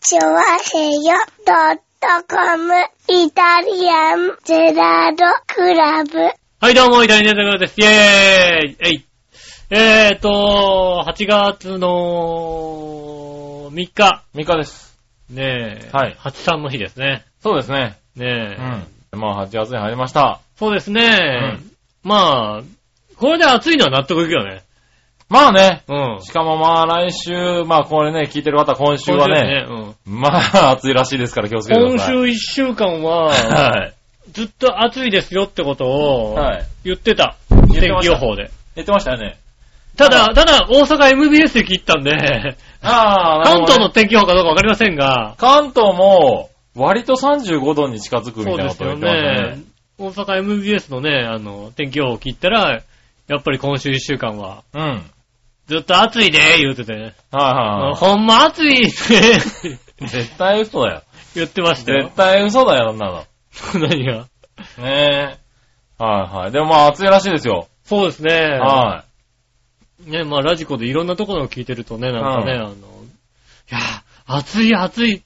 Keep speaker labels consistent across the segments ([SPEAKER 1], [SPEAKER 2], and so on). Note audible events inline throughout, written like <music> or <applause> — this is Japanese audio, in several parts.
[SPEAKER 1] チョワヘヨドットコムイタリアンゼラードクラブ。
[SPEAKER 2] はい、どうも、イタリアンジェラードです。イェーイえいえーと、8月の3日、
[SPEAKER 3] 3日です。
[SPEAKER 2] ねえ、
[SPEAKER 3] はい
[SPEAKER 2] 83の日ですね。
[SPEAKER 3] そうですね。
[SPEAKER 2] ねえ、
[SPEAKER 3] うん。まあ、8月に入りました。
[SPEAKER 2] そうですね、まあ、これで暑いのは納得いくよね。
[SPEAKER 3] まあね。
[SPEAKER 2] うん。
[SPEAKER 3] しかもまあ、来週、まあ、これね、聞いてる方、今週はね、
[SPEAKER 2] 今
[SPEAKER 3] まあ、暑いらしいですから気をつけ
[SPEAKER 2] 週
[SPEAKER 3] て
[SPEAKER 2] ね、うん。
[SPEAKER 3] く
[SPEAKER 2] 今
[SPEAKER 3] ださい。
[SPEAKER 2] 週1週間は、
[SPEAKER 3] はい。
[SPEAKER 2] ずっと暑いですよってことを
[SPEAKER 3] はい、
[SPEAKER 2] 言ってた。
[SPEAKER 3] 言って
[SPEAKER 2] 天
[SPEAKER 3] まし
[SPEAKER 2] 気
[SPEAKER 3] た
[SPEAKER 2] 予報で。
[SPEAKER 3] 言ってましたよね。
[SPEAKER 2] ただ、ただ、大阪 MBS で切ったんで、
[SPEAKER 3] ああ、な
[SPEAKER 2] 関
[SPEAKER 3] るほど
[SPEAKER 2] 東
[SPEAKER 3] ね
[SPEAKER 2] の天気予報かどうかわかりませんが、
[SPEAKER 3] 関東も、割と35度に近づくみた
[SPEAKER 2] そ
[SPEAKER 3] いうな
[SPEAKER 2] で
[SPEAKER 3] こ
[SPEAKER 2] す
[SPEAKER 3] とを言
[SPEAKER 2] よ
[SPEAKER 3] ってました
[SPEAKER 2] ね
[SPEAKER 3] ね。。
[SPEAKER 2] 大阪 MBS のね、あの、天気予報を聞いたら、やっぱり今週1週間は、
[SPEAKER 3] うん。はい
[SPEAKER 2] ずっと暑いで、言うててね。
[SPEAKER 3] はいは
[SPEAKER 2] ほんま暑いって
[SPEAKER 3] い。絶対嘘だよ。
[SPEAKER 2] <laughs> 言ってましたよ
[SPEAKER 3] 絶。対嘘だよ、そんなの。
[SPEAKER 2] 何が。
[SPEAKER 3] ねえ。はいはい。でもまあ、暑いらしいですよ。
[SPEAKER 2] そうですね。
[SPEAKER 3] は
[SPEAKER 2] ね、まあラジコでいろんなところを聞いてるとね、なんかね、
[SPEAKER 3] うん
[SPEAKER 2] あの、いやー、暑い暑い、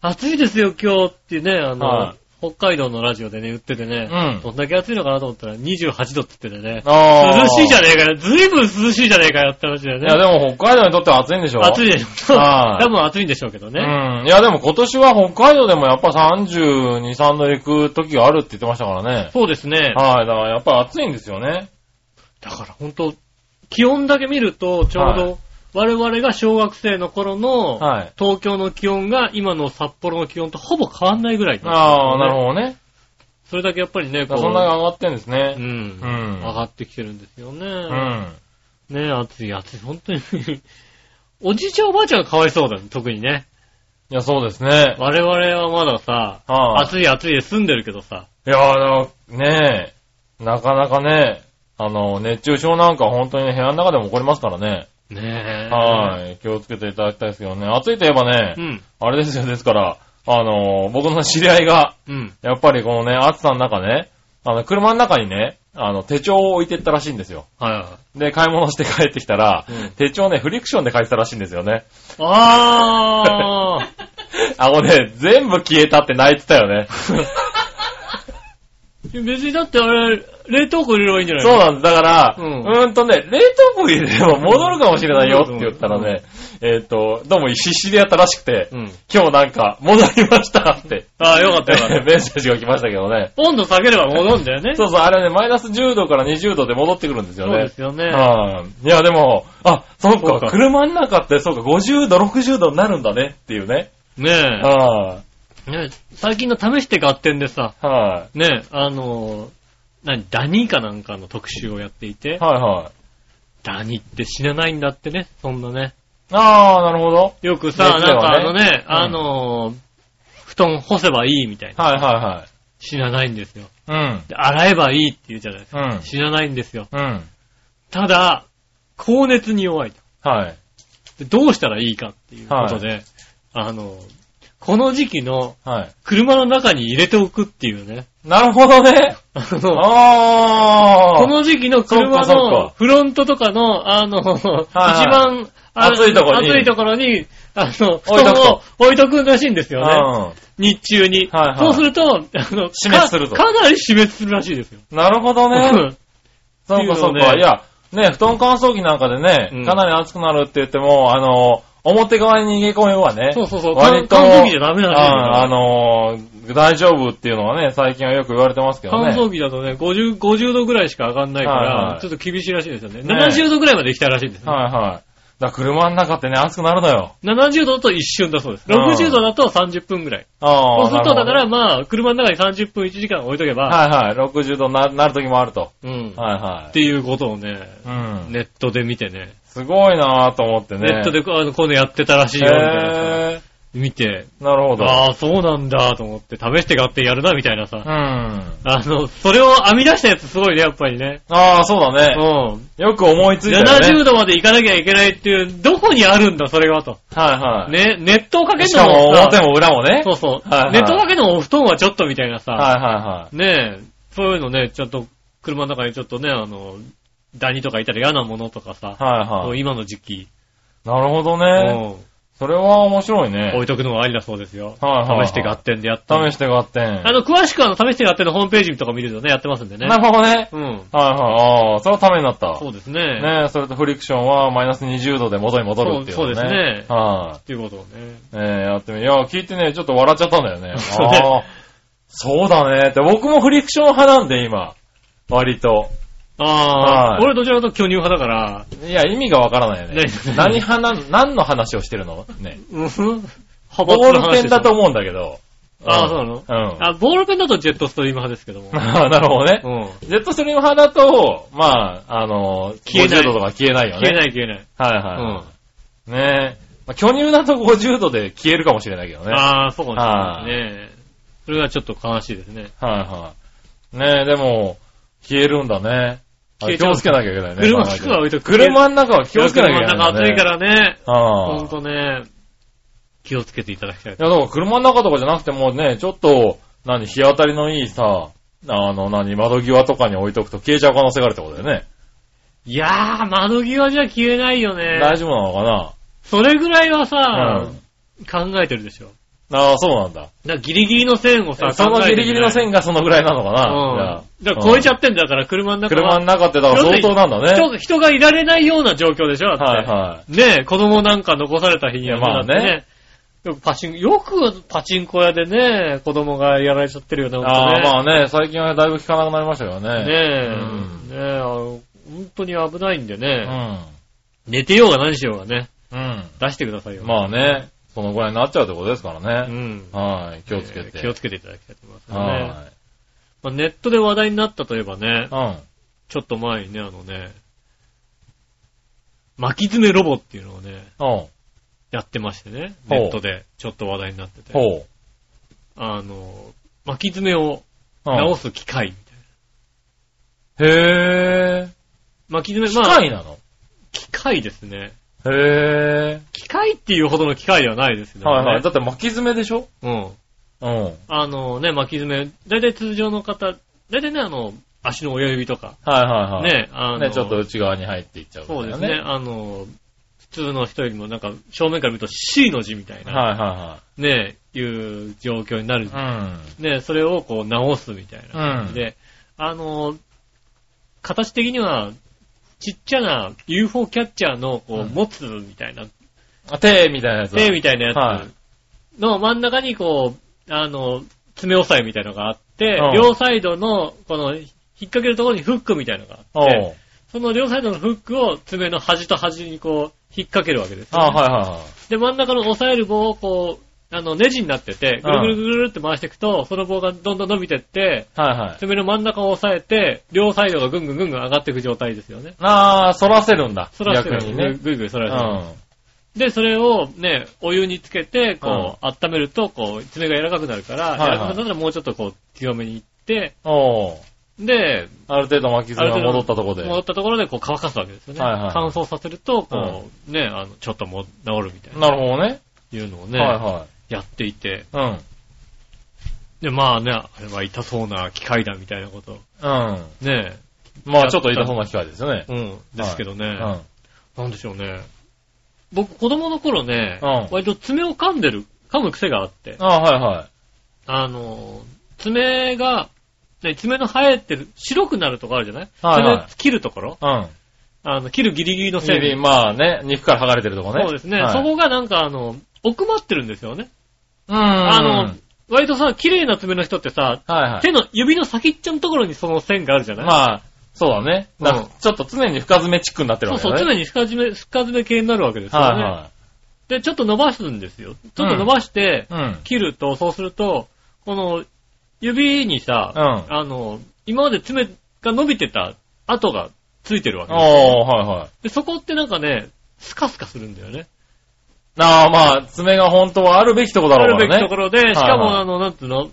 [SPEAKER 2] 暑いですよ今日ってね、あの、
[SPEAKER 3] は
[SPEAKER 2] 北海道のラジオでね、言っててね、
[SPEAKER 3] うん
[SPEAKER 2] どんだけ暑いのかなと思ったら28度って言っててね
[SPEAKER 3] い。、ああ。
[SPEAKER 2] 涼しいじゃ
[SPEAKER 3] ん。
[SPEAKER 2] ねえかよ、ずいぶん涼しいじゃねえかよって話だよ
[SPEAKER 3] いや、
[SPEAKER 2] ね。
[SPEAKER 3] でも北海道にとっては暑いんでしょ
[SPEAKER 2] 暑いでしょ。
[SPEAKER 3] はい
[SPEAKER 2] <laughs> 多分暑いんでしょうけどね。
[SPEAKER 3] うん。いや、でも今年は北海道でもやっぱ32、3度行く時があるって言ってましたからね。
[SPEAKER 2] そうですね。
[SPEAKER 3] はい。だからやっぱ暑いんですよね。
[SPEAKER 2] だから本当気温だけ見ると、ちょう
[SPEAKER 3] は
[SPEAKER 2] ど、我々が小学生の頃の、
[SPEAKER 3] はい。
[SPEAKER 2] 東京の気温が今の札幌の気温とほぼ変わんないぐらい、
[SPEAKER 3] ああ、なるほどね。
[SPEAKER 2] それだけやっぱりね、
[SPEAKER 3] だからそんなに上がってんです
[SPEAKER 2] う
[SPEAKER 3] ね。
[SPEAKER 2] ん、
[SPEAKER 3] うん
[SPEAKER 2] 上がってきてるんですよね。
[SPEAKER 3] うん。
[SPEAKER 2] ね暑い暑い、本当に。おじいちゃんおばあちゃんがかわいそうだね、特にね。
[SPEAKER 3] いや、そうですね。
[SPEAKER 2] 我々はまださ、
[SPEAKER 3] はい
[SPEAKER 2] 暑い暑いで住んでるけどさ、
[SPEAKER 3] いやー、ねえ、なかなかね、あの、熱中症なんか本当に部屋の中でも起こりますからね。
[SPEAKER 2] ねえ。
[SPEAKER 3] はい。気をつけていただきたいですけどね。暑いといえばね、
[SPEAKER 2] うん、
[SPEAKER 3] あれですよ、ですから、あの、僕の知り合いが、
[SPEAKER 2] うん。
[SPEAKER 3] やっぱりこのね、暑さの中ね、あの、車の中にね、あの、手帳を置いてったらしいんですよ。
[SPEAKER 2] はいはい。
[SPEAKER 3] で、買い物して帰ってきたら、
[SPEAKER 2] うん
[SPEAKER 3] 手帳ね、フリクションで書いてたらしいんですよね。 <laughs>
[SPEAKER 2] あー
[SPEAKER 3] あのね、全部消えたって泣いてた
[SPEAKER 2] <laughs>
[SPEAKER 3] よね。
[SPEAKER 2] 別にだってあれ、冷凍庫入れればいいんじゃない
[SPEAKER 3] そうなんだ。だから、
[SPEAKER 2] う
[SPEAKER 3] うんん、ーんとね、冷凍庫入れれば戻るかもしれないよって言ったらね、えっ、と、どうも必死でやったらしくて、
[SPEAKER 2] うん。
[SPEAKER 3] 今日なんか戻りましたって、
[SPEAKER 2] ああ、よかったよか
[SPEAKER 3] <laughs>
[SPEAKER 2] っ
[SPEAKER 3] メッセージが来ましたけどね。
[SPEAKER 2] た。温度下げれば戻るんだよね。
[SPEAKER 3] そうそう、あれね、マイナス10度から20度で戻ってくるんですよ
[SPEAKER 2] そうで
[SPEAKER 3] ね。
[SPEAKER 2] すよね。
[SPEAKER 3] うんいや、でも、あ、そ
[SPEAKER 2] そ
[SPEAKER 3] っ
[SPEAKER 2] う
[SPEAKER 3] か、
[SPEAKER 2] か
[SPEAKER 3] 車の中って、そうか、50度、60度になるんだねっていうね。
[SPEAKER 2] ねえ。
[SPEAKER 3] は
[SPEAKER 2] ね、最近の試して合点でさ、
[SPEAKER 3] い。は
[SPEAKER 2] ね、あのー、何、ダニかなんかの特集をやっていて
[SPEAKER 3] い。、はいはい。
[SPEAKER 2] ダニって死なないんだってね、そんなね。
[SPEAKER 3] あー、なるほど。
[SPEAKER 2] よくさ、なん
[SPEAKER 3] 熱で
[SPEAKER 2] か
[SPEAKER 3] は
[SPEAKER 2] あ
[SPEAKER 3] ね
[SPEAKER 2] のね、
[SPEAKER 3] うん
[SPEAKER 2] あのー、布団干せばいいみたいな。
[SPEAKER 3] はいは
[SPEAKER 2] 死なないんですよ。
[SPEAKER 3] いはい。
[SPEAKER 2] で洗えばいいって言うじゃないですか。
[SPEAKER 3] うん。うん。
[SPEAKER 2] 死なないんですよ。
[SPEAKER 3] うん。
[SPEAKER 2] ただ、高熱に弱いと。
[SPEAKER 3] はい。
[SPEAKER 2] でどうしたらいいかっていうことで、あのー、この時期の
[SPEAKER 3] はい。
[SPEAKER 2] 車の中に入れておくっていうね。
[SPEAKER 3] なるほどね。
[SPEAKER 2] あの、
[SPEAKER 3] あ
[SPEAKER 2] こ
[SPEAKER 3] ー。
[SPEAKER 2] の時期の車
[SPEAKER 3] そっかそっ
[SPEAKER 2] の
[SPEAKER 3] か
[SPEAKER 2] フロントとかの、あの、一番あ
[SPEAKER 3] 暑いとこに
[SPEAKER 2] 暑いところに、あの、布
[SPEAKER 3] 置いと
[SPEAKER 2] 団
[SPEAKER 3] くと
[SPEAKER 2] を置いとくらしいんですよね。
[SPEAKER 3] うん
[SPEAKER 2] 日中に。
[SPEAKER 3] はいはい
[SPEAKER 2] そうすると、あの、
[SPEAKER 3] 死滅すると
[SPEAKER 2] かかなり死滅するらしいですよ。
[SPEAKER 3] なるほ
[SPEAKER 2] <laughs>
[SPEAKER 3] どね。そうかそう
[SPEAKER 2] っていう
[SPEAKER 3] か。
[SPEAKER 2] ので
[SPEAKER 3] いや、ね、布団乾燥機なんかで
[SPEAKER 2] うん
[SPEAKER 3] ね、かなり暑くなるって言っても、あの、表側に逃げ込めばね。
[SPEAKER 2] そうそうそう
[SPEAKER 3] 割と、
[SPEAKER 2] 乾乾燥機じゃダメなんだよ
[SPEAKER 3] ああのー、大丈夫っていうのはね、最近はよく言われてますけどね。
[SPEAKER 2] 乾燥機だとね、50、50度ぐらいしか上がんないか
[SPEAKER 3] はい
[SPEAKER 2] ら
[SPEAKER 3] は、い
[SPEAKER 2] ちょっと厳しいらしいですよね。
[SPEAKER 3] ね
[SPEAKER 2] 70度ぐらいまで行きたいらしいんですね。
[SPEAKER 3] はいはい。だから車の中ってね、暑くなるのよ。
[SPEAKER 2] 70度だと一瞬だそうです。
[SPEAKER 3] うん
[SPEAKER 2] 60度だと30分ぐらい。
[SPEAKER 3] あ
[SPEAKER 2] そ
[SPEAKER 3] あ。
[SPEAKER 2] うすると、だ
[SPEAKER 3] なほ
[SPEAKER 2] か
[SPEAKER 3] ど
[SPEAKER 2] らまあ、車の中に30分1時間置いとけば、
[SPEAKER 3] はいはい。60度ななる時もあると。
[SPEAKER 2] うん。っ
[SPEAKER 3] はいはい。
[SPEAKER 2] ていうことをね、
[SPEAKER 3] うん。
[SPEAKER 2] ネットで見てね、
[SPEAKER 3] すごいなぁと思ってね。
[SPEAKER 2] ネットでこあのこういうのやってたらしいよみたいなさ、
[SPEAKER 3] へ
[SPEAKER 2] 見て、
[SPEAKER 3] ーなるほど。
[SPEAKER 2] ああ、そうなんだと思って、試して買ってやるなみたいな
[SPEAKER 3] う
[SPEAKER 2] さ、
[SPEAKER 3] ん。
[SPEAKER 2] あの、それを編み出したやつすごいね、やっぱりね。
[SPEAKER 3] ああ、そうだ
[SPEAKER 2] う
[SPEAKER 3] ね。
[SPEAKER 2] ん。
[SPEAKER 3] よく思いついたよね。
[SPEAKER 2] 70度まで行かなきゃいけないっていう、どこにあるんだ、それがと。
[SPEAKER 3] はいはい。
[SPEAKER 2] ね、ネットをかける
[SPEAKER 3] しか
[SPEAKER 2] の
[SPEAKER 3] も
[SPEAKER 2] さ
[SPEAKER 3] 表も裏もね。
[SPEAKER 2] そうそう
[SPEAKER 3] はいは。い
[SPEAKER 2] ネットをかけるのもお布団はちょっとみたいなさ、
[SPEAKER 3] はいはいはい。
[SPEAKER 2] ねえ、そういうのね、ちょっと、車の中にちょっとね、あの、ダニとかいたら嫌なものとかさ、
[SPEAKER 3] はい
[SPEAKER 2] も
[SPEAKER 3] は
[SPEAKER 2] う
[SPEAKER 3] い。
[SPEAKER 2] 今の時期、
[SPEAKER 3] なるほど
[SPEAKER 2] う
[SPEAKER 3] ね。
[SPEAKER 2] ん
[SPEAKER 3] それは面白いね。
[SPEAKER 2] 置いとくのもありだそうですよ。
[SPEAKER 3] はいはいはい
[SPEAKER 2] 試して合点でやったり
[SPEAKER 3] 試して合点。
[SPEAKER 2] あの、詳しくはあの、試して合点のホームページとか見るとね、やってますんでね。
[SPEAKER 3] なるほどね。
[SPEAKER 2] うん。
[SPEAKER 3] はいはい。ああ、それはためになった。
[SPEAKER 2] そうですね。
[SPEAKER 3] ねえ、それとフリクションはマイナス20度で元に戻るっていう、ね。
[SPEAKER 2] そうそうですね
[SPEAKER 3] は
[SPEAKER 2] っていうことをね。
[SPEAKER 3] い、ええやってみ、いや、聞いてね、ちょっと笑っちゃったん
[SPEAKER 2] <laughs>
[SPEAKER 3] だよね。
[SPEAKER 2] そうね
[SPEAKER 3] ああ、そうだねって、僕もフリクション派なんで、今。割と。
[SPEAKER 2] ああ、
[SPEAKER 3] はい
[SPEAKER 2] 俺どちらかというと巨乳派だから、
[SPEAKER 3] いや、意味がわからないよね
[SPEAKER 2] ね。
[SPEAKER 3] 何派なん、何の話をしてるの
[SPEAKER 2] <laughs>
[SPEAKER 3] ね。
[SPEAKER 2] うんふ派
[SPEAKER 3] ボールペンだと
[SPEAKER 2] 思
[SPEAKER 3] 思うんだけど。
[SPEAKER 2] ああ、
[SPEAKER 3] ん
[SPEAKER 2] そうなの
[SPEAKER 3] うん。 <laughs>
[SPEAKER 2] あ、ボールペンだとジェットストリーム派ですけども。
[SPEAKER 3] ああなるほどね
[SPEAKER 2] う。ん。
[SPEAKER 3] ジェットストリーム派だと、まあ、あの、
[SPEAKER 2] 消えない
[SPEAKER 3] 50度とか消えないよね。
[SPEAKER 2] 消えない消えない。
[SPEAKER 3] はいはい。
[SPEAKER 2] うん。
[SPEAKER 3] ねえ。まあ、巨乳だと50度で消えるかもしれないけどね。はい
[SPEAKER 2] ああ、そうかもしれないですね。それはちょっと悲しいですね。
[SPEAKER 3] はい。ねえ、でも、消えるんだね。あ
[SPEAKER 2] 消え
[SPEAKER 3] 気
[SPEAKER 2] ちゃう
[SPEAKER 3] をつけなきゃいけないね。
[SPEAKER 2] 車
[SPEAKER 3] 考え
[SPEAKER 2] 服
[SPEAKER 3] て
[SPEAKER 2] は置いとく。
[SPEAKER 3] 車の中は気をつけなきゃいけない、ね。
[SPEAKER 2] 車の中暑いからね。
[SPEAKER 3] ああ。
[SPEAKER 2] ほんとね、気をつけていただきたい
[SPEAKER 3] い。や、だから車の中とかじゃなくてもうね、ちょっと、何、日当たりのいいさ、あの、何、窓際とかに置いとくと消えちゃう可能性があるってことだよね。
[SPEAKER 2] いやー、窓際じゃ消えないよね。
[SPEAKER 3] 大丈夫なのかな
[SPEAKER 2] それぐらいはさ、
[SPEAKER 3] うん
[SPEAKER 2] 考えてるでしょ。
[SPEAKER 3] ああ、そうなんだ。
[SPEAKER 2] だからギリギリの線をさ、
[SPEAKER 3] その
[SPEAKER 2] 考え
[SPEAKER 3] ギ
[SPEAKER 2] て
[SPEAKER 3] リ
[SPEAKER 2] る
[SPEAKER 3] ギ
[SPEAKER 2] じ
[SPEAKER 3] リ
[SPEAKER 2] ゃな
[SPEAKER 3] の
[SPEAKER 2] い
[SPEAKER 3] 線がそのぐらいなのかな。
[SPEAKER 2] うん。だから超えちゃ
[SPEAKER 3] っ
[SPEAKER 2] ってんだから、車の
[SPEAKER 3] た
[SPEAKER 2] 中
[SPEAKER 3] 車
[SPEAKER 2] は
[SPEAKER 3] の中ってだから相当なんだね。
[SPEAKER 2] 人が人がいられないような状況でしょ、だって。
[SPEAKER 3] はいはい。
[SPEAKER 2] ねえ、子供なんか残された日には、
[SPEAKER 3] いやまあね
[SPEAKER 2] だってよくパチン、よくパチンコ屋でね、子供がやられちゃってるよね、
[SPEAKER 3] ああ、
[SPEAKER 2] 本
[SPEAKER 3] まあね、最近はだいぶ聞かなくなりましたけど
[SPEAKER 2] 当
[SPEAKER 3] ね。
[SPEAKER 2] ね。ねえ、
[SPEAKER 3] うん
[SPEAKER 2] ねえあの、本当に危ないんで
[SPEAKER 3] う
[SPEAKER 2] ね、
[SPEAKER 3] ん。
[SPEAKER 2] 寝てようが何しようがね、
[SPEAKER 3] うん。
[SPEAKER 2] 出してくださいよ。
[SPEAKER 3] まあね、そのぐらいになっちゃうってことですから
[SPEAKER 2] あう
[SPEAKER 3] ね。
[SPEAKER 2] ん。
[SPEAKER 3] はい、気をつけて。
[SPEAKER 2] えー気をつけていただきたいと思いますね。
[SPEAKER 3] は
[SPEAKER 2] まあ、ネットで話題になったといえばね
[SPEAKER 3] い。う、ん。
[SPEAKER 2] ちょっと前にね、あのね、巻き爪ロボっていうのをね、
[SPEAKER 3] うん。
[SPEAKER 2] やってましてね、
[SPEAKER 3] ほう
[SPEAKER 2] ネットでちょっと話題になってて、
[SPEAKER 3] ほう。
[SPEAKER 2] あの、巻き爪を
[SPEAKER 3] うん
[SPEAKER 2] 直す機械みたい
[SPEAKER 3] へぇ
[SPEAKER 2] な。巻き爪、
[SPEAKER 3] ー。機
[SPEAKER 2] まあ、
[SPEAKER 3] 械なの
[SPEAKER 2] 機械ですね。
[SPEAKER 3] へ
[SPEAKER 2] 機械っていうほどの機械ではないですけ
[SPEAKER 3] ぇ
[SPEAKER 2] ど
[SPEAKER 3] ー。はいはい。
[SPEAKER 2] ね
[SPEAKER 3] だ。って巻き爪でしょ
[SPEAKER 2] うん。
[SPEAKER 3] うん。
[SPEAKER 2] あのね、巻き爪、だいたい通常の方、だいたいね、あの、足の親指とか、
[SPEAKER 3] はいはいはい。
[SPEAKER 2] ね、あの、
[SPEAKER 3] ね、ちょっと内側に入っていっちゃう、
[SPEAKER 2] そうですね。。あの、普通の人よりもなんか正面から見ると C の字みたいな、
[SPEAKER 3] はいは
[SPEAKER 2] ね、いう状況にないる。
[SPEAKER 3] は
[SPEAKER 2] ね、それをこう直すみたいな感じで、あの、形的にはちっちゃな UFO キャッチャーのこ
[SPEAKER 3] う
[SPEAKER 2] うん持つみたいな、
[SPEAKER 3] い。うん。手みたいなやつ。
[SPEAKER 2] 手みたいな
[SPEAKER 3] は
[SPEAKER 2] やつの真ん中にこう、あの、爪押さえみたいなのがあって
[SPEAKER 3] うん、
[SPEAKER 2] 両サイドのこの引っ掛けるところにフックみたいなのがあ
[SPEAKER 3] お
[SPEAKER 2] って、
[SPEAKER 3] う
[SPEAKER 2] その両サイドのフックを爪の端と端にこう、引っ掛けるわけです、
[SPEAKER 3] あはいはいはい。
[SPEAKER 2] で、真ん中の押さえる棒をこう、あの、ネジになってて、ぐるぐるぐるぐるって回していくと、その棒がどんどん伸びてって、
[SPEAKER 3] はいはい。
[SPEAKER 2] 爪の真ん中を押さえて、両サイドがぐんぐんぐんぐん上がっていく状態ですよね。
[SPEAKER 3] あー、反らせるんだ。
[SPEAKER 2] そらしてる
[SPEAKER 3] 逆に
[SPEAKER 2] ぐ
[SPEAKER 3] ね。
[SPEAKER 2] ぐいぐい反
[SPEAKER 3] う
[SPEAKER 2] ら
[SPEAKER 3] ん。
[SPEAKER 2] せる、
[SPEAKER 3] は
[SPEAKER 2] で、それをね、お湯につけて、こう、温めると、こう、爪が柔らかくなるから、
[SPEAKER 3] はいはい
[SPEAKER 2] 柔らかくなったらもうちょっとこう、強めにいって、
[SPEAKER 3] おう
[SPEAKER 2] で、
[SPEAKER 3] ある程度巻き爪が戻ったとこで。
[SPEAKER 2] 戻ったところでこう乾かすわけですよね。
[SPEAKER 3] はいはい
[SPEAKER 2] 乾燥させると、こう、ね、あの、ちょっともう治るみたいな、
[SPEAKER 3] なるほどね。
[SPEAKER 2] いうのをね、
[SPEAKER 3] は
[SPEAKER 2] やっていて、
[SPEAKER 3] いはい。
[SPEAKER 2] で、まあね、あれは痛そうな機械だみたいなこと、
[SPEAKER 3] うん。うん。
[SPEAKER 2] ね、
[SPEAKER 3] まあちょっと痛そうな機械ですよね。
[SPEAKER 2] うん、ですけどね、
[SPEAKER 3] うん。はい
[SPEAKER 2] なんでしょうね。僕、子供の頃ね、
[SPEAKER 3] うん
[SPEAKER 2] 割と爪を噛んでる、噛む癖があって、
[SPEAKER 3] あはいはい。
[SPEAKER 2] あの、爪が、ね、爪の生えてる、白くなるとこあるじゃない、
[SPEAKER 3] はいはい
[SPEAKER 2] 爪切るところ
[SPEAKER 3] うん。
[SPEAKER 2] あの、切るギリギリの線。
[SPEAKER 3] 指まあね、肉から剥がれてるとこね。
[SPEAKER 2] そうですね、
[SPEAKER 3] はい
[SPEAKER 2] そこがなんかあの、奥まってるんですよね。
[SPEAKER 3] うん。
[SPEAKER 2] あ
[SPEAKER 3] あ
[SPEAKER 2] の、割とさ、綺麗な爪の人ってさ、
[SPEAKER 3] の、はいはい。
[SPEAKER 2] 手の指の先っちょのところにその線があるじゃない
[SPEAKER 3] まあ、そうだね。だから
[SPEAKER 2] うん
[SPEAKER 3] ちょっと常に深爪チックになってる
[SPEAKER 2] そう
[SPEAKER 3] わけ
[SPEAKER 2] そ
[SPEAKER 3] だ
[SPEAKER 2] う、
[SPEAKER 3] ね。
[SPEAKER 2] 常に深爪、深爪系になるわけですよね。
[SPEAKER 3] はいは
[SPEAKER 2] で、ちょっと伸ばすんですよ。ちょっと伸ばして
[SPEAKER 3] い。、うん。
[SPEAKER 2] 切ると、そうすると、この、指にさ、
[SPEAKER 3] うん
[SPEAKER 2] あの、今まで爪が伸びてた跡がついてるわけ
[SPEAKER 3] おー、
[SPEAKER 2] ですよ。
[SPEAKER 3] はいはい。
[SPEAKER 2] で、そこってなんかね、スカスカするんだよね。
[SPEAKER 3] ああ、まあ、爪が本当はあるべきとこだ
[SPEAKER 2] あ
[SPEAKER 3] ろ
[SPEAKER 2] るべ
[SPEAKER 3] うからね。
[SPEAKER 2] きところで、しか
[SPEAKER 3] はい
[SPEAKER 2] も
[SPEAKER 3] はい
[SPEAKER 2] あの、なんつうの、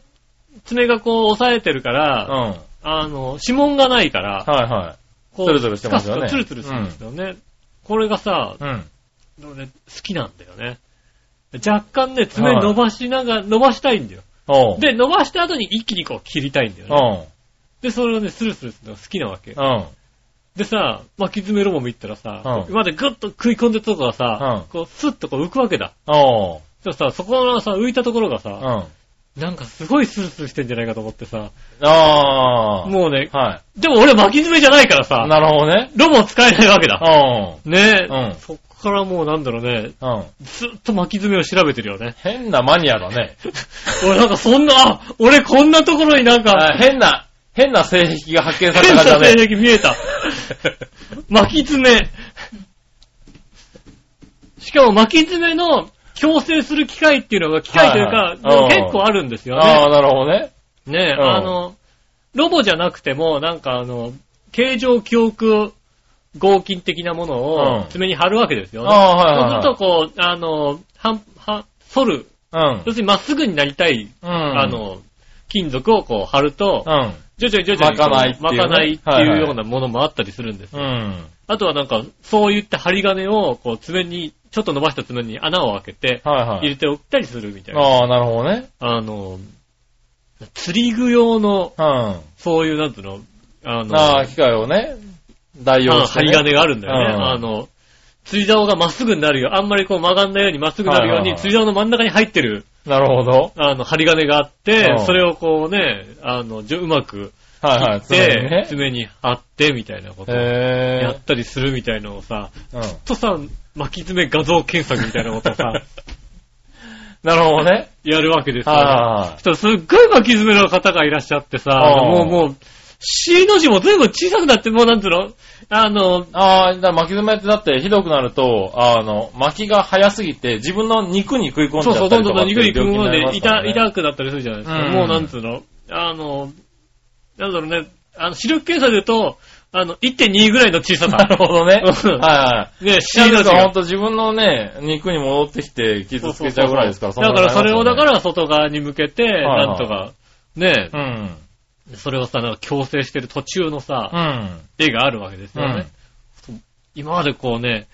[SPEAKER 2] 爪がこう押さえてるから、
[SPEAKER 3] うん。
[SPEAKER 2] あの、指紋がないから、
[SPEAKER 3] はいはい。
[SPEAKER 2] こう
[SPEAKER 3] ツルツルしてますよね
[SPEAKER 2] スカスカツルツルするんですよね。これがさ、
[SPEAKER 3] うん。
[SPEAKER 2] のね、好きなんだよね。若干ね、爪伸ばしながら、伸ばしたいんだよ。
[SPEAKER 3] おう。
[SPEAKER 2] で、伸ばした後に一気にこう切りたいんだよ
[SPEAKER 3] う
[SPEAKER 2] ね。
[SPEAKER 3] ん。
[SPEAKER 2] で、それをね、スルスルするのが好きなわけ。
[SPEAKER 3] うん。
[SPEAKER 2] でさ、巻き爪ロボ見ったらさ、
[SPEAKER 3] うん
[SPEAKER 2] 今までグッと食い込んでたとこがさ、
[SPEAKER 3] うん
[SPEAKER 2] こう、スッとこう浮くわけだ。
[SPEAKER 3] おー。
[SPEAKER 2] そしたらさ、そこのさ、浮いたところが
[SPEAKER 3] う
[SPEAKER 2] さ、
[SPEAKER 3] ん。
[SPEAKER 2] なんかすごいスルスルしてんじゃないかと思ってさ、
[SPEAKER 3] あー。
[SPEAKER 2] もうね、
[SPEAKER 3] は
[SPEAKER 2] でも俺巻き爪じゃないから
[SPEAKER 3] い。
[SPEAKER 2] さ、
[SPEAKER 3] なるほどね。
[SPEAKER 2] ロボ使えないわけだ。
[SPEAKER 3] うん。
[SPEAKER 2] ねえ、
[SPEAKER 3] うん
[SPEAKER 2] そっからもうなんだろうね、
[SPEAKER 3] うん。
[SPEAKER 2] ずっと巻き爪を調べてるよね。 <laughs>
[SPEAKER 3] 変なマニアだね。
[SPEAKER 2] 俺なんかそんな、あ、俺こんなところになん
[SPEAKER 3] あ
[SPEAKER 2] か、
[SPEAKER 3] 変な、変な性癖が発見され
[SPEAKER 2] 変
[SPEAKER 3] た
[SPEAKER 2] な
[SPEAKER 3] 感じだね。
[SPEAKER 2] 性癖見えた。 <laughs> 巻き爪。しかも巻き爪の矯正する機械っていうのが、機械という
[SPEAKER 3] は
[SPEAKER 2] か
[SPEAKER 3] い、はい
[SPEAKER 2] 結構あるんですよ
[SPEAKER 3] あ
[SPEAKER 2] ね。
[SPEAKER 3] ー、なるほどね。
[SPEAKER 2] ねえ、
[SPEAKER 3] うん
[SPEAKER 2] あの、ロボじゃなくても、なんかあの、形状記憶合金的なもの
[SPEAKER 3] う
[SPEAKER 2] を
[SPEAKER 3] ん
[SPEAKER 2] 爪に貼るわけですよね。
[SPEAKER 3] あーはいはいはい
[SPEAKER 2] そうするとこう、あの、は、は、反る。
[SPEAKER 3] うん
[SPEAKER 2] 要。するにまっすぐになりたい、
[SPEAKER 3] うん。
[SPEAKER 2] あ、の、金属をこう貼ると、
[SPEAKER 3] うん。
[SPEAKER 2] 徐々に徐々にこう
[SPEAKER 3] 巻かないっていう
[SPEAKER 2] 巻
[SPEAKER 3] ね
[SPEAKER 2] かないって
[SPEAKER 3] はい
[SPEAKER 2] い
[SPEAKER 3] は
[SPEAKER 2] う
[SPEAKER 3] い
[SPEAKER 2] ようなものもあったりするんです
[SPEAKER 3] う
[SPEAKER 2] よ。
[SPEAKER 3] ん。
[SPEAKER 2] あとはなんか、そういった針金を、こう、爪に、ちょっと伸ばした爪に穴を開けて、
[SPEAKER 3] はいは
[SPEAKER 2] 入
[SPEAKER 3] い。
[SPEAKER 2] れておったりするみたいな。
[SPEAKER 3] あー、なるほどね。
[SPEAKER 2] あの、釣り具用の、
[SPEAKER 3] うん。
[SPEAKER 2] そういう、なんていうの、あの、
[SPEAKER 3] なあ、機械をね、代
[SPEAKER 2] あ
[SPEAKER 3] 用
[SPEAKER 2] の
[SPEAKER 3] して、
[SPEAKER 2] 針
[SPEAKER 3] ね。
[SPEAKER 2] 金があるんだよね。
[SPEAKER 3] うん
[SPEAKER 2] あの、釣り竿がまっすぐになるよ。あんまりこう曲がんないようにまっすぐになるよう
[SPEAKER 3] はいは
[SPEAKER 2] に、
[SPEAKER 3] いはい
[SPEAKER 2] 釣り竿の真ん中に入ってる、
[SPEAKER 3] なるほど。
[SPEAKER 2] あの、針金があって
[SPEAKER 3] う、ん
[SPEAKER 2] それをこうね、あの、じょうまく、
[SPEAKER 3] はいはい。常に
[SPEAKER 2] で、
[SPEAKER 3] ね。
[SPEAKER 2] 爪に貼って、みたいなことを
[SPEAKER 3] へ
[SPEAKER 2] やったりするみたいのをさ、
[SPEAKER 3] ぇー。うん。
[SPEAKER 2] とさ、巻き爪画像検索みたいなことを
[SPEAKER 3] <laughs>
[SPEAKER 2] さ、
[SPEAKER 3] なるほどね。
[SPEAKER 2] やるわけですよ、
[SPEAKER 3] は
[SPEAKER 2] そしたらすっごい巻き爪の方がいらっしゃってさ、
[SPEAKER 3] うん
[SPEAKER 2] もうもう、C の字も全部小さくなって、もうなんつうのあの、
[SPEAKER 3] い。ああ、だから巻き爪ってだってひどくなると、あの、巻きが早すぎて自分の肉に食い込んじ
[SPEAKER 2] そ
[SPEAKER 3] ゃ
[SPEAKER 2] う
[SPEAKER 3] った
[SPEAKER 2] そ
[SPEAKER 3] り
[SPEAKER 2] う、
[SPEAKER 3] と
[SPEAKER 2] ど
[SPEAKER 3] か
[SPEAKER 2] んどんどん
[SPEAKER 3] っ
[SPEAKER 2] 肉
[SPEAKER 3] て
[SPEAKER 2] に
[SPEAKER 3] いう
[SPEAKER 2] 食うもの
[SPEAKER 3] 病気
[SPEAKER 2] で、
[SPEAKER 3] になりますから
[SPEAKER 2] 痛、
[SPEAKER 3] ね
[SPEAKER 2] 痛くなったりするじゃないですか。
[SPEAKER 3] うん
[SPEAKER 2] もうなんつうのあの、なんだろうね、あの、視力検査で言うと、あの、1.2ぐらいの小さ
[SPEAKER 3] な
[SPEAKER 2] さ。
[SPEAKER 3] るほどね。
[SPEAKER 2] うん
[SPEAKER 3] は
[SPEAKER 2] ね、
[SPEAKER 3] い
[SPEAKER 2] C
[SPEAKER 3] はい。
[SPEAKER 2] の
[SPEAKER 3] な
[SPEAKER 2] 字
[SPEAKER 3] んかほ
[SPEAKER 2] が
[SPEAKER 3] ん。と自分のね、肉に戻ってきて傷つけちゃうぐらいですから、、
[SPEAKER 2] だからそれをだからら外側に向けて、
[SPEAKER 3] はい
[SPEAKER 2] なんとか、ね、
[SPEAKER 3] うん。
[SPEAKER 2] それをさ、なんか強制してる途中のさ、
[SPEAKER 3] うん。
[SPEAKER 2] 絵があるわけですよね。今までこうね、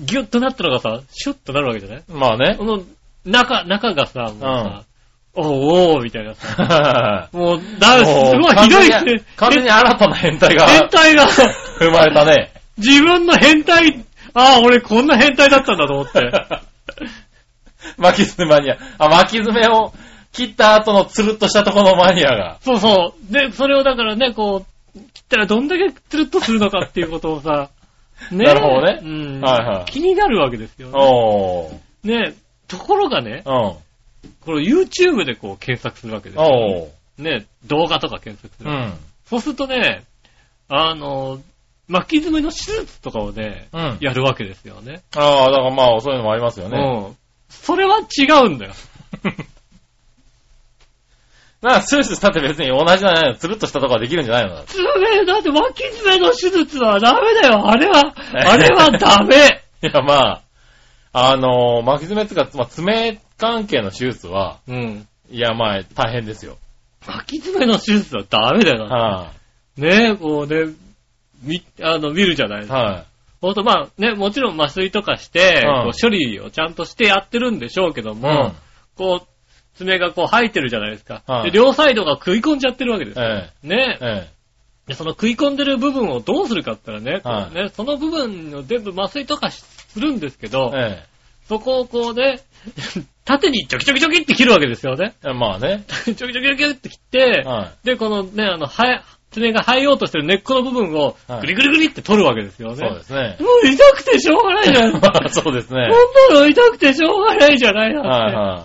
[SPEAKER 2] ギュッとなったのがさ、シュッとなるわけじゃない
[SPEAKER 3] まあね
[SPEAKER 2] こ。の中、中がさ、もうさ、おーおーみたいなさ、
[SPEAKER 3] <laughs>
[SPEAKER 2] もう、だ、す
[SPEAKER 3] もう
[SPEAKER 2] ごいひどい
[SPEAKER 3] 完全に
[SPEAKER 2] 変
[SPEAKER 3] 完全に新たな変態が
[SPEAKER 2] 変態が、
[SPEAKER 3] 生まれたね。 <laughs>
[SPEAKER 2] 自分の変態、ああ、俺こんな変態だったんだと思
[SPEAKER 3] <laughs>
[SPEAKER 2] って。
[SPEAKER 3] 巻き爪マニア。あ、巻き爪を切った後のつるっとしたところのマニアが。
[SPEAKER 2] そうそう。で、それをだからね、こう、切ったらどんだけつるっとするのかっていうことをさ、ね
[SPEAKER 3] <laughs> なるほどね
[SPEAKER 2] うん、
[SPEAKER 3] はいはい
[SPEAKER 2] 気になるわけですよね。
[SPEAKER 3] おー。
[SPEAKER 2] ねところがね、
[SPEAKER 3] うん。
[SPEAKER 2] これ YouTube でこう検索するわけですよ。
[SPEAKER 3] おー。
[SPEAKER 2] ね動画とか検索す
[SPEAKER 3] う
[SPEAKER 2] る。
[SPEAKER 3] ん。
[SPEAKER 2] そうするとね、あの、巻き爪の手術とかをね、
[SPEAKER 3] うん。
[SPEAKER 2] やるわけですよね。
[SPEAKER 3] ああ、だからまあ、そういうのもありますよね。
[SPEAKER 2] うん。それは違うんだよ。
[SPEAKER 3] <laughs> なんか、スースだって別に同じじゃないの。つるっとしたとこはできるんじゃないのだって
[SPEAKER 2] 爪、だって脇爪の手術はダメだよ。あれ
[SPEAKER 3] <laughs>
[SPEAKER 2] は、あれはダメ。
[SPEAKER 3] いや、まあ、あのー巻き爪っていうか、まあ、爪関係の手術は、
[SPEAKER 2] うん。
[SPEAKER 3] いや、まあ、大変ですよ。
[SPEAKER 2] 脇爪の手術はダメだよな。
[SPEAKER 3] は
[SPEAKER 2] ねえ、こうね、み、あの、見るじゃないで
[SPEAKER 3] い、
[SPEAKER 2] すか。
[SPEAKER 3] は
[SPEAKER 2] ほんと、まあね、もちろん麻酔とかして、
[SPEAKER 3] う
[SPEAKER 2] こ
[SPEAKER 3] ん
[SPEAKER 2] う処理をちゃんとしてやってるんでしょうけど
[SPEAKER 3] い、
[SPEAKER 2] も、こう、爪がこう生えてるじゃないですか。
[SPEAKER 3] はい
[SPEAKER 2] で両サイドが食い込んじゃってるわけですよ。
[SPEAKER 3] え
[SPEAKER 2] ね
[SPEAKER 3] え、え
[SPEAKER 2] でその食い込んでる部分をどうするかって言ったらね、こう
[SPEAKER 3] はい
[SPEAKER 2] ねその部分を全部麻酔とかしするんですけ
[SPEAKER 3] え
[SPEAKER 2] ど、
[SPEAKER 3] え
[SPEAKER 2] そこをこうね、 <laughs> 縦にちょきちょきちょきって切るわけですよね。 <laughs>
[SPEAKER 3] えまあね。
[SPEAKER 2] ちょきちょきちょきって切って、
[SPEAKER 3] は
[SPEAKER 2] で、このね、あの、はえ、爪が生えようとしてる根っこの部分を
[SPEAKER 3] はい、
[SPEAKER 2] ぐりぐりぐりって取るわけですよ
[SPEAKER 3] い。
[SPEAKER 2] ね。
[SPEAKER 3] そうですね。 <laughs>
[SPEAKER 2] もう痛くてしょうがないじゃん。
[SPEAKER 3] まあ <laughs> そうですね。
[SPEAKER 2] こんなの痛くてしょうがないじゃないな
[SPEAKER 3] はい
[SPEAKER 2] ん
[SPEAKER 3] は
[SPEAKER 2] て。
[SPEAKER 3] い。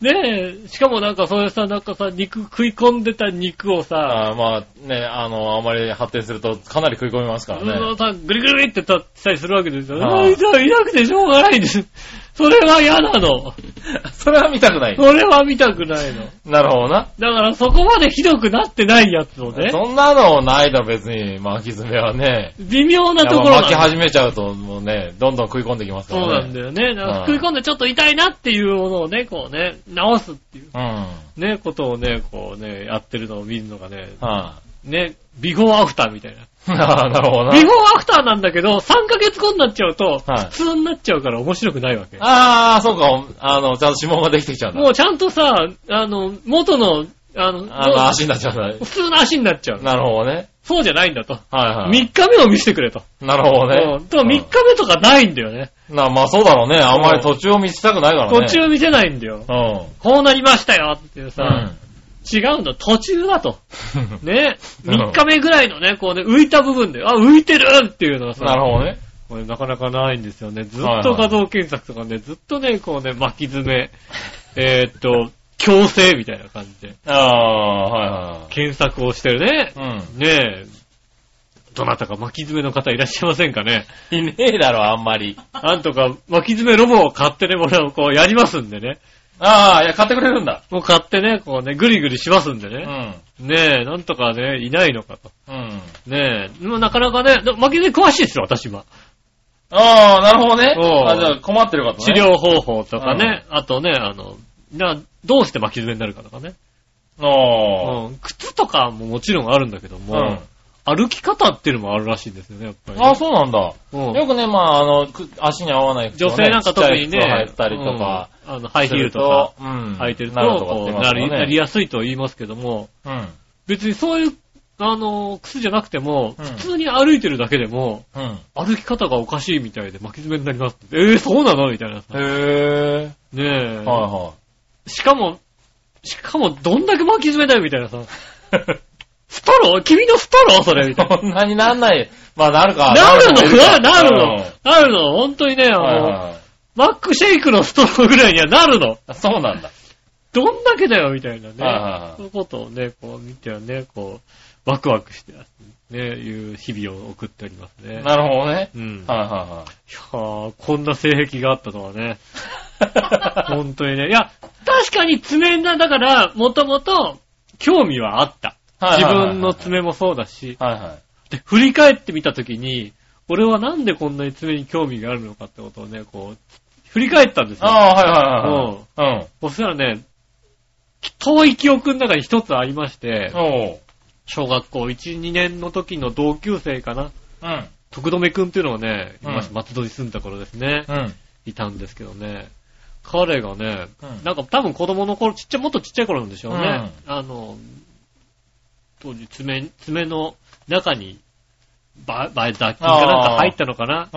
[SPEAKER 2] ねえ、しかもなんかそういうさ、なんかさ、肉、食い込んでた肉をさ、
[SPEAKER 3] あーまあね、あの、あまり発展するとかなり食い込みますから
[SPEAKER 2] その
[SPEAKER 3] ね。
[SPEAKER 2] さ、ぐりぐりぐりってたしたりするわけですよ。も
[SPEAKER 3] は
[SPEAKER 2] う
[SPEAKER 3] い
[SPEAKER 2] 痛い痛くてしょうがないです。それは嫌なの。
[SPEAKER 3] それは見たくない。
[SPEAKER 2] それは見たくないの。
[SPEAKER 3] なるほどな。
[SPEAKER 2] だからそこまでひどくなってないやつをね、
[SPEAKER 3] そんなのないだろ、別に、巻き爪はね。
[SPEAKER 2] 微妙な
[SPEAKER 3] やっ
[SPEAKER 2] と
[SPEAKER 3] ぱ
[SPEAKER 2] ころなん
[SPEAKER 3] 巻
[SPEAKER 2] だ
[SPEAKER 3] き始めちゃうと、もうね、どんどん食い込んできますか
[SPEAKER 2] そうな
[SPEAKER 3] ら
[SPEAKER 2] んだ
[SPEAKER 3] ね。
[SPEAKER 2] よね。なんか
[SPEAKER 3] はい
[SPEAKER 2] 食い込んでちょっと痛いなっていうものをね、こうね、直すっていう
[SPEAKER 3] うなん
[SPEAKER 2] ね、ことをね、こうね、やってるのを見るのがね、
[SPEAKER 3] うん。は
[SPEAKER 2] ね、ビフォーアフターみたいな。
[SPEAKER 3] い。 <laughs> あーなるほどな
[SPEAKER 2] ビ。フォーアフターなんだけど、3ヶ月後になっちゃうと、
[SPEAKER 3] はい
[SPEAKER 2] 普通になっちゃうから面白くないわけ。
[SPEAKER 3] ああ、そうか、あの、ちゃんと指紋ができてきちゃうんだ。
[SPEAKER 2] もうちゃんとさ、あの、元の、あの、
[SPEAKER 3] あの、足になっちゃうん
[SPEAKER 2] 普通の足になっちゃう。
[SPEAKER 3] だ。なるほどね。
[SPEAKER 2] そうじゃないんだと。
[SPEAKER 3] はいは
[SPEAKER 2] 3
[SPEAKER 3] い。
[SPEAKER 2] 日目を見せてくれと。
[SPEAKER 3] なるほどね。
[SPEAKER 2] うん。でも3日目とかないんだよね。
[SPEAKER 3] うんな、まあそうだろうね。あんまり途中を見せたくないから
[SPEAKER 2] 途
[SPEAKER 3] ね。
[SPEAKER 2] 中見せないんだよ。
[SPEAKER 3] うん。
[SPEAKER 2] こうなりましたよっていう
[SPEAKER 3] う
[SPEAKER 2] さ、違うんだ、途中だと。
[SPEAKER 3] ん。
[SPEAKER 2] ね。
[SPEAKER 3] うん
[SPEAKER 2] 3日目ぐらいのね、こうね、浮いた部分で、あ、浮いてるっていうのがさ、
[SPEAKER 3] <laughs> なるほどね。
[SPEAKER 2] これなかなかないんですよね。ず
[SPEAKER 3] は
[SPEAKER 2] っ
[SPEAKER 3] い
[SPEAKER 2] と
[SPEAKER 3] はい
[SPEAKER 2] 画像検索とかね、ずっとね、こうね、巻き爪 <laughs> えーっと、強制みたいな感じで、
[SPEAKER 3] ああ、は
[SPEAKER 2] 検索をしてるね
[SPEAKER 3] い。はい。うん。
[SPEAKER 2] ねえ、どなたか巻き爪の方いらっしゃいませんかね。
[SPEAKER 3] いねえだろ、あんまり。
[SPEAKER 2] なんとか巻き爪ロボを買ってね、これをこうやりますんでね。
[SPEAKER 3] ああ、いや、買ってくれるんだ。
[SPEAKER 2] もう買ってね、こうね、ぐりぐりしますんで
[SPEAKER 3] う
[SPEAKER 2] ね。
[SPEAKER 3] ん。
[SPEAKER 2] ねえ、なんとかね、いないのかと。
[SPEAKER 3] うん。
[SPEAKER 2] ねえ、でもなかなかね、でも巻き爪詳しいですよ、私は。
[SPEAKER 3] ああ、なるほどね。
[SPEAKER 2] おう
[SPEAKER 3] あ、じゃあ困ってる方ね。
[SPEAKER 2] 治。療方法とかね、あとね、あの、な、どうして巻き爪になるかとかね。
[SPEAKER 3] あ
[SPEAKER 2] うん、靴とかももちろんあるんだけども、
[SPEAKER 3] うん
[SPEAKER 2] 歩き方っていうのもあるらしいんですよね、やっぱりね、
[SPEAKER 3] あ。あ、そうなんだ。
[SPEAKER 2] うん
[SPEAKER 3] よくね、まあ、あの、く足に合わない靴を
[SPEAKER 2] 女
[SPEAKER 3] ね
[SPEAKER 2] 性なんか特に
[SPEAKER 3] ちっち
[SPEAKER 2] ね
[SPEAKER 3] ゃい、靴を履いたりとか、
[SPEAKER 2] うんあのハイヒールとか
[SPEAKER 3] すると、うん
[SPEAKER 2] 履いてると、
[SPEAKER 3] なるとかって
[SPEAKER 2] こ
[SPEAKER 3] 言いうます
[SPEAKER 2] な
[SPEAKER 3] から
[SPEAKER 2] り
[SPEAKER 3] ね
[SPEAKER 2] なりやすいとは言いますけども、別にそういう、あの、靴じゃなくても、
[SPEAKER 3] うん
[SPEAKER 2] 普通に歩いてるだけでも、
[SPEAKER 3] うん。うん。
[SPEAKER 2] 歩き方がおかしいみたいで巻き爪になりますって。えー、そうなのみたいなさ。ね
[SPEAKER 3] へぇ
[SPEAKER 2] え、
[SPEAKER 3] ー。は
[SPEAKER 2] しかも、しかも、どんだけ巻き爪だよみたいなさ。 <laughs> ストロー君のストローそれみ
[SPEAKER 3] い
[SPEAKER 2] たい
[SPEAKER 3] はい。
[SPEAKER 2] な。
[SPEAKER 3] こんなになんない。まあ、なるか。
[SPEAKER 2] なるの
[SPEAKER 3] もい
[SPEAKER 2] <laughs>
[SPEAKER 3] か
[SPEAKER 2] なる
[SPEAKER 3] うん
[SPEAKER 2] のなるの本当にね、あの、
[SPEAKER 3] はいは
[SPEAKER 2] マックシェイクのストローぐらいにはなるの
[SPEAKER 3] い。そうなんだ。
[SPEAKER 2] どんだけだよみたいなね。
[SPEAKER 3] はいはいはい
[SPEAKER 2] そういうことをね、こう見てはね、こう、ワクワクして、ね、いう日々を送っておりますね。
[SPEAKER 3] なるほどね。
[SPEAKER 2] うん。
[SPEAKER 3] はいはい
[SPEAKER 2] やーこんな性癖があったとは
[SPEAKER 3] <laughs>
[SPEAKER 2] ね。
[SPEAKER 3] はい。
[SPEAKER 2] 本当にね。いや、確かに爪な、だから、もともと、興味はあった。
[SPEAKER 3] はい
[SPEAKER 2] 自
[SPEAKER 3] はいはいはい
[SPEAKER 2] 分の爪もそうだし、
[SPEAKER 3] はいはい。
[SPEAKER 2] で、振り返ってみたときに、俺はなんでこんなに爪に興味があるのかってことをね、こう、振り返ったんですよ。
[SPEAKER 3] ああ、はいはいはいはい。
[SPEAKER 2] そしたらね、遠い記憶の中に一つありまして
[SPEAKER 3] うん。、おう。
[SPEAKER 2] 小学校1、2年の時の同級生かな、
[SPEAKER 3] うん。
[SPEAKER 2] 徳留くんっていうのがね、いまし
[SPEAKER 3] うん
[SPEAKER 2] 松戸に住んだ頃ですね、
[SPEAKER 3] うん。
[SPEAKER 2] いたんですけどね、彼がね、
[SPEAKER 3] うん
[SPEAKER 2] なんか多分子供の頃、ちっちゃい、もっとちっちゃい頃なんでしょうね、あの、当時爪、爪の中に、ば、ば、雑菌がなんか入ったのかな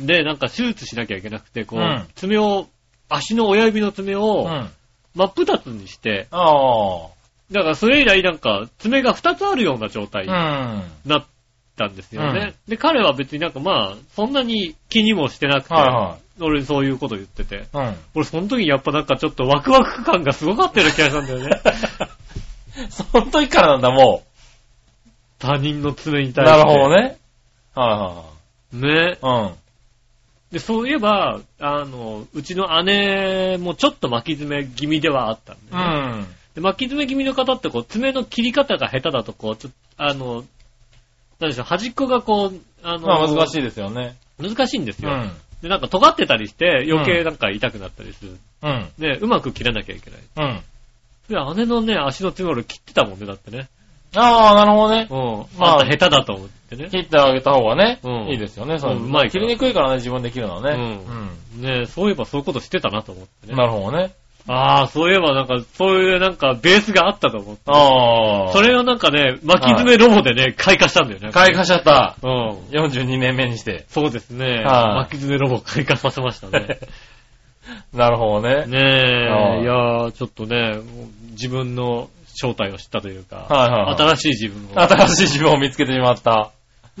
[SPEAKER 3] うん。
[SPEAKER 2] で、なんか手術しなきゃいけなくて、こう、
[SPEAKER 3] うん
[SPEAKER 2] 爪を、足の親指の爪
[SPEAKER 3] う
[SPEAKER 2] を
[SPEAKER 3] ん。
[SPEAKER 2] 真っ二つにして、
[SPEAKER 3] あ
[SPEAKER 2] だからそれ以来なんか爪が二つあるような状態に
[SPEAKER 3] あ。うん。
[SPEAKER 2] なったんですよね。で、彼は別になんかまあ、そんなに気にもしてなくて、
[SPEAKER 3] は
[SPEAKER 2] 俺にそういうこと言ってて。
[SPEAKER 3] いはい。
[SPEAKER 2] 俺その時やっぱなんかちょっとワクワク感がすごかったような気がしたんだよ
[SPEAKER 3] <laughs>
[SPEAKER 2] ね。
[SPEAKER 3] うん。その時からなんだ、も
[SPEAKER 2] 他人の爪に
[SPEAKER 3] う。
[SPEAKER 2] 対して。
[SPEAKER 3] なるほど。ね。は
[SPEAKER 2] ね。
[SPEAKER 3] いはい。
[SPEAKER 2] で、そういえば、あの、うちの姉もちょっと巻き爪気味ではあったんで、
[SPEAKER 3] う
[SPEAKER 2] ね。
[SPEAKER 3] ん。うん。
[SPEAKER 2] で巻き爪気味の方ってこう、爪の切り方が下手だとこう、ちょっと、あの、なんでしょう、端っこがこう、あの、
[SPEAKER 3] まあ難しいですよね。
[SPEAKER 2] い。難しいんです
[SPEAKER 3] う
[SPEAKER 2] よ。
[SPEAKER 3] ん。
[SPEAKER 2] で、なんか尖ってたりして、余計
[SPEAKER 3] うん
[SPEAKER 2] なんか痛くなったりする。
[SPEAKER 3] うん。
[SPEAKER 2] で、うまく切らなきゃいけない。
[SPEAKER 3] うん。
[SPEAKER 2] で、姉のね、足の爪俺切ってたもんね、だってね。
[SPEAKER 3] ああ、なるほどね。
[SPEAKER 2] うん。
[SPEAKER 3] まあ
[SPEAKER 2] また下手だと思ってね。
[SPEAKER 3] 切ってあげた方がね
[SPEAKER 2] うん、
[SPEAKER 3] いいですよね。それ
[SPEAKER 2] うんうまいか
[SPEAKER 3] 切
[SPEAKER 2] ら
[SPEAKER 3] りにくいからね、自分で切るのはね。
[SPEAKER 2] うんねそういえばそういうことしてたなと思って
[SPEAKER 3] う
[SPEAKER 2] ね。
[SPEAKER 3] ん。なるほどね。
[SPEAKER 2] ああ、そういえばなんか、そういうなんか、ベースがあったと思って。
[SPEAKER 3] ああ。
[SPEAKER 2] それをなんかね、巻き爪ロボでね、開花したんだよね。
[SPEAKER 3] 開花しちゃった。
[SPEAKER 2] うん。
[SPEAKER 3] 42年目にして。
[SPEAKER 2] そうですね。
[SPEAKER 3] はい
[SPEAKER 2] 巻き爪ロボを開花させました
[SPEAKER 3] <laughs>
[SPEAKER 2] ね。
[SPEAKER 3] なるほどね。
[SPEAKER 2] ね
[SPEAKER 3] は
[SPEAKER 2] え、
[SPEAKER 3] い
[SPEAKER 2] いやー、ちょっとね、自分の正体を知ったというか、
[SPEAKER 3] はいはいはい
[SPEAKER 2] 新しい自分を。な
[SPEAKER 3] 新しい自分を見つけてしまった。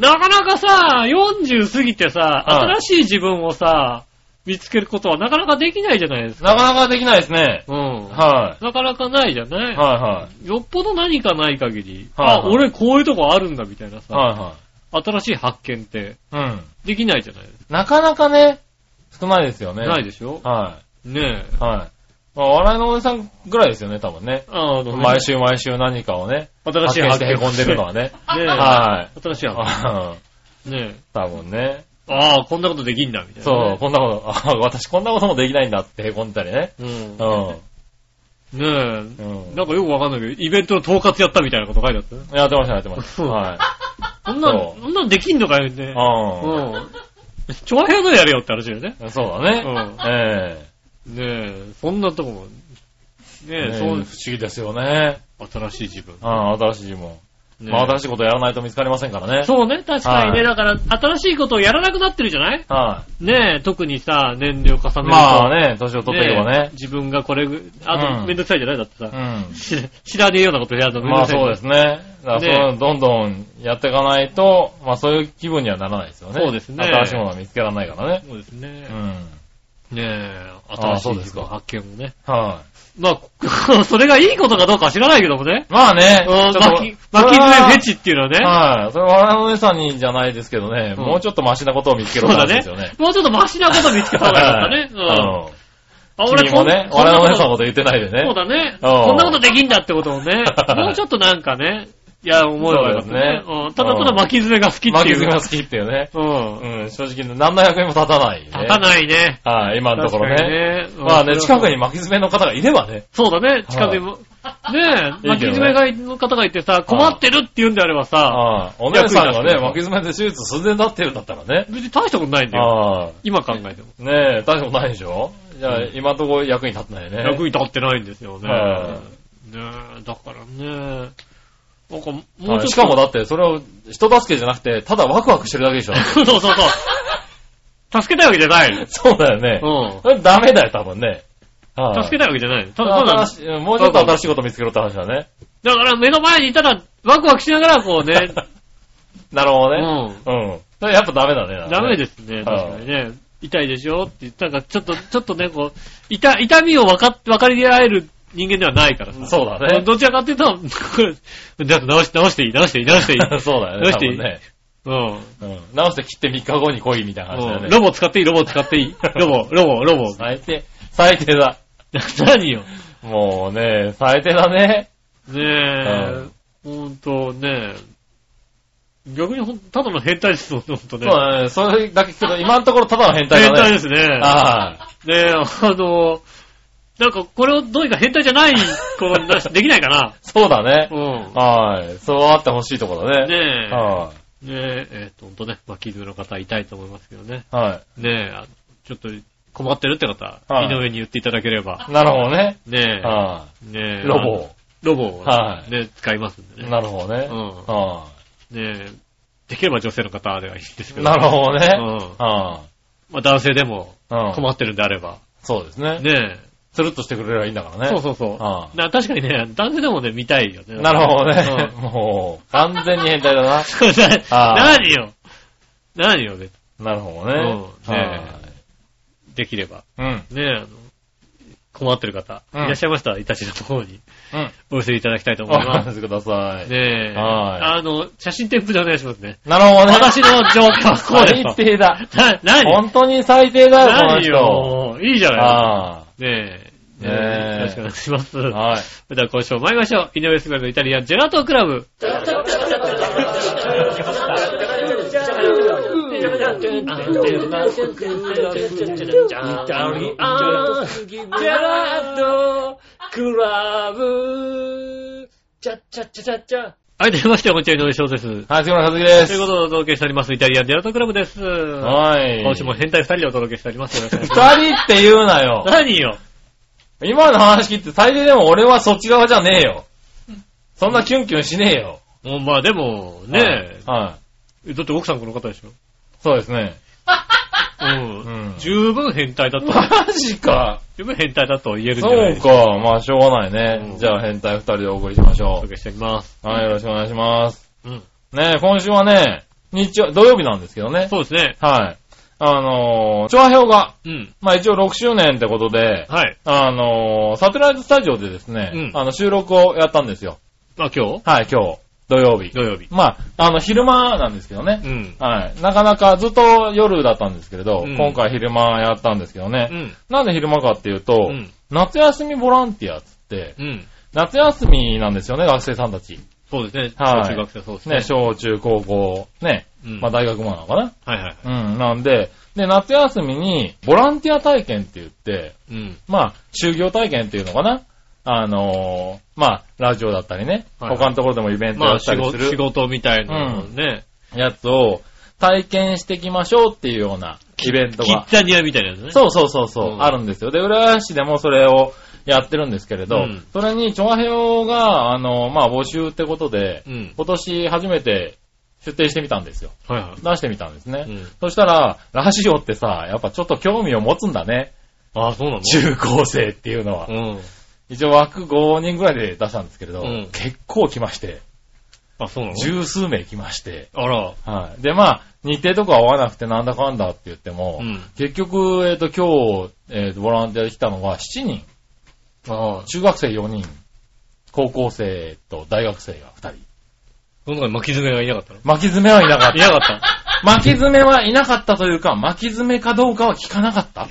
[SPEAKER 2] かなかさ、40過ぎてさ、
[SPEAKER 3] は
[SPEAKER 2] 新しい自分をさ、見つけることはなかなかできないじゃないですか。
[SPEAKER 3] なかなかできないですね。
[SPEAKER 2] うん。
[SPEAKER 3] は。
[SPEAKER 2] なかなかないじゃないい、
[SPEAKER 3] は
[SPEAKER 2] よっぽど何かない限り、
[SPEAKER 3] はいはい
[SPEAKER 2] あ、俺こういうとこあるんだみたいない
[SPEAKER 3] はい。
[SPEAKER 2] さ、
[SPEAKER 3] は
[SPEAKER 2] 新しい発見って
[SPEAKER 3] いはい。うん。
[SPEAKER 2] できないじゃないですか。
[SPEAKER 3] なかなかね、少ないですよね。
[SPEAKER 2] ない
[SPEAKER 3] で
[SPEAKER 2] でしょ
[SPEAKER 3] は
[SPEAKER 2] ねえ。
[SPEAKER 3] い。はい。まあ、笑いのおじさんぐらいですよね、多分ね。
[SPEAKER 2] あのね、
[SPEAKER 3] 毎週毎週何かをね、
[SPEAKER 2] 新し
[SPEAKER 3] 発
[SPEAKER 2] い
[SPEAKER 3] 見し
[SPEAKER 2] 発
[SPEAKER 3] て
[SPEAKER 2] 見。
[SPEAKER 3] 凹んでるのはね。
[SPEAKER 2] ねえ。
[SPEAKER 3] は
[SPEAKER 2] 新しい
[SPEAKER 3] い。
[SPEAKER 2] 発
[SPEAKER 3] <laughs> うん
[SPEAKER 2] 見。ね
[SPEAKER 3] 多分ね。
[SPEAKER 2] え。ああ、こんなことできんだ、みたいな
[SPEAKER 3] そ
[SPEAKER 2] ね、
[SPEAKER 3] う、こんなこと、 <laughs> あ私こんなこともできないんだって凹んだりね。
[SPEAKER 2] うん
[SPEAKER 3] う。
[SPEAKER 2] ねえ。
[SPEAKER 3] ん。うん。
[SPEAKER 2] なんかよくわかんないけど、イベントの統括やったみたいなこと書いてあったね。
[SPEAKER 3] やってました、やってました。はい。
[SPEAKER 2] そんな
[SPEAKER 3] そ
[SPEAKER 2] ん、
[SPEAKER 3] う
[SPEAKER 2] そんなんできんのかよね。
[SPEAKER 3] う
[SPEAKER 2] うん。長編のやれよって話だよね。
[SPEAKER 3] ん。そうだね。え
[SPEAKER 2] ねえ、そんなとこも。ね
[SPEAKER 3] え。
[SPEAKER 2] え、
[SPEAKER 3] ね
[SPEAKER 2] そう
[SPEAKER 3] 不思議ですよね。
[SPEAKER 2] 新しい自分。
[SPEAKER 3] うん、新しいもん。
[SPEAKER 2] ね
[SPEAKER 3] まあ新しいことやらないと見つかりませんからね。
[SPEAKER 2] そうね、確かに
[SPEAKER 3] は
[SPEAKER 2] ね。
[SPEAKER 3] い
[SPEAKER 2] だから、新しいことをやらなくなってるじゃない
[SPEAKER 3] はい、
[SPEAKER 2] ねえ、特にさ、年齢を重ねると。
[SPEAKER 3] まあね、年を取っていけばね。
[SPEAKER 2] 自分がこれぐ、あ
[SPEAKER 3] う
[SPEAKER 2] と、
[SPEAKER 3] ん
[SPEAKER 2] めんどくさいじゃないだってさ、
[SPEAKER 3] う
[SPEAKER 2] 知ら知らねえようなことやるの
[SPEAKER 3] ん。
[SPEAKER 2] めん
[SPEAKER 3] ま
[SPEAKER 2] ど
[SPEAKER 3] あ
[SPEAKER 2] くさい。
[SPEAKER 3] そうですね。だからそういうのどんどんやっていかないと、まあそういう気分にはならないですよね。
[SPEAKER 2] そうですね
[SPEAKER 3] 新しいものは見つけられないからね。
[SPEAKER 2] そうです
[SPEAKER 3] う
[SPEAKER 2] ね。
[SPEAKER 3] ん。
[SPEAKER 2] ねえ、
[SPEAKER 3] あ
[SPEAKER 2] 新
[SPEAKER 3] あ
[SPEAKER 2] し
[SPEAKER 3] そう
[SPEAKER 2] い
[SPEAKER 3] です
[SPEAKER 2] 自
[SPEAKER 3] か
[SPEAKER 2] 分発見もね。
[SPEAKER 3] は
[SPEAKER 2] まあ <laughs> こ、それがいいことかどうかは知らないけどもね。
[SPEAKER 3] い。まあね、
[SPEAKER 2] うん、
[SPEAKER 3] と
[SPEAKER 2] 巻き、巻き爪フェチっていうのはね。
[SPEAKER 3] はい。それは笑いのお姉さんにじゃないですけどね、
[SPEAKER 2] うん
[SPEAKER 3] もうちょっとマシなことを見つけ
[SPEAKER 2] そ
[SPEAKER 3] ろ
[SPEAKER 2] う
[SPEAKER 3] って
[SPEAKER 2] だ
[SPEAKER 3] 話で
[SPEAKER 2] ね
[SPEAKER 3] すよね。。
[SPEAKER 2] もうちょっとマシなこと見つけた方がよかったね。うん。
[SPEAKER 3] うん。
[SPEAKER 2] あ
[SPEAKER 3] 君もね、
[SPEAKER 2] こん
[SPEAKER 3] 笑いのお姉さんの
[SPEAKER 2] こ
[SPEAKER 3] こと言ってないでね。
[SPEAKER 2] んなことそうだね。
[SPEAKER 3] うん。
[SPEAKER 2] こんなことできんだってことをねもうちょっとなんかね、いや、思えばよかったね。
[SPEAKER 3] そうですね
[SPEAKER 2] うんただただ巻き爪が好きって
[SPEAKER 3] 巻
[SPEAKER 2] い
[SPEAKER 3] き
[SPEAKER 2] う。
[SPEAKER 3] 爪が好きっていうね。
[SPEAKER 2] うん。
[SPEAKER 3] うん、正直、何の役にも立たない、ね。
[SPEAKER 2] 立た
[SPEAKER 3] い。
[SPEAKER 2] ないね。
[SPEAKER 3] はい、今のところ
[SPEAKER 2] 確かに
[SPEAKER 3] ね。
[SPEAKER 2] うん
[SPEAKER 3] まあね、
[SPEAKER 2] それ
[SPEAKER 3] 近
[SPEAKER 2] は
[SPEAKER 3] くに巻き爪の方がいればね。
[SPEAKER 2] そうだね、近くにも。ねえ、
[SPEAKER 3] いい
[SPEAKER 2] 巻き
[SPEAKER 3] けどね
[SPEAKER 2] 爪がいの方がいてさ、困ってるって言うんであればさ、
[SPEAKER 3] ああ、お姉さんが
[SPEAKER 2] 役に立つ
[SPEAKER 3] ね、
[SPEAKER 2] よ
[SPEAKER 3] 巻き爪で手術寸前になってるんだったらね。
[SPEAKER 2] 別に大したことないんだよ。
[SPEAKER 3] ああ、
[SPEAKER 2] 今考えても。
[SPEAKER 3] ねえ、大したことないでしょじゃあ、
[SPEAKER 2] うん
[SPEAKER 3] 今のところ役に立たないね。
[SPEAKER 2] 役に立ってないんですよね。
[SPEAKER 3] は
[SPEAKER 2] ねえ、だからね、なんか、もうちょ
[SPEAKER 3] は
[SPEAKER 2] っ
[SPEAKER 3] い
[SPEAKER 2] と。
[SPEAKER 3] しかもだって、それを人助けじゃなくて、ただワクワクしてるだけでし
[SPEAKER 2] <laughs>
[SPEAKER 3] ょ。
[SPEAKER 2] そうそうそう。助けたいわけじゃ
[SPEAKER 3] <laughs>
[SPEAKER 2] ない。
[SPEAKER 3] そうだよね。
[SPEAKER 2] う
[SPEAKER 3] それダメだよ、多分ね。
[SPEAKER 2] ん。助け
[SPEAKER 3] て。
[SPEAKER 2] たいわけじゃない。ただ、た
[SPEAKER 3] 新
[SPEAKER 2] だ、
[SPEAKER 3] しいもうちょっと新しいこと見つけろって話だね。
[SPEAKER 2] だから目の前にいたら、ワクワクしながら
[SPEAKER 3] <laughs>
[SPEAKER 2] こうね、
[SPEAKER 3] なるほ
[SPEAKER 2] う
[SPEAKER 3] どね。
[SPEAKER 2] ん。
[SPEAKER 3] うん。それやっぱダメだね。
[SPEAKER 2] ダメ
[SPEAKER 3] で
[SPEAKER 2] ですね、確かにね。痛いでしょって言ったら、ちょっと、ちょっとね、こう、痛、痛みを分かっ、分かり合える人間ではないからさ。
[SPEAKER 3] そうだね
[SPEAKER 2] どちらかっていうと、 <laughs> じゃあ直し、直していい、直していい、直
[SPEAKER 3] <laughs>
[SPEAKER 2] していい。う
[SPEAKER 3] そうだ
[SPEAKER 2] ど
[SPEAKER 3] よね。
[SPEAKER 2] う
[SPEAKER 3] 多
[SPEAKER 2] して
[SPEAKER 3] 分ね。
[SPEAKER 2] ん。
[SPEAKER 3] うん。直して切って3日後に来いみたいな話だよ
[SPEAKER 2] うん
[SPEAKER 3] ね。
[SPEAKER 2] ロボ使っていい、ロボ使って
[SPEAKER 3] <laughs>
[SPEAKER 2] いい。ロボ、ロボ、ロボ。
[SPEAKER 3] 最低。最低だ。
[SPEAKER 2] <laughs> 何よ。
[SPEAKER 3] もうね、最低だね。
[SPEAKER 2] ねえ、ほんとねえ、逆にほんただの変態ですもん、ほんと
[SPEAKER 3] そ
[SPEAKER 2] ね
[SPEAKER 3] う。だね。それだけ聞くと、今のところただの変態だ
[SPEAKER 2] 変
[SPEAKER 3] ね。
[SPEAKER 2] 態ですね。
[SPEAKER 3] あ
[SPEAKER 2] ねえ、あの、なんかこれをどうにか変態じゃないことになできないかな。
[SPEAKER 3] そうだね
[SPEAKER 2] う。ん。
[SPEAKER 3] はい。そうあってほしいところだね。
[SPEAKER 2] ね
[SPEAKER 3] は
[SPEAKER 2] え、ねえ、えーっと、ほんとね、巻き爪の方いたいと思いますけどね。
[SPEAKER 3] い。は
[SPEAKER 2] ねえ、あのちょっと困ってるって方、
[SPEAKER 3] はい
[SPEAKER 2] 井上に言っていただければ。
[SPEAKER 3] い。なるほどね。
[SPEAKER 2] ねえ、
[SPEAKER 3] は
[SPEAKER 2] ね
[SPEAKER 3] い。
[SPEAKER 2] え、
[SPEAKER 3] ロボを。
[SPEAKER 2] あの。ロボを、
[SPEAKER 3] はい
[SPEAKER 2] ね、使いますんでね。
[SPEAKER 3] なるほどね。
[SPEAKER 2] うん
[SPEAKER 3] は
[SPEAKER 2] ねえ、できれば女性の方ではいいんですけ
[SPEAKER 3] い。
[SPEAKER 2] ど。
[SPEAKER 3] なるほどね。
[SPEAKER 2] うん
[SPEAKER 3] は
[SPEAKER 2] まあ男性でも
[SPEAKER 3] い。うん
[SPEAKER 2] 困ってるんであれば。
[SPEAKER 3] そうですね。
[SPEAKER 2] ね
[SPEAKER 3] つるっとしてくれればいいんだから
[SPEAKER 2] え。そ
[SPEAKER 3] ね。
[SPEAKER 2] うそうそう。
[SPEAKER 3] ああ
[SPEAKER 2] な確かにね、男性でもね、見たいよね。
[SPEAKER 3] なるほど
[SPEAKER 2] <laughs>
[SPEAKER 3] ね。
[SPEAKER 2] う
[SPEAKER 3] もう、完全に変態だな。
[SPEAKER 2] ど。
[SPEAKER 3] ああ
[SPEAKER 2] 何よ。何よ、別に
[SPEAKER 3] なるほど
[SPEAKER 2] う
[SPEAKER 3] ね。
[SPEAKER 2] んねできれば。
[SPEAKER 3] はいうん。
[SPEAKER 2] ねえ、あの、困ってる方、
[SPEAKER 3] うん
[SPEAKER 2] いらっしゃいましたら、いたちの方に
[SPEAKER 3] うん。
[SPEAKER 2] お寄せいただきたいと
[SPEAKER 3] お
[SPEAKER 2] 思いま
[SPEAKER 3] 話しくださ
[SPEAKER 2] す。
[SPEAKER 3] い。
[SPEAKER 2] ねえ。
[SPEAKER 3] は
[SPEAKER 2] あの、写真添付でお願いしますね。
[SPEAKER 3] なるほどね。
[SPEAKER 2] 私の状況はこうです
[SPEAKER 3] 最低だ。
[SPEAKER 2] と。な、何
[SPEAKER 3] 本当に最低だよ、この
[SPEAKER 2] 何
[SPEAKER 3] 人。
[SPEAKER 2] よ。いいじゃない。
[SPEAKER 3] あ
[SPEAKER 2] ねえ。
[SPEAKER 3] ねえ
[SPEAKER 2] よろしくお願いします。
[SPEAKER 3] あ。はい。
[SPEAKER 2] それでは今週も参りましょう。井上すぐのイタリアンジェラートクラブ。はい、出まして、こんにちは、井上翔です。
[SPEAKER 3] はい、杉村和樹で
[SPEAKER 2] と
[SPEAKER 3] す
[SPEAKER 2] いうこ。とでお届けしております、イタリアンジェラートクラブです。
[SPEAKER 3] はい。
[SPEAKER 2] 今週も変態二人でお届けしております。
[SPEAKER 3] <laughs>
[SPEAKER 2] よろしくお願いします
[SPEAKER 3] 二人って言うな <laughs> よ。
[SPEAKER 2] 何よ。
[SPEAKER 3] 今の話聞いて最低でも俺はそっち側じゃねえよ。そんなキュンキュンしねえよ。
[SPEAKER 2] もうまあでも、ね
[SPEAKER 3] はいは
[SPEAKER 2] え、だって奥さんこの方で
[SPEAKER 3] <laughs>
[SPEAKER 2] しょ。
[SPEAKER 3] い。そうですね。
[SPEAKER 2] う
[SPEAKER 3] うん
[SPEAKER 2] ん。十分変態だと。
[SPEAKER 3] マジか。
[SPEAKER 2] 十分変態だと言えるんじ
[SPEAKER 3] そ
[SPEAKER 2] ゃないう
[SPEAKER 3] か。まあ、しょうがないね。
[SPEAKER 2] うん
[SPEAKER 3] じゃあ、変態二人でお送りしまし
[SPEAKER 2] お
[SPEAKER 3] ょ
[SPEAKER 2] 届けしております。
[SPEAKER 3] う。はい、よろしくお願いします。
[SPEAKER 2] うん。
[SPEAKER 3] ねえ今週はね、日曜、土曜日なんですけどね。
[SPEAKER 2] そうですね。
[SPEAKER 3] はい。あのー、調和表が、
[SPEAKER 2] うん。
[SPEAKER 3] まあ一応6周年ってことで、
[SPEAKER 2] はい。
[SPEAKER 3] あのー、サテライトスタジオでですね、
[SPEAKER 2] うん
[SPEAKER 3] あの、収録をやったんですよ。
[SPEAKER 2] まあ今日
[SPEAKER 3] はい、今日、土曜日。
[SPEAKER 2] 土曜日。
[SPEAKER 3] まあ、あの、昼間なんですけどね。
[SPEAKER 2] うん。
[SPEAKER 3] はい。なかなかずっと夜だったんですけれど、
[SPEAKER 2] うん
[SPEAKER 3] 今回昼間やったんですけどね。
[SPEAKER 2] うん。
[SPEAKER 3] なんで昼間かっていうと、
[SPEAKER 2] うん。
[SPEAKER 3] 夏休みボランティアっつって、
[SPEAKER 2] うん。
[SPEAKER 3] 夏休みなんですよね、学生さんたち。
[SPEAKER 2] そうですね。
[SPEAKER 3] はい
[SPEAKER 2] 小中学生そうですね。
[SPEAKER 3] ね、小中高校、ね、
[SPEAKER 2] うん
[SPEAKER 3] まあ大学もなのかな。
[SPEAKER 2] はいはいはい。
[SPEAKER 3] うん、なんで、で、夏休みにボランティア体験って言って、
[SPEAKER 2] うん。
[SPEAKER 3] まあ、就業体験っていうのかな。あのーまあ、ラジオだったりね、
[SPEAKER 2] はいはい
[SPEAKER 3] 他のところでもイベント
[SPEAKER 2] ま
[SPEAKER 3] や
[SPEAKER 2] あ
[SPEAKER 3] った
[SPEAKER 2] 仕
[SPEAKER 3] りす
[SPEAKER 2] 事、仕
[SPEAKER 3] る
[SPEAKER 2] 事みたいなのをね。
[SPEAKER 3] やつを体験してきましょうっていうようなイベント
[SPEAKER 2] キ
[SPEAKER 3] が
[SPEAKER 2] ッザニアみたいなやつね。
[SPEAKER 3] そうそうそうそう、
[SPEAKER 2] うん
[SPEAKER 3] あるんですよ。で、浦和市でもそれをやってるんですけれど、
[SPEAKER 2] うん
[SPEAKER 3] それに、チョアヘヨが、あの、まあ、募集ってことで、
[SPEAKER 2] うん。
[SPEAKER 3] 今年初めて出展してみたんですよ。
[SPEAKER 2] はいはい。
[SPEAKER 3] 出してみたんですね。
[SPEAKER 2] うん
[SPEAKER 3] そしたら、ラジオってさ、やっぱちょっと興味を持つんだね。
[SPEAKER 2] ああ、そうなの
[SPEAKER 3] 中高生っていうのは。
[SPEAKER 2] うん。
[SPEAKER 3] 一応枠5人ぐらいで出したんですけれど、
[SPEAKER 2] うん
[SPEAKER 3] 結構来まして、
[SPEAKER 2] あ、そうなの
[SPEAKER 3] 十数名来まして、
[SPEAKER 2] あら。
[SPEAKER 3] はい。で、まあ、日程とか合わなくてなんだかんだって言っても、
[SPEAKER 2] うん
[SPEAKER 3] 結局、えっ、と、今日、えっ、と、ボランティアで来たのは7人。
[SPEAKER 2] ああ。
[SPEAKER 3] 中学生4人、高校生と大学生が2人。
[SPEAKER 2] その中に巻き爪がいなかったの
[SPEAKER 3] 巻き爪はいなかっ
[SPEAKER 2] い
[SPEAKER 3] た。
[SPEAKER 2] なかった。
[SPEAKER 3] 巻き爪はいなかったというか、巻き爪かどうかは聞かなかった。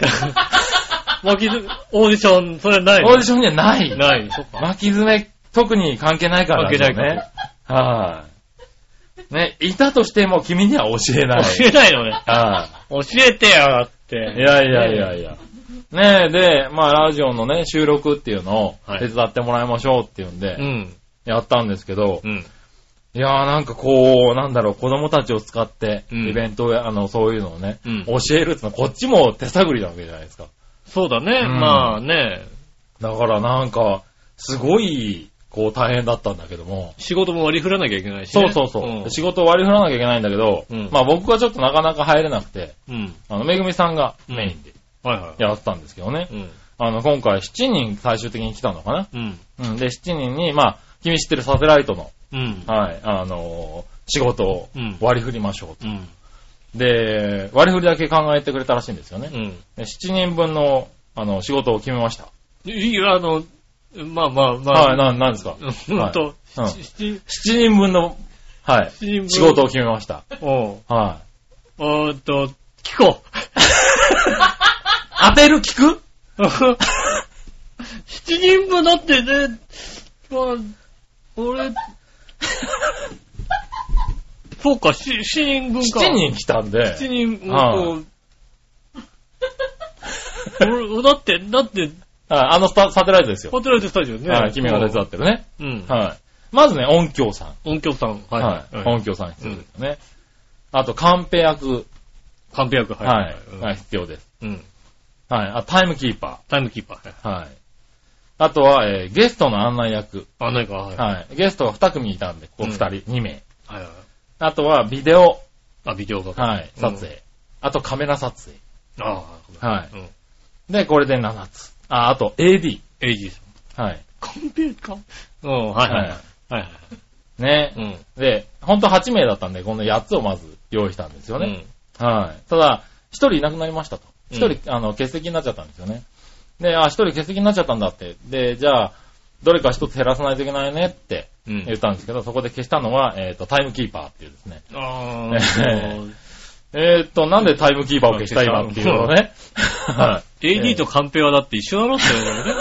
[SPEAKER 2] 巻き爪、オーディション、それはない
[SPEAKER 3] オーディションにはない。
[SPEAKER 2] ない。そっか。
[SPEAKER 3] 巻き爪、特に関係ないからね。
[SPEAKER 2] 関係ない
[SPEAKER 3] はい。ね、いたとしても君には教えない。
[SPEAKER 2] 教えないのね。
[SPEAKER 3] は
[SPEAKER 2] 教えてよって。
[SPEAKER 3] い。いやいやいやいや。ねえ、で、まあ、ラジオのね、収録っていうのを
[SPEAKER 2] はい
[SPEAKER 3] 手伝ってもらいましょうっていうんで、
[SPEAKER 2] うん。
[SPEAKER 3] やったんですけど、
[SPEAKER 2] うん。
[SPEAKER 3] いやーなんかこう、なんだろう、子供たちを使って、
[SPEAKER 2] うん
[SPEAKER 3] イベントや、あの、そういうのをね、
[SPEAKER 2] うん
[SPEAKER 3] 教えるってのは、こっちも手探りなわけじゃないですか。
[SPEAKER 2] そうだね。
[SPEAKER 3] うん
[SPEAKER 2] まあね。
[SPEAKER 3] だからなんか、すごい、こう大変だったんだけども、
[SPEAKER 2] 仕事も割り振らなきゃいけないし
[SPEAKER 3] そ
[SPEAKER 2] ね。
[SPEAKER 3] うそうそう、
[SPEAKER 2] ん
[SPEAKER 3] 仕事を割り振らなきゃいけないんだけど、
[SPEAKER 2] うん
[SPEAKER 3] まあ僕がちょっとなかなか入れなくて、
[SPEAKER 2] うん。
[SPEAKER 3] あの、めぐみさんがメインで
[SPEAKER 2] はいは
[SPEAKER 3] やってたんですけどね
[SPEAKER 2] い。、うん。
[SPEAKER 3] あの、今回7人最終的に来たのかな
[SPEAKER 2] うん。
[SPEAKER 3] うん、で、7人に、まあ、君知ってるサテライトの、
[SPEAKER 2] うん。
[SPEAKER 3] はい、あのー仕事を
[SPEAKER 2] うん
[SPEAKER 3] 割り振りましょうと。
[SPEAKER 2] うん。
[SPEAKER 3] で、割り振りだけ考えてくれたらしいんですよね。
[SPEAKER 2] うん。
[SPEAKER 3] で7人分の、あの、仕事を決めました。
[SPEAKER 2] いいや、あの、まあまあまあ。
[SPEAKER 3] はい、な、なんですか
[SPEAKER 2] <laughs> うんほんと、
[SPEAKER 3] うん
[SPEAKER 2] 七七
[SPEAKER 3] ?7 人分の、はい、
[SPEAKER 2] 七人分
[SPEAKER 3] 仕事を決めました。
[SPEAKER 2] おう
[SPEAKER 3] はい。
[SPEAKER 2] おーっと、聞こ
[SPEAKER 3] 当てる聞く
[SPEAKER 2] う。 <laughs> 七人分だってね、まあ、
[SPEAKER 3] <laughs>
[SPEAKER 2] 俺、そうか、七七人分か。
[SPEAKER 3] ?7 人来たんで、
[SPEAKER 2] 七人、
[SPEAKER 3] は
[SPEAKER 2] もう俺、だって、だって、
[SPEAKER 3] はいあのスタサテライトですよ。
[SPEAKER 2] パテライトスタジオね。
[SPEAKER 3] はい、君が手伝ってるね。
[SPEAKER 2] うん。
[SPEAKER 3] はい。まずね、音響さん。
[SPEAKER 2] 音響さん。はい。
[SPEAKER 3] はい。
[SPEAKER 2] はい
[SPEAKER 3] 音響さん必要ですよね。あと、カンペ役。
[SPEAKER 2] 完璧役、
[SPEAKER 3] はい
[SPEAKER 2] うん。
[SPEAKER 3] はい、必要です。
[SPEAKER 2] うん。
[SPEAKER 3] はい。あ、タイムキーパ
[SPEAKER 2] タイムキーパー。はい
[SPEAKER 3] ー。はい。あとは、えーゲストの案内役。
[SPEAKER 2] あ、ないか、はい。はい
[SPEAKER 3] はい。ゲストが2組いたんで、ここ2人、2名。
[SPEAKER 2] はいはい。
[SPEAKER 3] あとは、ビデオ。
[SPEAKER 2] あ、ビデオが。あ
[SPEAKER 3] はい、撮影。あと、カメラ撮影。
[SPEAKER 2] あ、
[SPEAKER 3] はい
[SPEAKER 2] うん。
[SPEAKER 3] で、これで7つ。あ、あと、AD。
[SPEAKER 2] エイジさん。
[SPEAKER 3] はい。
[SPEAKER 2] 完璧かうん、はいはい。はいはい。
[SPEAKER 3] い。ね
[SPEAKER 2] う。ん。
[SPEAKER 3] で、ほんと8名だったんで、この8つをまず用意したんですよね。はい。ただ、1人いなくなりましたと。
[SPEAKER 2] うん
[SPEAKER 3] 1人、あの、欠席になっちゃったんですよね。で、あ、1人欠席になっちゃったんだって。で、じゃあ、どれか1つ減らさないといけないねって
[SPEAKER 2] うん。うん
[SPEAKER 3] 言ったんですけど、そこで消したのは、えっ、と、タイムキーパーっていうですね。
[SPEAKER 2] あ
[SPEAKER 3] ね
[SPEAKER 2] ーもう
[SPEAKER 3] えっ、と、なんでタイムキーパーを消した今っていうのをね。はい。
[SPEAKER 2] AD とカンペはだって一緒だろって言うのね。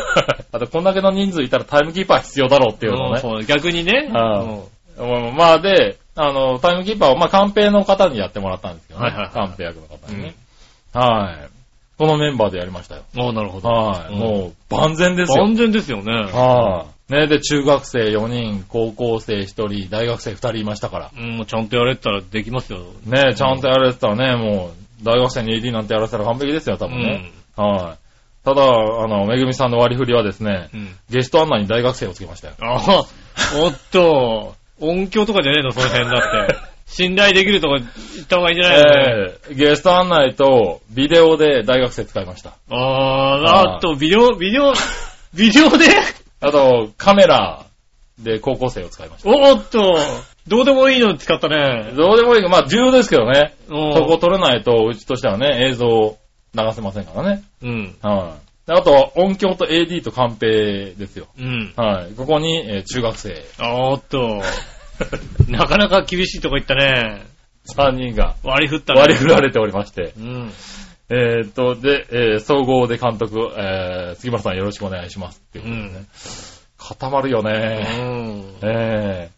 [SPEAKER 3] <laughs> あと、こんだけの人数いたらタイムキーパー必要だろうっていうのをね。
[SPEAKER 2] そう逆にね。
[SPEAKER 3] ああ
[SPEAKER 2] うん
[SPEAKER 3] うんまあ、で、あの、タイムキーパーを、まあ、カンペの方にやってもらったんですけどね。
[SPEAKER 2] はいはいはい
[SPEAKER 3] カンペ役の方にね。はい。このメンバーでやりましたよ。
[SPEAKER 2] あなるほど。
[SPEAKER 3] はい。
[SPEAKER 2] うん
[SPEAKER 3] もう、万全ですよ。
[SPEAKER 2] 安全ですよね。
[SPEAKER 3] はい。ね、で、中学生4人、高校生1人、大学生2人いましたから。
[SPEAKER 2] うん、もうちゃんとやれてたらできますよ。
[SPEAKER 3] ね、ちゃんとやれてたらね、もう、大学生に AD なんてやらせたら完璧ですよ、多分ね。はい。ただ、あの、めぐみさんの割り振りはですね
[SPEAKER 2] う、ん。
[SPEAKER 3] ゲスト案内に大学生をつけましたよ。
[SPEAKER 2] ああ、おっと、音響とかじゃねえの、その辺だ
[SPEAKER 3] <laughs>
[SPEAKER 2] って。信頼できるとこ行った方がいいんじゃないの、
[SPEAKER 3] ええゲスト案内と、ビデオで大学生使いました。
[SPEAKER 2] あー、
[SPEAKER 3] あー
[SPEAKER 2] あと、ビデオ、ビデオ、 <laughs> ビデオで
[SPEAKER 3] あと、カメラで高校生を使いまし
[SPEAKER 2] おっと、どうでもいいの使った
[SPEAKER 3] た。
[SPEAKER 2] ね。
[SPEAKER 3] どうでもいいけど、まあ、重要ですけどね。
[SPEAKER 2] うん
[SPEAKER 3] そこ撮れないと、うちとしてはね、映像を流せませんからね。
[SPEAKER 2] うん。
[SPEAKER 3] はい。であと、音響と AD とカンペですよ。
[SPEAKER 2] うん。
[SPEAKER 3] はい。ここに、えー中学生
[SPEAKER 2] あおっ
[SPEAKER 3] <laughs>
[SPEAKER 2] と、なかなか厳しいとこ行ったね。
[SPEAKER 3] 3人が
[SPEAKER 2] 割り振ったね。
[SPEAKER 3] 割り振られておりまして。
[SPEAKER 2] うん。
[SPEAKER 3] えーっと、で、えー総合で監督、えー杉村さんよろしくお願いします。っていう
[SPEAKER 2] う
[SPEAKER 3] ことで
[SPEAKER 2] ん。
[SPEAKER 3] 固まるよ
[SPEAKER 2] う
[SPEAKER 3] ね。
[SPEAKER 2] ん。
[SPEAKER 3] ええ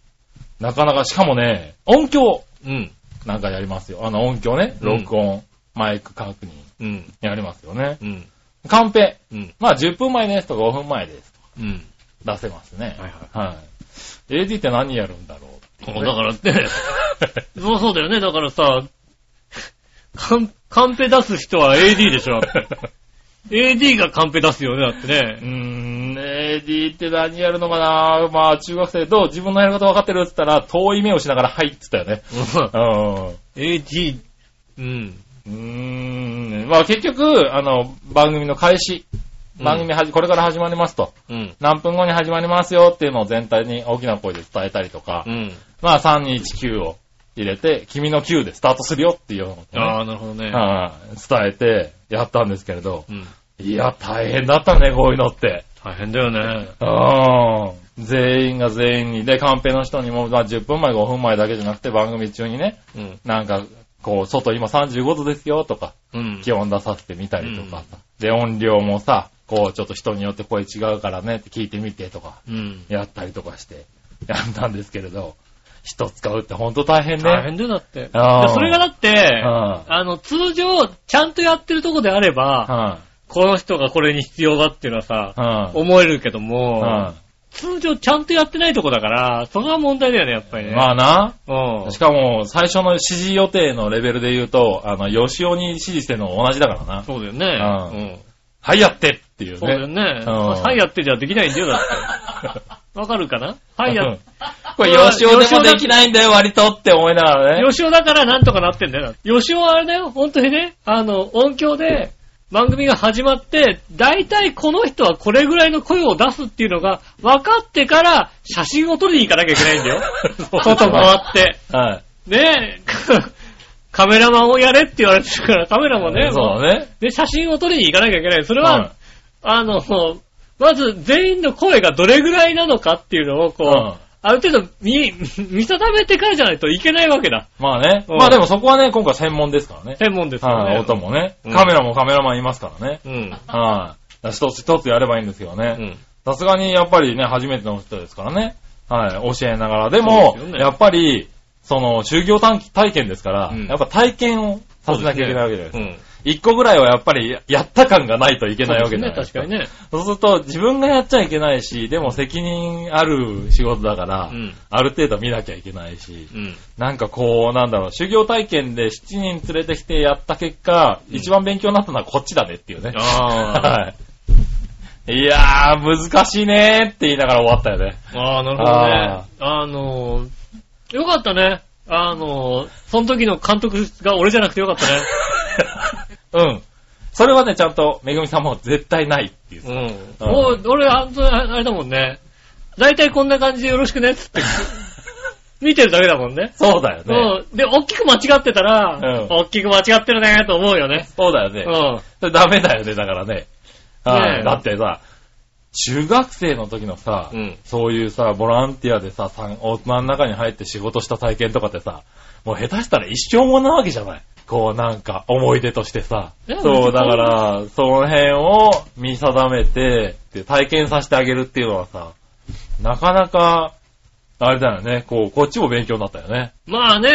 [SPEAKER 3] なかなか、しかもね、音響
[SPEAKER 2] うん。
[SPEAKER 3] なんかやりますよ。あの音響ね、
[SPEAKER 2] うん
[SPEAKER 3] 録音、マイク確認
[SPEAKER 2] うん。
[SPEAKER 3] やりますよね。
[SPEAKER 2] うん。
[SPEAKER 3] カンペ、
[SPEAKER 2] うん。
[SPEAKER 3] まあ10分前ですとか5分前です
[SPEAKER 2] うん。
[SPEAKER 3] と出せますね。
[SPEAKER 2] はいはい。
[SPEAKER 3] はい。AD って何やるんだろう
[SPEAKER 2] そうだからって、 <laughs> そうそうだよね。だからさ、カン、カンペ出す人は AD でしょ。だって AD がカンペ出すよね、だって
[SPEAKER 3] う
[SPEAKER 2] ね。 <laughs>
[SPEAKER 3] ーん、AD って何やるのかなまあ、中学生どう自分のやり方分かってるって言ったら、遠い目をしながら、はいって言ったよね。
[SPEAKER 2] うん AD、うん。
[SPEAKER 3] うん。うーん。まあ、結局、あの、番組の開始。番組はじ、これから始まりますと。
[SPEAKER 2] うん。
[SPEAKER 3] 何分後に始まりますよっていうのを全体に大きな声で伝えたりとか、
[SPEAKER 2] うん。
[SPEAKER 3] まあ、329を入れて、君の9でスタートするよっていうのをね、
[SPEAKER 2] ああ、なるほどね。
[SPEAKER 3] はい伝えてやったんですけれど、
[SPEAKER 2] うん。
[SPEAKER 3] いや、大変だったね、こういうのって。
[SPEAKER 2] 大変だよね。
[SPEAKER 3] うん。全員が全員に、で、カンペの人にも、まあ、10分前、5分前だけじゃなくて、番組中にね、
[SPEAKER 2] うん。
[SPEAKER 3] なんか、こう、外今35度ですよ、とか、
[SPEAKER 2] うん。
[SPEAKER 3] 気温出させてみたりとかさ、で、音量もさ、こう、ちょっと人によって声違うからね、って聞いてみてとか、
[SPEAKER 2] うん。
[SPEAKER 3] やったりとかして、やったんですけれど、人使うってほんと大変ね。
[SPEAKER 2] 大変だよ、だって。
[SPEAKER 3] あー
[SPEAKER 2] でそれがだって、
[SPEAKER 3] あ
[SPEAKER 2] あの、通常、ちゃんとやってるとこであれば、この人がこれに必要だっていうのはさ、
[SPEAKER 3] うん。うん。
[SPEAKER 2] 思えるけど
[SPEAKER 3] うん。
[SPEAKER 2] も、通常ちゃんとやってないとこだから、それは問題だよね、やっぱりね。
[SPEAKER 3] まあな、
[SPEAKER 2] うん。
[SPEAKER 3] しかも、最初の指示予定のレベルで言うと、あの、吉尾に指示してるの同じだからな。
[SPEAKER 2] そうだよね。。
[SPEAKER 3] はい、やってっていううん
[SPEAKER 2] そうだよ
[SPEAKER 3] ね。
[SPEAKER 2] ね。
[SPEAKER 3] うん
[SPEAKER 2] はいやってじゃできないんだよ、だ
[SPEAKER 3] <laughs>
[SPEAKER 2] って。わかるかなはいや、
[SPEAKER 3] これ、吉尾でもできないんだよ、割とって思いながらね。
[SPEAKER 2] 吉尾だからなんとかなってんだよ。吉尾はあれだよ、本当にね、あの、音響で番組が始まって、大体この人はこれぐらいの声を出すっていうのが分かってから写真を撮りに行かなきゃいけないんだよ
[SPEAKER 3] <laughs> そ。う
[SPEAKER 2] 外回って。
[SPEAKER 3] はい。
[SPEAKER 2] ねえ、 <laughs> カメラマンをやれって言われてるから、カメラマンね、
[SPEAKER 3] そう
[SPEAKER 2] もう
[SPEAKER 3] だね。
[SPEAKER 2] で、写真を撮りに行かなきゃいけない。それは、
[SPEAKER 3] はい
[SPEAKER 2] あの、まず全員の声がどれぐらいなのかっていうのを、こう、
[SPEAKER 3] うん
[SPEAKER 2] ある程度見、 <laughs> 見定めてからじゃないといけないわけだ。
[SPEAKER 3] まあね。
[SPEAKER 2] うん
[SPEAKER 3] まあでもそこはね、今回専門ですからね。
[SPEAKER 2] 専門ですから
[SPEAKER 3] はい、
[SPEAKER 2] ね。
[SPEAKER 3] 音もね。
[SPEAKER 2] うん
[SPEAKER 3] カメラもカメラマンいますからね。
[SPEAKER 2] うん。
[SPEAKER 3] はい。一つ一つやればいいんですけど
[SPEAKER 2] う
[SPEAKER 3] ね。
[SPEAKER 2] ん。
[SPEAKER 3] さすがにやっぱりね、初めての人ですからね。はい、教えながら。で
[SPEAKER 2] そ
[SPEAKER 3] も
[SPEAKER 2] うですよ、ね
[SPEAKER 3] やっぱり、その、就業短期体験ですから、
[SPEAKER 2] うん
[SPEAKER 3] やっぱ体験をさせなきゃいけないわけじゃないです
[SPEAKER 2] うん。
[SPEAKER 3] か。一個ぐらいはやっぱり、やった感がないといけ
[SPEAKER 2] い
[SPEAKER 3] ないわけじゃない
[SPEAKER 2] ね。
[SPEAKER 3] で
[SPEAKER 2] 確
[SPEAKER 3] すか。
[SPEAKER 2] かにね。
[SPEAKER 3] そうすると、自分がやっちゃいけないし、でも責任ある仕事だから、
[SPEAKER 2] うん
[SPEAKER 3] ある程度見なきゃいけないし、
[SPEAKER 2] うん。
[SPEAKER 3] なんかこう、なんだろう、修行体験で7人連れてきてやった結果、
[SPEAKER 2] うん
[SPEAKER 3] 一番勉強になったのはこっちだねっていうね。
[SPEAKER 2] ああ。
[SPEAKER 3] はい。いやー、難しいねーって言いながら終わったよ
[SPEAKER 2] <laughs>
[SPEAKER 3] ね。
[SPEAKER 2] ああ、なるほどね。あのー、よかったね。あのー、その時の監督が俺じゃなくてよかった
[SPEAKER 3] <laughs>
[SPEAKER 2] ね。
[SPEAKER 3] うん。それはね、ちゃんと、めぐみさんも絶対ないっていう。
[SPEAKER 2] うん。
[SPEAKER 3] うん
[SPEAKER 2] もう、俺、あそれあれだもんね。大体こんな感じでよろしくねっつって、
[SPEAKER 3] <laughs>
[SPEAKER 2] 見てるだけだもんね。
[SPEAKER 3] そうだよね。
[SPEAKER 2] うん。で、大きく間違ってたら、
[SPEAKER 3] うん
[SPEAKER 2] 大きく間違ってるねと思うよね。
[SPEAKER 3] そうだよ
[SPEAKER 2] う
[SPEAKER 3] ね。
[SPEAKER 2] ん。
[SPEAKER 3] それ <laughs> ダメだよね、だからね。
[SPEAKER 2] ね
[SPEAKER 3] はい。
[SPEAKER 2] え
[SPEAKER 3] だってさ、中学生の時のさ、
[SPEAKER 2] うん
[SPEAKER 3] そういうさ、ボランティアでさ、さん大人の中に入って仕事した体験とかってさ、もう下手したら一生ものなわけじゃない。こうなんか思い出としてさ。
[SPEAKER 2] え
[SPEAKER 3] そう、だから、その辺を見定めて、で体験させてあげるっていうのはさ、なかなか、あれだよね、こう、こっちも勉強になったよね。
[SPEAKER 2] まあ
[SPEAKER 3] うん
[SPEAKER 2] ね、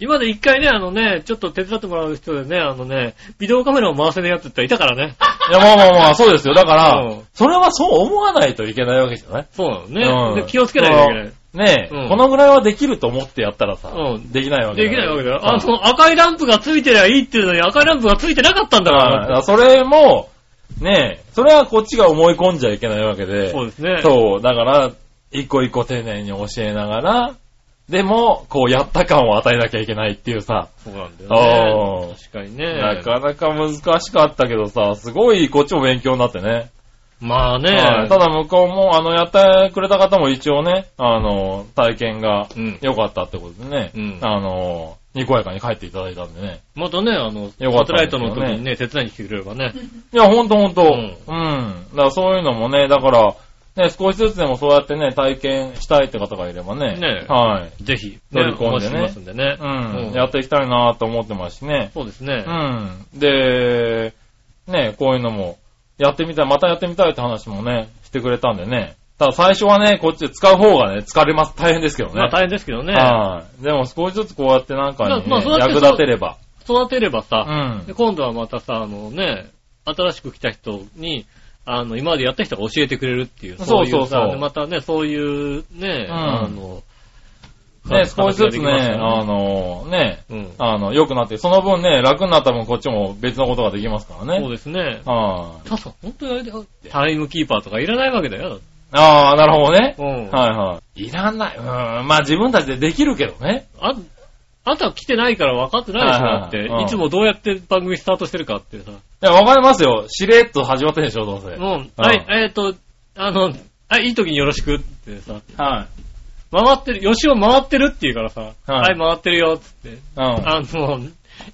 [SPEAKER 2] 今まで一回ね、あのね、ちょっと手伝ってもらう人でね、あのね、ビデオカメラを回せないやつっていたから
[SPEAKER 3] <laughs>
[SPEAKER 2] ね。
[SPEAKER 3] いや、まあまあまあ、そうですよ。だから、
[SPEAKER 2] うん
[SPEAKER 3] それはそう思わないといけないわけじゃない
[SPEAKER 2] そうなの
[SPEAKER 3] うん
[SPEAKER 2] ね。で気をつけないといけない。
[SPEAKER 3] ねえ、
[SPEAKER 2] うん
[SPEAKER 3] このぐらいはできると思ってやったらさ、
[SPEAKER 2] うん
[SPEAKER 3] できないわけ
[SPEAKER 2] できないわけだよ。あ、
[SPEAKER 3] あ、
[SPEAKER 2] そ
[SPEAKER 3] そう
[SPEAKER 2] の赤いランプがついてりゃいいっていうのに赤いランプがついてなかったんだ
[SPEAKER 3] だ
[SPEAKER 2] か
[SPEAKER 3] から、
[SPEAKER 2] ら。
[SPEAKER 3] それも、ねえ、それはこっちが思い込んじゃいけないわけで、
[SPEAKER 2] そうですね。
[SPEAKER 3] そうだから、一個一個丁寧に教えながら、でも、こう、やった感を与えなきゃいけないっていうさ、
[SPEAKER 2] そうなんだよ
[SPEAKER 3] お
[SPEAKER 2] ね
[SPEAKER 3] ー。
[SPEAKER 2] 確かにね。
[SPEAKER 3] なかなか難しかったけどさ、すごいこっちも勉強になってね。
[SPEAKER 2] まあ
[SPEAKER 3] は
[SPEAKER 2] ね
[SPEAKER 3] い。ただ向こうも、あの、やってくれた方も一応ね、あの、体験が
[SPEAKER 2] うん
[SPEAKER 3] 良かったってことでね、
[SPEAKER 2] うん
[SPEAKER 3] あの、にこやかに帰っていただいたんでね。
[SPEAKER 2] またね、あの、
[SPEAKER 3] よか
[SPEAKER 2] サテ
[SPEAKER 3] った
[SPEAKER 2] ラ
[SPEAKER 3] ん
[SPEAKER 2] イ
[SPEAKER 3] です
[SPEAKER 2] ト
[SPEAKER 3] よね
[SPEAKER 2] の時にね、手伝いに来てくれればね。
[SPEAKER 3] いや、ほんとほんと。う
[SPEAKER 2] うん
[SPEAKER 3] ん。だからそういうのもね、だから、ね、少しずつでもそうやってね、体験したいって方がいればね。
[SPEAKER 2] ね
[SPEAKER 3] はい。
[SPEAKER 2] ぜひ、ね、
[SPEAKER 3] 乗り込ん
[SPEAKER 2] お待ち
[SPEAKER 3] でね
[SPEAKER 2] してますんでね。
[SPEAKER 3] うん。
[SPEAKER 2] うん
[SPEAKER 3] やっていきたいなと思ってますしね。
[SPEAKER 2] そうですね
[SPEAKER 3] う。ん。で、ね、こういうのも、やってみたい、またやってみたいって話もね、してくれたんでね。ただ最初はね、こっちで使う方がね、疲れます。大変ですけどね。
[SPEAKER 2] まあ大変ですけどね。
[SPEAKER 3] はい。でも少しずつこうやってなんかに
[SPEAKER 2] ま
[SPEAKER 3] ね、
[SPEAKER 2] あまあそうやって
[SPEAKER 3] 役立てれば。
[SPEAKER 2] 育てれば
[SPEAKER 3] う
[SPEAKER 2] さ、
[SPEAKER 3] ん
[SPEAKER 2] で。今度はまたさ、あのね、新しく来た人に、あの、今までやった人が教えてくれるっていう、
[SPEAKER 3] そうそうそう
[SPEAKER 2] いさでまたね、そういうね、
[SPEAKER 3] うん
[SPEAKER 2] あの、
[SPEAKER 3] ね、
[SPEAKER 2] 形が
[SPEAKER 3] 少しずつ
[SPEAKER 2] でき
[SPEAKER 3] ね、
[SPEAKER 2] ました
[SPEAKER 3] あの、ね、
[SPEAKER 2] うん
[SPEAKER 3] あの、良くなって、その分ね、楽になった分こっちも別のことができますからね。
[SPEAKER 2] そうですね。
[SPEAKER 3] はい
[SPEAKER 2] 確か、本当にあれだよタイムキーパーとかいらないわけだよ。
[SPEAKER 3] ああ、なるほどね。
[SPEAKER 2] うん。
[SPEAKER 3] はいはい。いらない。うーん。まあ自分たちでできるけどね。
[SPEAKER 2] あ、あんたは来てないから分かってないでしょ、だっ
[SPEAKER 3] は
[SPEAKER 2] て
[SPEAKER 3] いはい。はい
[SPEAKER 2] いつもどうやって番組スタートしてるかってさ。
[SPEAKER 3] いや、わかりますよ。しれっと始まってんでしょ、どうせ。
[SPEAKER 2] うん。はい、えっと、あの、あ、いい時によろしくってさ、
[SPEAKER 3] はい。
[SPEAKER 2] 回ってる、吉尾回ってるって言うからさ、
[SPEAKER 3] は
[SPEAKER 2] はいい、回ってるよ、つって。
[SPEAKER 3] う。
[SPEAKER 2] あの、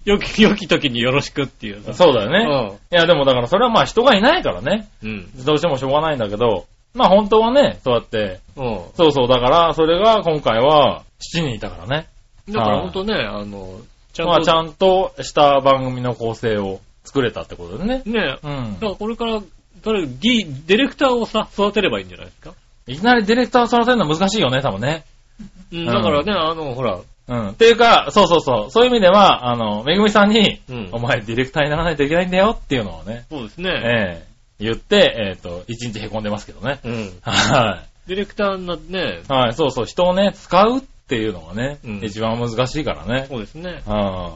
[SPEAKER 2] 良き、良き時によろしくっていうんさ。
[SPEAKER 3] そうだよね。いや、でもだからそれはまあ人がいないからね。
[SPEAKER 2] うん。うん。
[SPEAKER 3] どうしてもしょうがないんだけど、まあ本当はね、そうやって、
[SPEAKER 2] うん。
[SPEAKER 3] そうそう、だから、それが今回は7人いたからね。
[SPEAKER 2] だから本当ね、あの、ち
[SPEAKER 3] ま
[SPEAKER 2] ゃ
[SPEAKER 3] あ
[SPEAKER 2] ん
[SPEAKER 3] ちゃ
[SPEAKER 2] と、
[SPEAKER 3] んとした番組の構成を作れたってことでね。
[SPEAKER 2] ね、
[SPEAKER 3] う
[SPEAKER 2] だ
[SPEAKER 3] ん
[SPEAKER 2] か。らこれから、誰、ディ、ディレクターをさ、育てればいいんじゃないですか。
[SPEAKER 3] いきなりディレクターを育てるの難しいよね、多分ね。
[SPEAKER 2] うん、だからね、あの、ほら、
[SPEAKER 3] うん。っていうか、そうそうそう。そういう意味では、あの、めぐみさんに、
[SPEAKER 2] うん
[SPEAKER 3] お前ディレクターにならないといけないんだよっていうのをね、
[SPEAKER 2] そうですね。
[SPEAKER 3] ええ言って、えっ、と、一日凹んでますけどね。 <laughs>
[SPEAKER 2] うん。
[SPEAKER 3] は
[SPEAKER 2] ディレクターになってね、
[SPEAKER 3] い。はい、そうそう。人をね、使うっていうのがね、
[SPEAKER 2] うん
[SPEAKER 3] 一番難しいからね。
[SPEAKER 2] そうですね。
[SPEAKER 3] はあ、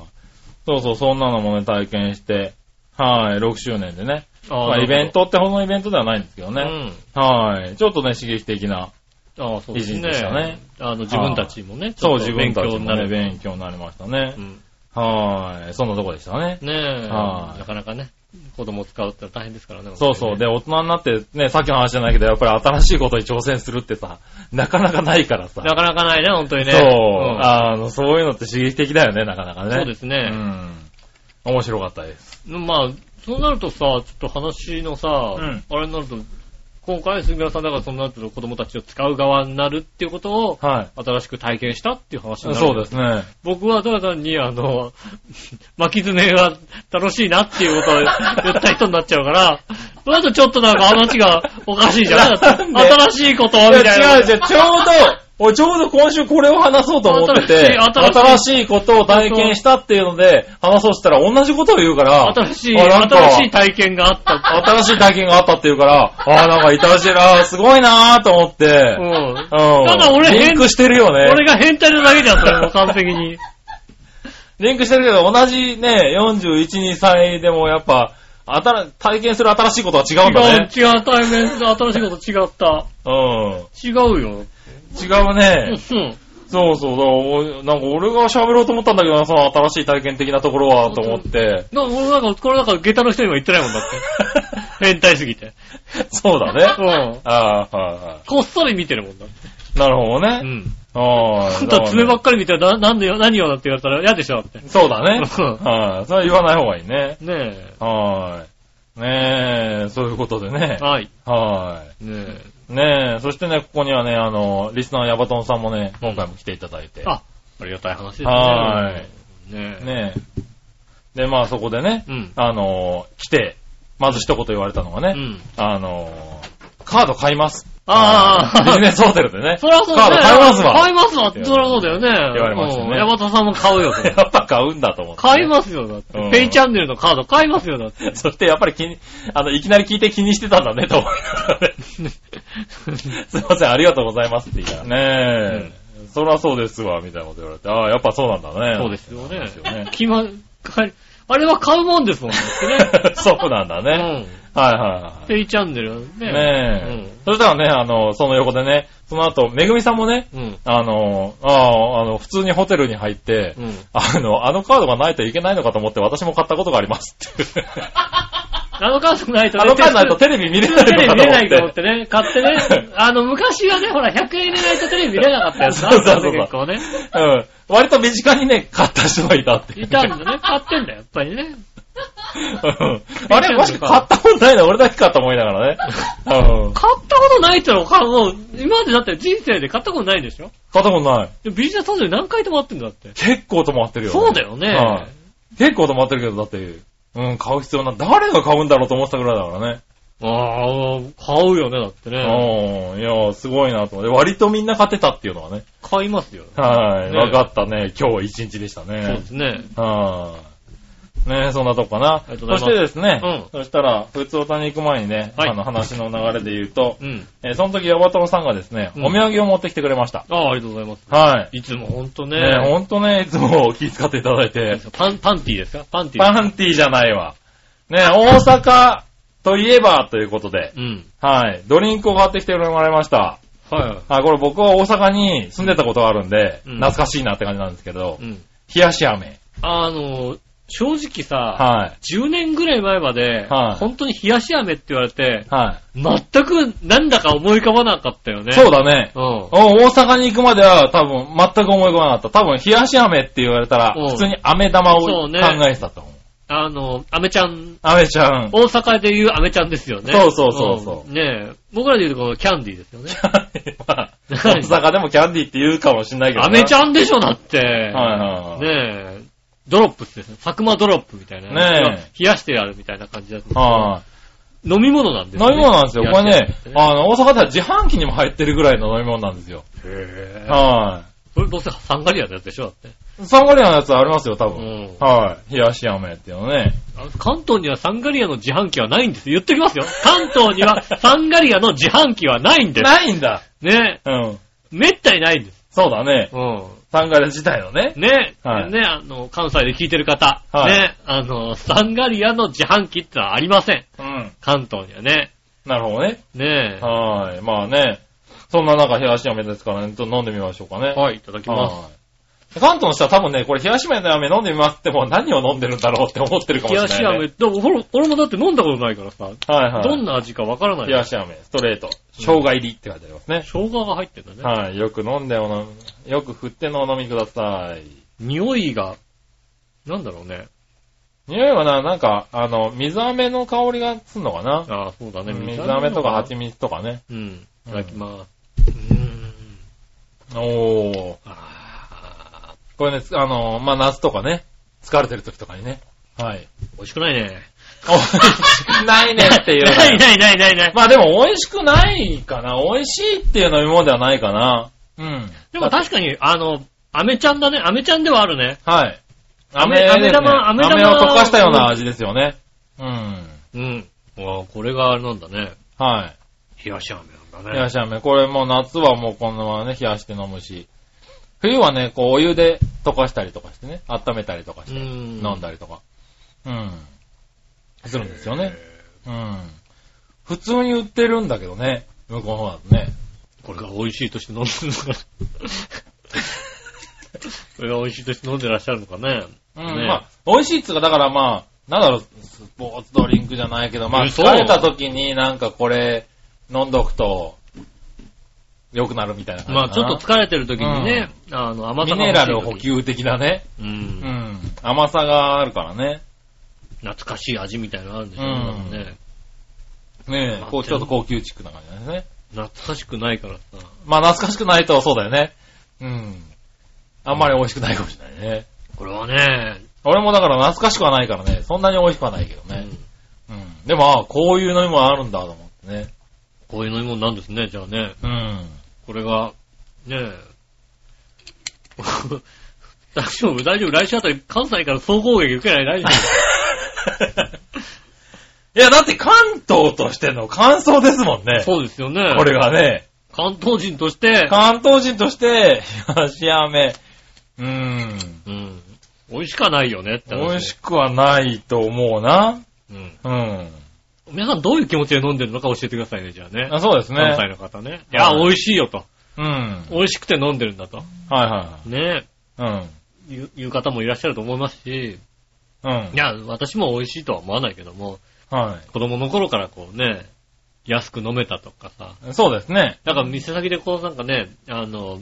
[SPEAKER 3] そうそう、そんなのもね、体験して、はい、6周年でね。
[SPEAKER 2] あ
[SPEAKER 3] まあ、イベントってほどのイベントではないんですけど
[SPEAKER 2] ね。
[SPEAKER 3] ね。はい。ちょっとね、刺激的な。
[SPEAKER 2] うん。ああ、そうです
[SPEAKER 3] 一日でしたね
[SPEAKER 2] ね。あの、自分たちもね、ち
[SPEAKER 3] そ
[SPEAKER 2] ょ
[SPEAKER 3] う、
[SPEAKER 2] っと
[SPEAKER 3] 自分たち
[SPEAKER 2] 勉強に
[SPEAKER 3] も
[SPEAKER 2] な
[SPEAKER 3] ね、
[SPEAKER 2] る。
[SPEAKER 3] 勉強になりましたね
[SPEAKER 2] う。ん
[SPEAKER 3] はい。そんなとこでしたね。
[SPEAKER 2] ねえ、
[SPEAKER 3] はい
[SPEAKER 2] なかなかね、子供を使うってのは大変ですからね。
[SPEAKER 3] そうそう。で、
[SPEAKER 2] 本
[SPEAKER 3] 大人になって、ね、さっきの話じゃないけど、やっぱり新しいことに挑戦するってさ、なかなかないから
[SPEAKER 2] 当
[SPEAKER 3] さ。
[SPEAKER 2] にねなかなかないね、本当にね。
[SPEAKER 3] そう、
[SPEAKER 2] ん
[SPEAKER 3] あの、そういうのって刺激的だよね、なかなかね。
[SPEAKER 2] そうです
[SPEAKER 3] う
[SPEAKER 2] ね。
[SPEAKER 3] ん。面白かったです。
[SPEAKER 2] まあ、そうなるとさ、ちょっと話のさ、
[SPEAKER 3] うん
[SPEAKER 2] あれになると、今回杉村さんだからそうなると子供たちを使う側になるっていうことを、
[SPEAKER 3] はい。
[SPEAKER 2] 新しく体験したっていう話になる。
[SPEAKER 3] そうですね。
[SPEAKER 2] 僕はただ単に、あの、 <laughs> 巻き爪が楽しいなっていうことを言った人になっちゃうから、それだとちょっとなんか話がおかしいじゃない
[SPEAKER 3] なんで
[SPEAKER 2] 新しいこと
[SPEAKER 3] い
[SPEAKER 2] みたいな。
[SPEAKER 3] や違う違う、ちょ
[SPEAKER 2] <laughs>
[SPEAKER 3] うど、俺ちょうど今週これを話そうと思ってて、
[SPEAKER 2] 新しい
[SPEAKER 3] 新しいことを体験したっていうので、話そうとしたら同じことを言うから、
[SPEAKER 2] 新しい、
[SPEAKER 3] あなんか
[SPEAKER 2] 新しい体験があった。
[SPEAKER 3] 新しい体験があったっていうから、ああ、
[SPEAKER 2] <laughs>
[SPEAKER 3] なんかいたしら、すごいなーと思って、
[SPEAKER 2] う
[SPEAKER 3] うん。
[SPEAKER 2] ん。ただ俺
[SPEAKER 3] リンクしてるよね。
[SPEAKER 2] 俺が変態なだけじゃん、そ
[SPEAKER 3] <laughs>
[SPEAKER 2] れもう完璧に。
[SPEAKER 3] リンクしてるけど、同じね、41、2歳でもやっぱ、あたら体験する新しいことは違うんだね。
[SPEAKER 2] 違う、違う対面で新しいこと違った。
[SPEAKER 3] うん。
[SPEAKER 2] 違うよ。
[SPEAKER 3] 違うね。
[SPEAKER 2] うん。
[SPEAKER 3] そうそうだお、なんか俺が喋ろうと思ったんだけどな、その新しい体験的なところは、と思って。
[SPEAKER 2] だから俺なんか、これなんか下駄の人にも言ってないもんだって。変態すぎて。
[SPEAKER 3] そうだね。
[SPEAKER 2] うん。
[SPEAKER 3] ああ、はいは
[SPEAKER 2] こっそり見てるもんだって。
[SPEAKER 3] い。なるほど
[SPEAKER 2] う
[SPEAKER 3] ね。
[SPEAKER 2] ん。
[SPEAKER 3] あ
[SPEAKER 2] <laughs>
[SPEAKER 3] あ。
[SPEAKER 2] あんた爪ば
[SPEAKER 3] だ
[SPEAKER 2] っかり見てな、なんでよ、何よだって言われたら嫌でしょだって。
[SPEAKER 3] ねそうだね。
[SPEAKER 2] うん
[SPEAKER 3] はい。それは言わない方がいいね。
[SPEAKER 2] <laughs> ね
[SPEAKER 3] はい。ねえ、そういうことでね
[SPEAKER 2] え。。はい。
[SPEAKER 3] は
[SPEAKER 2] ねえ。
[SPEAKER 3] い。ねえ、そしてね、ここにはね、あの、リスナーヤバトンさんもね、今回も来ていただいて。
[SPEAKER 2] あ、ありがたい話ですね。
[SPEAKER 3] はー
[SPEAKER 2] い。ねえ。
[SPEAKER 3] ねえ。で、まあそこでね、
[SPEAKER 2] うん。
[SPEAKER 3] あの、来て、まず一言言われたのがね、
[SPEAKER 2] うん。
[SPEAKER 3] あのー、カード買います。
[SPEAKER 2] ああ
[SPEAKER 3] ビジネスホテルで
[SPEAKER 2] <laughs>
[SPEAKER 3] ね。
[SPEAKER 2] そりゃそう
[SPEAKER 3] カ
[SPEAKER 2] だ
[SPEAKER 3] ー
[SPEAKER 2] よね。
[SPEAKER 3] ド買いますわ。
[SPEAKER 2] 買いますわ。そりゃそうだよね。
[SPEAKER 3] 言われましたね
[SPEAKER 2] うん山田さんも買う
[SPEAKER 3] <laughs>
[SPEAKER 2] よ。それ
[SPEAKER 3] やっぱ買うんだと思って、
[SPEAKER 2] 買いますよ、だって
[SPEAKER 3] うん。
[SPEAKER 2] ペイチャンネルのカード買いますよ、だって。
[SPEAKER 3] <laughs> す。そしてやっぱり気に、あの、いきなり聞いて気にしてたんだね、と思いながら
[SPEAKER 2] <laughs>
[SPEAKER 3] ね。すいません、ありがとうございますって言いながら。ねえ、そりゃそうですわ、みたいなこと言われて。ああ、やっぱそうなんだね。
[SPEAKER 2] そうですよね
[SPEAKER 3] そうですよね。
[SPEAKER 2] 決ま、買いあれは買うもんですもんだってね。
[SPEAKER 3] <laughs> そうなんだ
[SPEAKER 2] う
[SPEAKER 3] ね。
[SPEAKER 2] ん。
[SPEAKER 3] はいはいはい。
[SPEAKER 2] ペイチャンネルね。
[SPEAKER 3] ねえ、そしたらね、あの、その横でね、その後、めぐみさんもね、
[SPEAKER 2] うん。うん。
[SPEAKER 3] あの、ああ、あの、普通にホテルに入って、
[SPEAKER 2] うん。
[SPEAKER 3] あの、あのカードがないといけないのかと思って私も買ったことがあります
[SPEAKER 2] <laughs>
[SPEAKER 3] って。
[SPEAKER 2] あのカードないとね
[SPEAKER 3] あのカードないとテレビ見れない
[SPEAKER 2] テレビ
[SPEAKER 3] のかと思って。
[SPEAKER 2] 見れないと思ってね、買ってね。あの、昔はね、ほら、100円入れないとテレビ見れなかったやつだったん
[SPEAKER 3] そうそうそう
[SPEAKER 2] で、結構ね。
[SPEAKER 3] うん。割と身近にね、買った人がいたって。
[SPEAKER 2] いたんだね。買ってんだよ、やっぱりね。
[SPEAKER 3] うんあれもしか買ったことないの俺だけかと思いながらね。うん。
[SPEAKER 2] 買ったことないってのは、もう、今までだって人生で買ったことないんでしょ
[SPEAKER 3] 買ったことない。
[SPEAKER 2] でビジネスホテル何回泊まってんだって。
[SPEAKER 3] 結構止まってるよ、
[SPEAKER 2] そうだよね。
[SPEAKER 3] はい結構止まってるけど、だって、うん、買う必要な、誰が買うんだろうと思ってたぐらいだからね。
[SPEAKER 2] ああ、買うよね、だってね。
[SPEAKER 3] うん。いや、すごいなと思って。割とみんな勝てたっていうのはね。
[SPEAKER 2] 買いますよ。
[SPEAKER 3] は
[SPEAKER 2] ね
[SPEAKER 3] い。分かったね。今日一日でした
[SPEAKER 2] そう
[SPEAKER 3] ね
[SPEAKER 2] で。すね。
[SPEAKER 3] はねそんなとこかな。
[SPEAKER 2] りがとうございま
[SPEAKER 3] そ
[SPEAKER 2] す
[SPEAKER 3] してですね、
[SPEAKER 2] うん
[SPEAKER 3] そしたら、普通おたに行く前にね、
[SPEAKER 2] はい
[SPEAKER 3] あの話の流れで言うと、
[SPEAKER 2] うん。
[SPEAKER 3] えーその時、ヤバトロさんがですね、
[SPEAKER 2] うん
[SPEAKER 3] お土産を持ってきてくれました。
[SPEAKER 2] ああ、ありがとうございます。
[SPEAKER 3] はい。
[SPEAKER 2] いつもほんとね。
[SPEAKER 3] ねほんとね、いつも気遣っていただいて、
[SPEAKER 2] パン、パンティーですかパンティー。
[SPEAKER 3] パンティーじゃないわ。ね大阪といえばということで、
[SPEAKER 2] うん。
[SPEAKER 3] はい。ドリンクを買ってきてもらいました。
[SPEAKER 2] は
[SPEAKER 3] はい、これ僕は大阪に住んでたことがあるんで、
[SPEAKER 2] うん
[SPEAKER 3] 懐かしいなって感じなんですけど
[SPEAKER 2] い。う、ん。
[SPEAKER 3] 冷やし飴。
[SPEAKER 2] あの、正直さ、
[SPEAKER 3] はい。
[SPEAKER 2] 10年ぐらい前まで、
[SPEAKER 3] はい
[SPEAKER 2] 本当に冷やし飴って言われて、
[SPEAKER 3] は
[SPEAKER 2] 全くなんだか思い浮かばなかったよね。
[SPEAKER 3] い。そうだね。
[SPEAKER 2] う
[SPEAKER 3] お大阪に行くまでは多分全く思い浮かばなかった。多分冷やし飴って言われたら、
[SPEAKER 2] うん
[SPEAKER 3] 普通に飴玉を
[SPEAKER 2] そ
[SPEAKER 3] 考
[SPEAKER 2] うね
[SPEAKER 3] えてたと思う。
[SPEAKER 2] ん。あの、アメちゃん、
[SPEAKER 3] 飴ちゃん。
[SPEAKER 2] 大阪で言うアメちゃんですよね。
[SPEAKER 3] そうそうそうそうん
[SPEAKER 2] ねえ、僕らで言うとこのキャンディーですよね。
[SPEAKER 3] まあ <laughs> 大阪でもキャンディーって言うかもしんないけど。
[SPEAKER 2] アメち
[SPEAKER 3] ん
[SPEAKER 2] ゃんでしょ、だって。
[SPEAKER 3] はいはいはい。
[SPEAKER 2] ねえ、ドロップスですね。佐久間ドロップみたいな。
[SPEAKER 3] ねえ
[SPEAKER 2] 冷やしてやるみたいな感じだった。
[SPEAKER 3] はい、
[SPEAKER 2] 飲み物なんです
[SPEAKER 3] 飲み物なんですよ。これね、
[SPEAKER 2] あ。
[SPEAKER 3] あの、大阪では自販機にも入ってるぐらいの飲み物なんですよ。
[SPEAKER 2] へえ。
[SPEAKER 3] は
[SPEAKER 2] それどうせサンガリアのやつでしょだって。
[SPEAKER 3] い。サンガリアのやつありますよ、多
[SPEAKER 2] う
[SPEAKER 3] 分。
[SPEAKER 2] ん。
[SPEAKER 3] はい。冷やし飴っていうのね。
[SPEAKER 2] あの関東にはサンガリアの自販機はないんです。言ってきますよ。関東に
[SPEAKER 3] <laughs>
[SPEAKER 2] はサンガリアの自販機はないんです。
[SPEAKER 3] ないんだ。
[SPEAKER 2] ね。
[SPEAKER 3] うん。
[SPEAKER 2] めったにないんです。
[SPEAKER 3] そうだね。
[SPEAKER 2] うん。
[SPEAKER 3] サンガリア自体のね。
[SPEAKER 2] ね。
[SPEAKER 3] はい
[SPEAKER 2] ね、あの、関西で聞いてる方。
[SPEAKER 3] はい
[SPEAKER 2] ね。あの、サンガリアの自販機ってのはありません。
[SPEAKER 3] うん。
[SPEAKER 2] 関東にはね。
[SPEAKER 3] なるほどね。
[SPEAKER 2] ね
[SPEAKER 3] はい。まあね。そんな中、冷やし飴ですからね、ちょっと飲んでみましょうかね。
[SPEAKER 2] はい、いただきます。
[SPEAKER 3] はい関東の人は多分ね、これ冷やし飴の飴飲んでみますって、もう何を飲んでるんだろうって思ってるかも
[SPEAKER 2] 冷
[SPEAKER 3] しれ
[SPEAKER 2] や
[SPEAKER 3] ない、
[SPEAKER 2] し
[SPEAKER 3] ね。
[SPEAKER 2] 飴、でも俺も俺もだって飲んだことないからさ、
[SPEAKER 3] はいはい。
[SPEAKER 2] どんな味かわからない。
[SPEAKER 3] 冷やし飴、ストレート。生姜入りって書いてありますね。
[SPEAKER 2] 生姜が入ってんだね。
[SPEAKER 3] はい。よく飲んでお飲み、よく振ってのお飲みください。
[SPEAKER 2] 匂いが、なんだろうね。
[SPEAKER 3] 匂いはな、なんか、あの、水飴の香りがすんのかな
[SPEAKER 2] ああ、そうだね。
[SPEAKER 3] 水飴とか
[SPEAKER 2] 蜂
[SPEAKER 3] 蜂蜜とかね。
[SPEAKER 2] うん。いただきます。うーん。
[SPEAKER 3] おー。
[SPEAKER 2] あー
[SPEAKER 3] これね、つあの、まあ、夏とかね、疲れてる時とかにね。はい。
[SPEAKER 2] 美味しくないね。
[SPEAKER 3] 美味しく <laughs> ないねっていう。
[SPEAKER 2] ないないないないない。
[SPEAKER 3] まあでも美味しくないかな。美味しいっていう飲み物ではないかな。うん。
[SPEAKER 2] でも確かに、あの、飴ちゃんだね。飴ちゃんではあるね。
[SPEAKER 3] はい。
[SPEAKER 2] 飴
[SPEAKER 3] ですね
[SPEAKER 2] 飴玉飴玉
[SPEAKER 3] 飴を溶かしたような味ですよね。うん。
[SPEAKER 2] うん。わあ、これがあれなんだね。
[SPEAKER 3] はい。
[SPEAKER 2] 冷やし飴なんだ
[SPEAKER 3] 冷
[SPEAKER 2] ね。
[SPEAKER 3] やし飴。これもう夏はもうこのままね、冷やして飲むし。冬はね、こうお湯で溶かしたりとかしてね、温めたりとかして、
[SPEAKER 2] うん
[SPEAKER 3] 飲んだりとか。うん。するんですよね。うん。普通に売ってるんだけどね、向こうの方だとね。
[SPEAKER 2] これが美味しいとして飲んでる <laughs> のかな。これが美味しいとして飲んでらっしゃるのかね。
[SPEAKER 3] うん、
[SPEAKER 2] ね
[SPEAKER 3] まあ、美味しいっつうか、だからまあ、なんだろう、スポーツドリンクじゃないけど、まあ、
[SPEAKER 2] うんそ
[SPEAKER 3] 疲
[SPEAKER 2] う
[SPEAKER 3] れた時になんかこれ、飲んどくと、良くなるみたいな感じ
[SPEAKER 2] ま
[SPEAKER 3] かな。
[SPEAKER 2] あちょっと疲れてる時にね、あの、甘さ
[SPEAKER 3] ミ
[SPEAKER 2] が欲しい時
[SPEAKER 3] ネラル補。給的なね。
[SPEAKER 2] う。
[SPEAKER 3] うんん。甘さがあるからね。
[SPEAKER 2] 懐かしい味みたいなのあるんでしょう
[SPEAKER 3] うん
[SPEAKER 2] ね。
[SPEAKER 3] ね
[SPEAKER 2] ま
[SPEAKER 3] え、
[SPEAKER 2] あ
[SPEAKER 3] こう、ちょっと高級チックな感じなんですね。
[SPEAKER 2] 懐かしくないからさ。
[SPEAKER 3] まあ、懐かしくないとそうだよね。うん。あんまり美味しくないかもしれないね。
[SPEAKER 2] これはね、
[SPEAKER 3] 俺もだから懐かしくはないからね、そんなに美味しくはないけど
[SPEAKER 2] う
[SPEAKER 3] ね。
[SPEAKER 2] ん
[SPEAKER 3] うん。でも、ああこういう飲み物あるんだと思ってね。
[SPEAKER 2] こういう飲み物なんですね、じゃあね。
[SPEAKER 3] うん。
[SPEAKER 2] これが、ねえ。 <laughs> 大丈夫、大丈夫。来週あたり関西から総攻撃受けない大丈
[SPEAKER 3] <laughs> いや、だって関東としての感想ですもん
[SPEAKER 2] 夫。
[SPEAKER 3] ね。
[SPEAKER 2] そうですよね。
[SPEAKER 3] これがね。
[SPEAKER 2] 関東人として、
[SPEAKER 3] 関東人として、冷やし飴、うーん。
[SPEAKER 2] うん。美味しかないよねって話
[SPEAKER 3] 美味しくはないと思うな。
[SPEAKER 2] うん。
[SPEAKER 3] うん。
[SPEAKER 2] 皆さんどういう気持ちで飲んでるのか教えてくださいね、じゃあね。
[SPEAKER 3] あそうです
[SPEAKER 2] 関西
[SPEAKER 3] ね。
[SPEAKER 2] の方ね。いや、
[SPEAKER 3] はい
[SPEAKER 2] 美味しいよと。
[SPEAKER 3] うん。はい
[SPEAKER 2] 美味しくて飲んでるんだと。
[SPEAKER 3] は
[SPEAKER 2] ね
[SPEAKER 3] いはい。
[SPEAKER 2] え、いういう方もいらっしゃると思いますし、
[SPEAKER 3] うん。うん
[SPEAKER 2] い。や、私も美味しいとは思わないけども、
[SPEAKER 3] は
[SPEAKER 2] 子供の頃からこうね、安く飲めたとかさ、
[SPEAKER 3] い。そうですね。
[SPEAKER 2] なんか店先でこうなんかね、あの、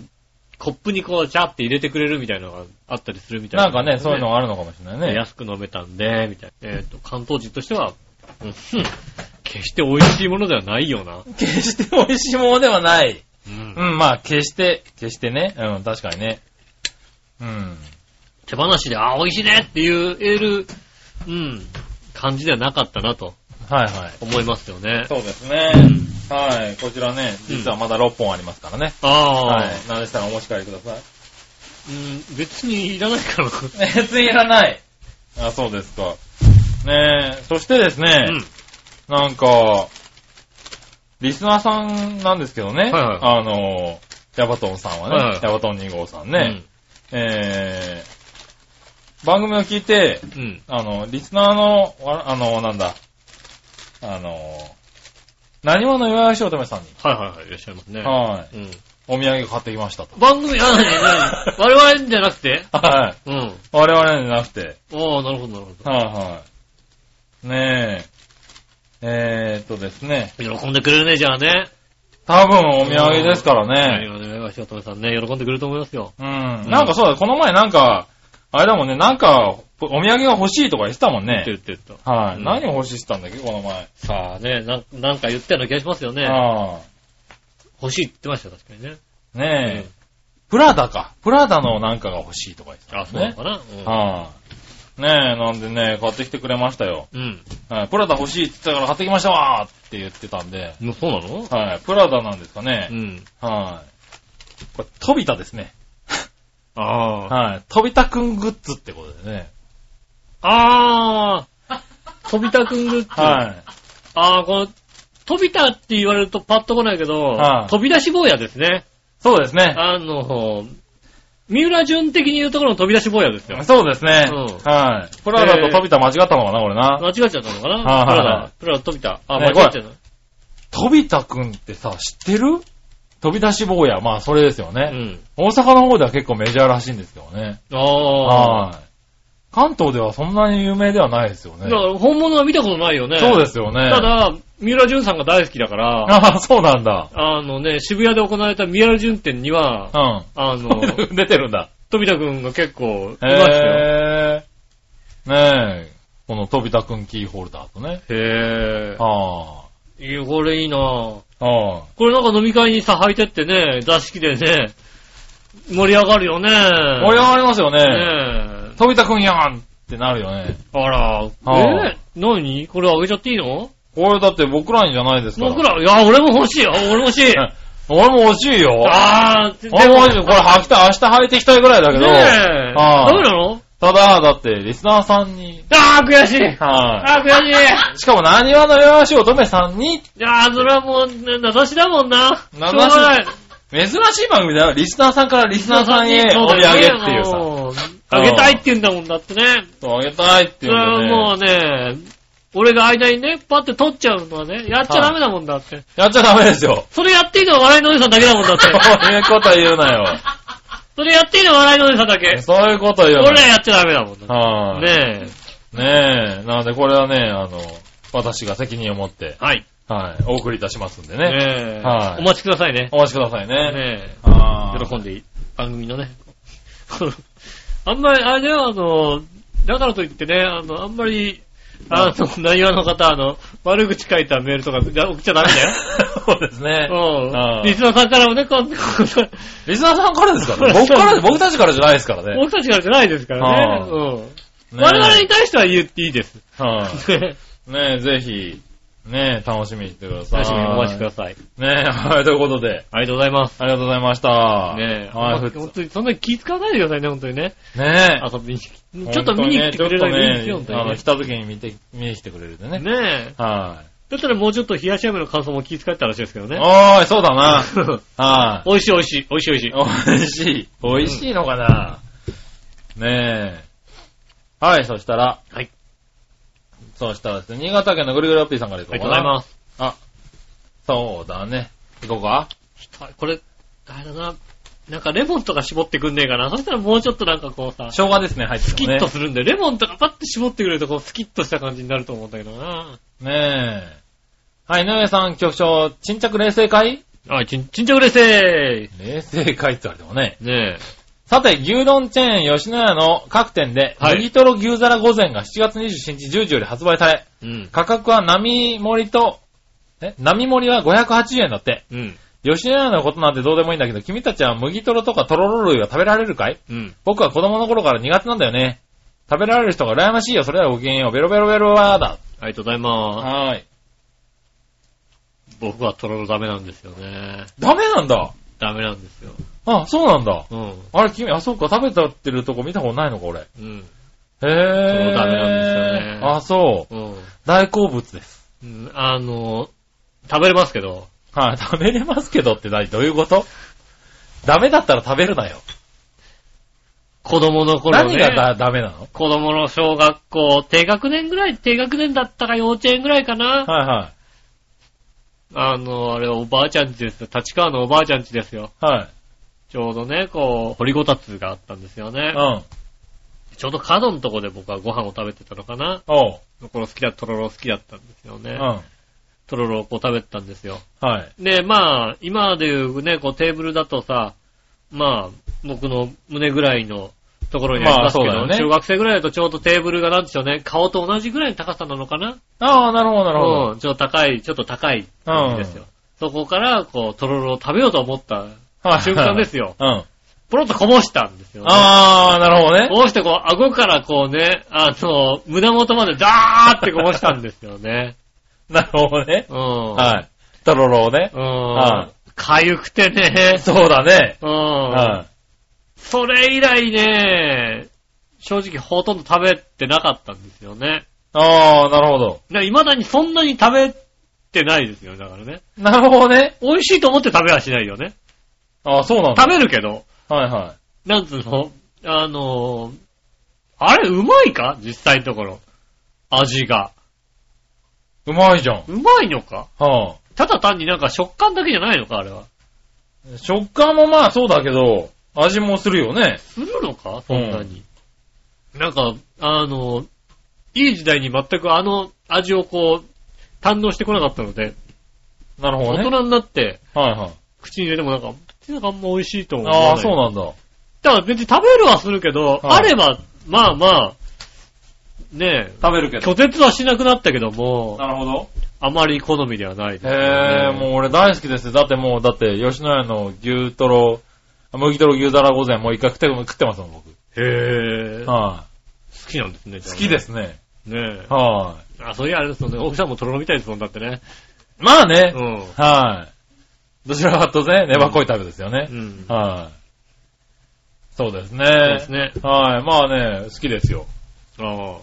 [SPEAKER 2] コップにこうジャって入れてくれるみたいなのがあったりするみたいな。
[SPEAKER 3] なんかね、そういうのがあるのかもしれないね。
[SPEAKER 2] 安く飲めたんで、みたいな。えっ、と、関東人としては、うん、決して美味しいものではないよな。
[SPEAKER 3] 決して美味しいものではない。
[SPEAKER 2] うん
[SPEAKER 3] うん、まあ、決して、決してね。うん、確かにね。うん。
[SPEAKER 2] 手放しで、あ、美味しいねって言える、うん、感じではなかったなと
[SPEAKER 3] はいはい。
[SPEAKER 2] 思いますよね。
[SPEAKER 3] そうですね。はい。こちらね、実はまだ6本ありますからね。
[SPEAKER 2] ああ、
[SPEAKER 3] はい。何でしたらお持ち帰りくださ
[SPEAKER 2] う
[SPEAKER 3] い。
[SPEAKER 2] ん、別にいらないから。
[SPEAKER 3] 別にいらない。あ、そうですか。ねえ、そしてですね、
[SPEAKER 2] うん。
[SPEAKER 3] なんか、リスナーさんなんですけどね、
[SPEAKER 2] はいはい
[SPEAKER 3] あの、ヤバトンさんはね、
[SPEAKER 2] はいはい
[SPEAKER 3] ヤバトン2号さんね、えー、番組を聞いて、
[SPEAKER 2] うん。うん。
[SPEAKER 3] あの、リスナーの、わあの、なんだ、あの、何者の岩橋乙女さんに、
[SPEAKER 2] はいはいはい、いらっしゃいますね。
[SPEAKER 3] はい、
[SPEAKER 2] うん。
[SPEAKER 3] お土産を買ってきましたと。
[SPEAKER 2] 番組、あ、なに
[SPEAKER 3] <laughs>
[SPEAKER 2] なに我々じゃなくて
[SPEAKER 3] はい。
[SPEAKER 2] うん。
[SPEAKER 3] 我々じゃなくて、
[SPEAKER 2] おー、なるほど、なるほ
[SPEAKER 3] はい、はい。ねえ、えー、っとですね、
[SPEAKER 2] ど。喜んでくれるね、じゃあね。
[SPEAKER 3] 多分お土産ですからね、
[SPEAKER 2] ね。ね、わしおとめさんね、喜んでくれると思いますよ。
[SPEAKER 3] うん
[SPEAKER 2] うん
[SPEAKER 3] なんかそうだ、この前なんか、あれだもんね、なんか、お土産が欲しいとか言ってたもん
[SPEAKER 2] って言
[SPEAKER 3] ね。
[SPEAKER 2] って言った。
[SPEAKER 3] はい、
[SPEAKER 2] うん
[SPEAKER 3] 何を欲しいって言ったんだっけ、この前。
[SPEAKER 2] さあね、なんなんか言ったような気がしますよね。
[SPEAKER 3] あ
[SPEAKER 2] 欲しいって言ってましたよ、確かにね。
[SPEAKER 3] あねえ、プラダか。プラダのなんかが欲しいとか言ってた、
[SPEAKER 2] あ、そうなのかな、
[SPEAKER 3] はい、ねえ、なんでね、買ってきてくれましたよ。
[SPEAKER 2] うん。うん。
[SPEAKER 3] はい、プラダ欲しいって言ったから買ってきましたわーって言ってたんで。
[SPEAKER 2] もうそうなの
[SPEAKER 3] はい、プラダなんですかね
[SPEAKER 2] う。ん。
[SPEAKER 3] はい、これ、飛びたですね。
[SPEAKER 2] ああ。
[SPEAKER 3] はい、飛びたくんグッズってことでね。
[SPEAKER 2] ああ飛びたくんグッズ。
[SPEAKER 3] はい。
[SPEAKER 2] ああ、この、飛びたって言われるとパッと来ないけど、
[SPEAKER 3] はい
[SPEAKER 2] 飛び出し坊やですね。
[SPEAKER 3] そうですね。
[SPEAKER 2] <laughs> あの、三浦淳的に言うところの飛び出し坊やですよ。
[SPEAKER 3] そうですね。
[SPEAKER 2] うん
[SPEAKER 3] はい。プラダと飛田間違ったのかな、これな。
[SPEAKER 2] 間違っちゃったのかな
[SPEAKER 3] はいはいはい
[SPEAKER 2] プラダ、プラダ飛びた。あ、
[SPEAKER 3] ね
[SPEAKER 2] 間違っちゃった。
[SPEAKER 3] 飛田くんってさ、知ってる飛び出し坊や。まあ、それですよ
[SPEAKER 2] う
[SPEAKER 3] ね、
[SPEAKER 2] ん。
[SPEAKER 3] 大阪の方では結構メジャーらしいんですけどね。
[SPEAKER 2] ああ。
[SPEAKER 3] はい。関東ではそんなに有名ではないですよ
[SPEAKER 2] だ。
[SPEAKER 3] ね
[SPEAKER 2] から本物は見たことないよね。
[SPEAKER 3] そうですよね。
[SPEAKER 2] ただ、三浦淳さんが大好きだから、
[SPEAKER 3] <laughs> ああ、そうなんだ。
[SPEAKER 2] あのね、渋谷で行われた三浦淳展には、
[SPEAKER 3] うん。
[SPEAKER 2] あの、
[SPEAKER 3] <laughs> 出てるんだ。
[SPEAKER 2] 飛田くんが結構いましたよ。
[SPEAKER 3] へえ。ねえ。この飛田くんキーホルダーとね。
[SPEAKER 2] へ
[SPEAKER 3] あ
[SPEAKER 2] え。いや、これいいなぁ。
[SPEAKER 3] あ。ああ。
[SPEAKER 2] これなんか飲み会にさ、履いてってね、座敷でね、盛り上がるよね。
[SPEAKER 3] 盛り上がりますよね。
[SPEAKER 2] ねえ。
[SPEAKER 3] 飛田くんやんってなるよね。
[SPEAKER 2] あら、
[SPEAKER 3] あ
[SPEAKER 2] え何これあげちゃっていいの
[SPEAKER 3] これだって僕らにじゃないですから。
[SPEAKER 2] 僕ら、いや、俺も欲しいよ。俺も欲し
[SPEAKER 3] <laughs>
[SPEAKER 2] い。
[SPEAKER 3] うん俺も欲しいよ。
[SPEAKER 2] あー、で
[SPEAKER 3] 俺も欲しいよ。これ履きたい、明日履いていきたいぐらいだけど。
[SPEAKER 2] ねえ。
[SPEAKER 3] ああ
[SPEAKER 2] ダメなの
[SPEAKER 3] ただ、だって、リスナーさんに。
[SPEAKER 2] あー、悔しい。
[SPEAKER 3] は
[SPEAKER 2] あー、悔
[SPEAKER 3] <laughs>
[SPEAKER 2] しい。
[SPEAKER 3] い。しかも、何話のよし乙女さんに、
[SPEAKER 2] いやー、それはもう、ね名指しだもんな。
[SPEAKER 3] 名指
[SPEAKER 2] し
[SPEAKER 3] し
[SPEAKER 2] ょうがない。
[SPEAKER 3] 珍しい番組だよ。リスナーさんからリスナーさんへ
[SPEAKER 2] そう
[SPEAKER 3] お土
[SPEAKER 2] だ
[SPEAKER 3] 産って
[SPEAKER 2] ね
[SPEAKER 3] いうさ。
[SPEAKER 2] もうあげたいって言うんだもんだってね。
[SPEAKER 3] そうあげたいっ
[SPEAKER 2] そ
[SPEAKER 3] てい
[SPEAKER 2] れは
[SPEAKER 3] うんで
[SPEAKER 2] もう
[SPEAKER 3] ね。
[SPEAKER 2] ね、俺が間にね、パッて取っちゃうのはね、やっちゃダメだもんだって。
[SPEAKER 3] やっちゃダメですよ。
[SPEAKER 2] それやっていいのは笑いのおじさんだけだもんだって
[SPEAKER 3] <laughs> そ。ういうこと言う
[SPEAKER 2] <laughs>
[SPEAKER 3] なよ。
[SPEAKER 2] それやっていいのは笑いのおじさんだけ。
[SPEAKER 3] そういうこと言う
[SPEAKER 2] 俺ら
[SPEAKER 3] なよ。
[SPEAKER 2] やっちゃダメだもんだっ
[SPEAKER 3] はい。ね
[SPEAKER 2] て。ね
[SPEAKER 3] え。なので、これはね、あの、私が責任を持って
[SPEAKER 2] え。、はい。
[SPEAKER 3] はい、お送りいたしますんでね。
[SPEAKER 2] ねえ
[SPEAKER 3] は。い
[SPEAKER 2] お待ちくださいね。
[SPEAKER 3] お待ちくださいね。
[SPEAKER 2] ねえ。
[SPEAKER 3] あー
[SPEAKER 2] 喜んでいい。番組のね。 <laughs> あんまり、あれだよ、あの、だからといってね、あの、あんまり、あの、内容の方、あの、悪口書いたメールとかじゃ送っちゃダメだよ。
[SPEAKER 3] <laughs> そうですね。
[SPEAKER 2] うん。
[SPEAKER 3] ああ
[SPEAKER 2] リスナーさんからもね、こん <laughs>
[SPEAKER 3] リスナーさんからですからね。僕から、僕たちからじゃないですからね。
[SPEAKER 2] 僕たちからじゃないですからね。
[SPEAKER 3] あ
[SPEAKER 2] うん。
[SPEAKER 3] ね
[SPEAKER 2] 我々に対しては言っていい
[SPEAKER 3] <laughs>
[SPEAKER 2] です。
[SPEAKER 3] はい
[SPEAKER 2] ね
[SPEAKER 3] ねえ、ぜひ、ねえ、楽しみにしてください。
[SPEAKER 2] 楽しみにお待ちください。
[SPEAKER 3] ねえ、はい、ということで、
[SPEAKER 2] ありがとうございます。
[SPEAKER 3] ありがとうございました。
[SPEAKER 2] ねえ、
[SPEAKER 3] はい、ふつ
[SPEAKER 2] 本当にそんなに気使わないでくださいね、本当にね。 <laughs>
[SPEAKER 3] ね
[SPEAKER 2] 遊びに来
[SPEAKER 3] え。
[SPEAKER 2] ちょっと見に来てくれるだけでいいんですよ、本
[SPEAKER 3] 本当
[SPEAKER 2] 当
[SPEAKER 3] にね
[SPEAKER 2] に
[SPEAKER 3] あの、
[SPEAKER 2] ね
[SPEAKER 3] 来。た時に見て、見に来てくれるでね。
[SPEAKER 2] ねえ。
[SPEAKER 3] は
[SPEAKER 2] だったらもうちょっと冷やし飴の感想も気遣って話ですけど
[SPEAKER 3] い。
[SPEAKER 2] ね。
[SPEAKER 3] おーい、そうだな。はい。
[SPEAKER 2] <laughs> 美味しい美味しい、美味しい美味しい。
[SPEAKER 3] 美味しい。美味しいのかなねえ。はい、そしたら、
[SPEAKER 2] はい。
[SPEAKER 3] そうしたらですね、新潟県のぐるぐるおっぴーさんからい
[SPEAKER 2] あ
[SPEAKER 3] こ
[SPEAKER 2] りが
[SPEAKER 3] う
[SPEAKER 2] と
[SPEAKER 3] か
[SPEAKER 2] う
[SPEAKER 3] な
[SPEAKER 2] ございます。
[SPEAKER 3] そうだね。行こうか。
[SPEAKER 2] これ、あれだな、なんかレモンとか絞ってくんねえかな。そしたらもうちょっとなんかこうさ、
[SPEAKER 3] 生姜ですね、入って
[SPEAKER 2] スキ
[SPEAKER 3] るの
[SPEAKER 2] ッ
[SPEAKER 3] ね
[SPEAKER 2] と。するんで、レモンとかパッて絞ってくれるとこうスキッとした感じになると思うんだけどな。
[SPEAKER 3] ねえ。はい、井上さん、局長、沈着冷静会
[SPEAKER 2] あ、ちん、ちんちゃくれせ
[SPEAKER 3] 冷静会って言われてもね。
[SPEAKER 2] ーねえ。
[SPEAKER 3] さて、牛丼チェーン吉野家の各店で、
[SPEAKER 2] はい
[SPEAKER 3] 麦とろ牛皿御膳が7月27日10時より発売され、
[SPEAKER 2] うん。
[SPEAKER 3] 価格は並盛りと、え並盛りは580円だって。
[SPEAKER 2] うん。
[SPEAKER 3] 吉野家のことなんてどうでもいいんだけど、君たちは麦とろとかとろろ類は食べられるかい
[SPEAKER 2] うん。
[SPEAKER 3] 僕は子供の頃から苦手なんだよね。食べられる人が羨ましいよ。それではごきげんよう。ベロベロベロワーだ。
[SPEAKER 2] ありがとうございま
[SPEAKER 3] はーい。
[SPEAKER 2] す。僕はとろろダメなんですよね。
[SPEAKER 3] ダメなんだ。
[SPEAKER 2] ダメなんですよ。
[SPEAKER 3] あ、そうなんだ。
[SPEAKER 2] うん。
[SPEAKER 3] あれ、君、あ、そうか、食べたってるとこ見たことないのか、俺。
[SPEAKER 2] うん。
[SPEAKER 3] へ
[SPEAKER 2] そ
[SPEAKER 3] ぇー。
[SPEAKER 2] うダメなんですよね
[SPEAKER 3] あ、そう。
[SPEAKER 2] うん
[SPEAKER 3] 大好物です。
[SPEAKER 2] うん。あの、食べれますけど、
[SPEAKER 3] はい、食べれますけどって何どういうことダメだったら食べるなよ。
[SPEAKER 2] 子供の頃
[SPEAKER 3] 何
[SPEAKER 2] ね。
[SPEAKER 3] がだダメなの
[SPEAKER 2] 子供の小学校、低学年ぐらい、低学年だったか幼稚園ぐらいかな。
[SPEAKER 3] はいは
[SPEAKER 2] あの、あれ、おばあちゃんちですよ。立川のおばあちゃんちですよ。
[SPEAKER 3] い。はい。
[SPEAKER 2] ちょうどね、こう、掘りごたつがあったんですよね
[SPEAKER 3] う。ん。
[SPEAKER 2] ちょうど角のとこで僕はご飯を食べてたのかな。
[SPEAKER 3] おう。
[SPEAKER 2] の頃好きだった、とろろ好きだったんですよ
[SPEAKER 3] う
[SPEAKER 2] ね
[SPEAKER 3] ん。。は
[SPEAKER 2] とろろをこう食べてたんですよ。
[SPEAKER 3] い。
[SPEAKER 2] で、まあ、今でいうね、こうテーブルだとさ、まあ、僕の胸ぐらいのところにありますけど、
[SPEAKER 3] まあそうだよね
[SPEAKER 2] 中学生ぐらいだとちょうどテーブルがなんでしょうね、顔と同じぐらいの高さなのかな
[SPEAKER 3] ああ、なるほど、なるほど。
[SPEAKER 2] うん、ちょっと高い、ちょっと高い感じですよ。そこから、こう、とろろを食べようと思った
[SPEAKER 3] はい。
[SPEAKER 2] 瞬間ですよ。
[SPEAKER 3] うん。
[SPEAKER 2] ポロッとこぼしたんですよ、ね。
[SPEAKER 3] ああ、なるほどね。
[SPEAKER 2] こうしてこう、顎からこうね、あの、胸元までダーってこぼしたんですよね。
[SPEAKER 3] なるほどね。
[SPEAKER 2] うん。
[SPEAKER 3] はい。とろろをね。
[SPEAKER 2] うん
[SPEAKER 3] は。
[SPEAKER 2] かゆくてね。
[SPEAKER 3] <laughs> そうだね。
[SPEAKER 2] うん。
[SPEAKER 3] は
[SPEAKER 2] それ以来ね、正直ほとんど食べてなかったんですよね。
[SPEAKER 3] い。ああ、なるほど。
[SPEAKER 2] いまだにそんなに食べてないですよね、だからね。
[SPEAKER 3] なるほどね。
[SPEAKER 2] 美味しいと思って食べはしないよね。
[SPEAKER 3] ああ、そうなんだ。
[SPEAKER 2] 食べるけど、
[SPEAKER 3] はいは
[SPEAKER 2] なんつうの、あのーあれ、うまいか実際のところ。味が。
[SPEAKER 3] い。うまいじゃん。
[SPEAKER 2] うまいのか
[SPEAKER 3] はあ。
[SPEAKER 2] ただ単になんか食感だけじゃないのかあれは。
[SPEAKER 3] 食感もまあそうだけど、味もするよね。
[SPEAKER 2] するのかそんなに。なんか、あの、いい時代に全くあの味をこう、堪能してこなかったので、
[SPEAKER 3] なるほど
[SPEAKER 2] 大
[SPEAKER 3] ね。
[SPEAKER 2] 人になって
[SPEAKER 3] はいはい。
[SPEAKER 2] 口に入れてもなんか、口の中あんま美味しいと思わない。
[SPEAKER 3] ああ、そうなんだ。
[SPEAKER 2] だから別に食べるはするけど、
[SPEAKER 3] はい
[SPEAKER 2] あれば、まあまあ、ね
[SPEAKER 3] 食べるけ
[SPEAKER 2] え、拒。絶はしなくなったけども、
[SPEAKER 3] るほど。
[SPEAKER 2] あまり好みではないですね、
[SPEAKER 3] へえ、もう俺大好きですよ。だってもう、だって吉野家の牛トロ、麦トロ牛だら御膳もう一回食って食ってますもん、僕。
[SPEAKER 2] へえ、好
[SPEAKER 3] は
[SPEAKER 2] きなんですね、
[SPEAKER 3] い。
[SPEAKER 2] 好
[SPEAKER 3] 好きで。すね。
[SPEAKER 2] ねえ。
[SPEAKER 3] は
[SPEAKER 2] あ、そういうあれですよね。奥さんもとろろみたいですもんだってね。
[SPEAKER 3] い。まあね
[SPEAKER 2] う。ん。
[SPEAKER 3] はい。どちらかというとね、粘っこいタイプですよね
[SPEAKER 2] う。ん。
[SPEAKER 3] はい。そうです
[SPEAKER 2] そうで
[SPEAKER 3] ね
[SPEAKER 2] す。ね。
[SPEAKER 3] はい。まあね、好きですよ。
[SPEAKER 2] ああ。
[SPEAKER 3] は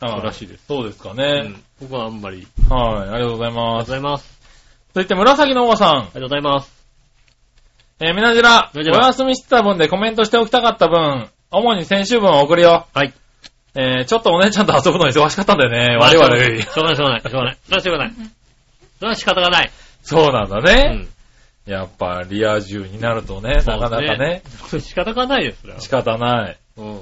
[SPEAKER 2] そうらしいです。
[SPEAKER 3] そうですか
[SPEAKER 2] う
[SPEAKER 3] ね。
[SPEAKER 2] ん僕はあんまり。
[SPEAKER 3] はい。ありがとうござい
[SPEAKER 2] ありがとう
[SPEAKER 3] ま
[SPEAKER 2] ご
[SPEAKER 3] す。
[SPEAKER 2] ざいます。
[SPEAKER 3] 続いて、紫のおばさん
[SPEAKER 2] あ。りがとうございます。
[SPEAKER 3] えーみなじら、お
[SPEAKER 2] みなじら
[SPEAKER 3] 休みしてた分でコメントしておきたかった分、主に先週分を送るよ。
[SPEAKER 2] はい。
[SPEAKER 3] えーちょっとお姉ちゃんと遊ぶの忙しかったんだよね。我々。
[SPEAKER 2] しょうがない、しょうがない、しょうがない。それはしょうがない。それは仕方がない。
[SPEAKER 3] そうなんだ
[SPEAKER 2] う
[SPEAKER 3] ね。
[SPEAKER 2] ん。
[SPEAKER 3] やっぱ、リア充になるとね、なかなかね、
[SPEAKER 2] そう <laughs> ですね。仕方がないです、それは
[SPEAKER 3] 仕方ない。
[SPEAKER 2] うん。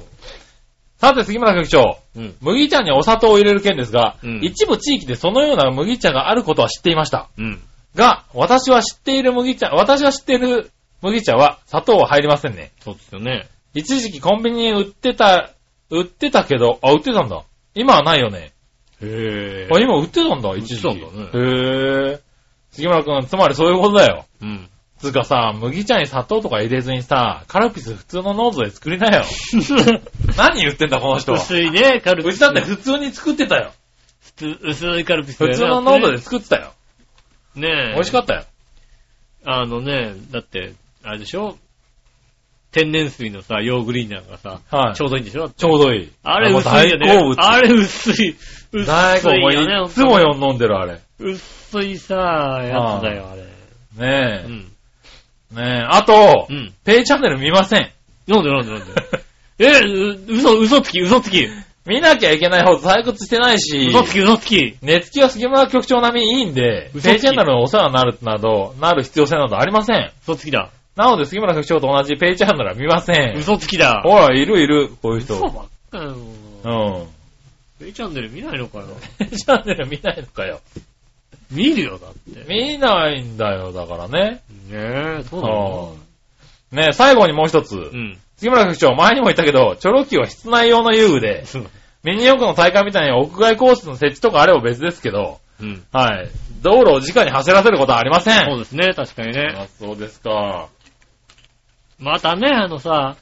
[SPEAKER 3] さて、杉村局長。
[SPEAKER 2] うん。
[SPEAKER 3] 麦茶にお砂糖を入れる件ですが、
[SPEAKER 2] うん
[SPEAKER 3] 一部地域でそのような麦茶があることは知っていました。
[SPEAKER 2] うん。
[SPEAKER 3] が、私は知っている麦茶、私は知っている麦茶は砂糖は入りませんね。
[SPEAKER 2] そうですよね。
[SPEAKER 3] 一時期コンビニに売ってた、売ってたけど、あ、売ってたんだ。今はないよね。
[SPEAKER 2] へ
[SPEAKER 3] あ、今売ってたんだ、一時期。
[SPEAKER 2] 売ってたんだね
[SPEAKER 3] へー。杉村くん、つまりそういうことだよ。
[SPEAKER 2] うん。
[SPEAKER 3] つうかさ、麦茶に砂糖とか入れずにさ、カルピス普通の濃度で作り
[SPEAKER 2] <laughs>
[SPEAKER 3] なよ。何言ってんだ、この人は。
[SPEAKER 2] 薄いね、カルピ
[SPEAKER 3] うち
[SPEAKER 2] ス。
[SPEAKER 3] だって普通に作ってたよ。
[SPEAKER 2] 普通、薄いカルピスだよ
[SPEAKER 3] 普
[SPEAKER 2] ね
[SPEAKER 3] 通の濃度で。作ってたよ。
[SPEAKER 2] ねえ。
[SPEAKER 3] 美味しかったよ。
[SPEAKER 2] あのね、だって、あれでしょ天然水のさ、ヨーグリーンなんかさ、
[SPEAKER 3] はい
[SPEAKER 2] ちょうどいいんでしょ
[SPEAKER 3] ちょうどいい。
[SPEAKER 2] あれ薄いよね。
[SPEAKER 3] もう大好物。
[SPEAKER 2] あれ薄い。薄い
[SPEAKER 3] 大好
[SPEAKER 2] よね。
[SPEAKER 3] 物。いつもよ飲んでる、あれ。
[SPEAKER 2] 薄いさ、やつだよ、あれ。
[SPEAKER 3] ね
[SPEAKER 2] う
[SPEAKER 3] え。
[SPEAKER 2] ん。
[SPEAKER 3] ねえ。あと
[SPEAKER 2] う、ん。
[SPEAKER 3] ペイチャンネル見ません。
[SPEAKER 2] 飲んで飲んで飲
[SPEAKER 3] <laughs>
[SPEAKER 2] んで。え、う嘘、嘘つき、嘘つき。
[SPEAKER 3] 見なきゃいけないほど採掘してないし、
[SPEAKER 2] 嘘つき、嘘つき。
[SPEAKER 3] 寝つきは杉村局長並みいいんで、
[SPEAKER 2] 嘘つき
[SPEAKER 3] ペイチャンネルのお世話になるなど、なる必要性などありません。
[SPEAKER 2] 嘘つきだ。
[SPEAKER 3] なので杉村局長と同じペイチャンネルは見ません。
[SPEAKER 2] 嘘つきだ。
[SPEAKER 3] ほら、いるいる、こういう人。
[SPEAKER 2] 嘘ばっかよ。
[SPEAKER 3] うん。
[SPEAKER 2] ペイチャンネル見ないのかよ。
[SPEAKER 3] ペ <laughs> イチャンネル見ないのかよ。
[SPEAKER 2] 見るよ、だって。ね
[SPEAKER 3] 見ないんだよ、だからね。
[SPEAKER 2] え、そうな
[SPEAKER 3] う
[SPEAKER 2] の
[SPEAKER 3] んねえ、最後にもう一つ。
[SPEAKER 2] うん。
[SPEAKER 3] 杉村局長、前にも言ったけど、チョロキは室内用の遊具で、ミニ四駆の大会みたいに屋外コースの設置とかあれば別ですけど、
[SPEAKER 2] うん。
[SPEAKER 3] はい。道路を直に走らせることはありませ
[SPEAKER 2] <laughs>
[SPEAKER 3] ん。
[SPEAKER 2] そうですね、確かにね。
[SPEAKER 3] あそうですか。
[SPEAKER 2] またね、あのさ、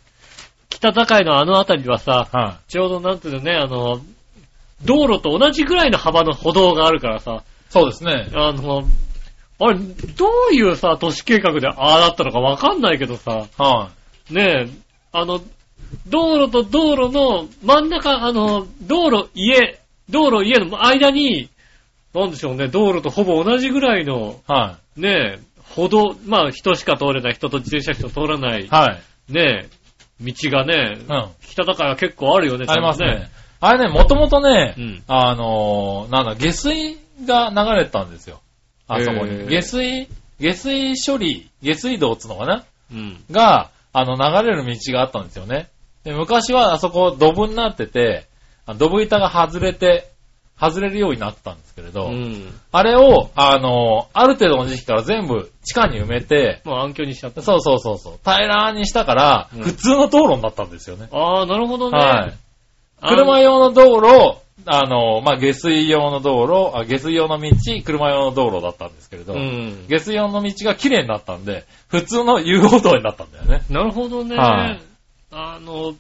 [SPEAKER 2] 北境のあの辺りはさ、
[SPEAKER 3] は
[SPEAKER 2] ちょうどなんていうのね、あの、道路と同じぐらいの幅の歩道があるからさ、
[SPEAKER 3] い。そうですね。
[SPEAKER 2] あの、あれ、どういうさ、都市計画でああだったのかわかんないけどさ、
[SPEAKER 3] は
[SPEAKER 2] ねえ、あの、道路と道路の真ん中、あの、道路、家、道路、家の間に、なんでしょうね、道路とほぼ同じぐらいの、
[SPEAKER 3] は
[SPEAKER 2] ねえ、歩道、まあ人しか通れない、人と自転車しか通らない
[SPEAKER 3] い。、はい。
[SPEAKER 2] ねえ、道がね、
[SPEAKER 3] うん。
[SPEAKER 2] 北だから結構あるよね、
[SPEAKER 3] あります
[SPEAKER 2] ちゃんと
[SPEAKER 3] ね。。あれね、もともとね、
[SPEAKER 2] うん
[SPEAKER 3] あのーなんだ、下水が流れてたんですよ。あそこ
[SPEAKER 2] へ
[SPEAKER 3] に。
[SPEAKER 2] ー
[SPEAKER 3] 下水、下水処理、下水道っつうのかな
[SPEAKER 2] うん。
[SPEAKER 3] が、あの、流れる道があったんですよね。で、昔はあそこ、ドブになってて、あドブ板が外れて、外れるようになったんですけれ
[SPEAKER 2] う
[SPEAKER 3] ど、
[SPEAKER 2] ん。
[SPEAKER 3] あれを、あのーある程度の時期から全部地下に埋めて、
[SPEAKER 2] もう暗渠にしちゃった。
[SPEAKER 3] そうそうそうそう、平らにしたから、
[SPEAKER 2] うん
[SPEAKER 3] 普通の道路になったんですよね。
[SPEAKER 2] ああ、なるほどね。
[SPEAKER 3] はい。
[SPEAKER 2] あの
[SPEAKER 3] 車用の道路、あの、まあ、下水用の道路、あ下水用の道、車用の道路だったんですけれど、
[SPEAKER 2] うん。
[SPEAKER 3] 下水用の道が綺麗になったんで、普通の遊歩道になったんだよね。
[SPEAKER 2] なるほどね。
[SPEAKER 3] はい
[SPEAKER 2] あの、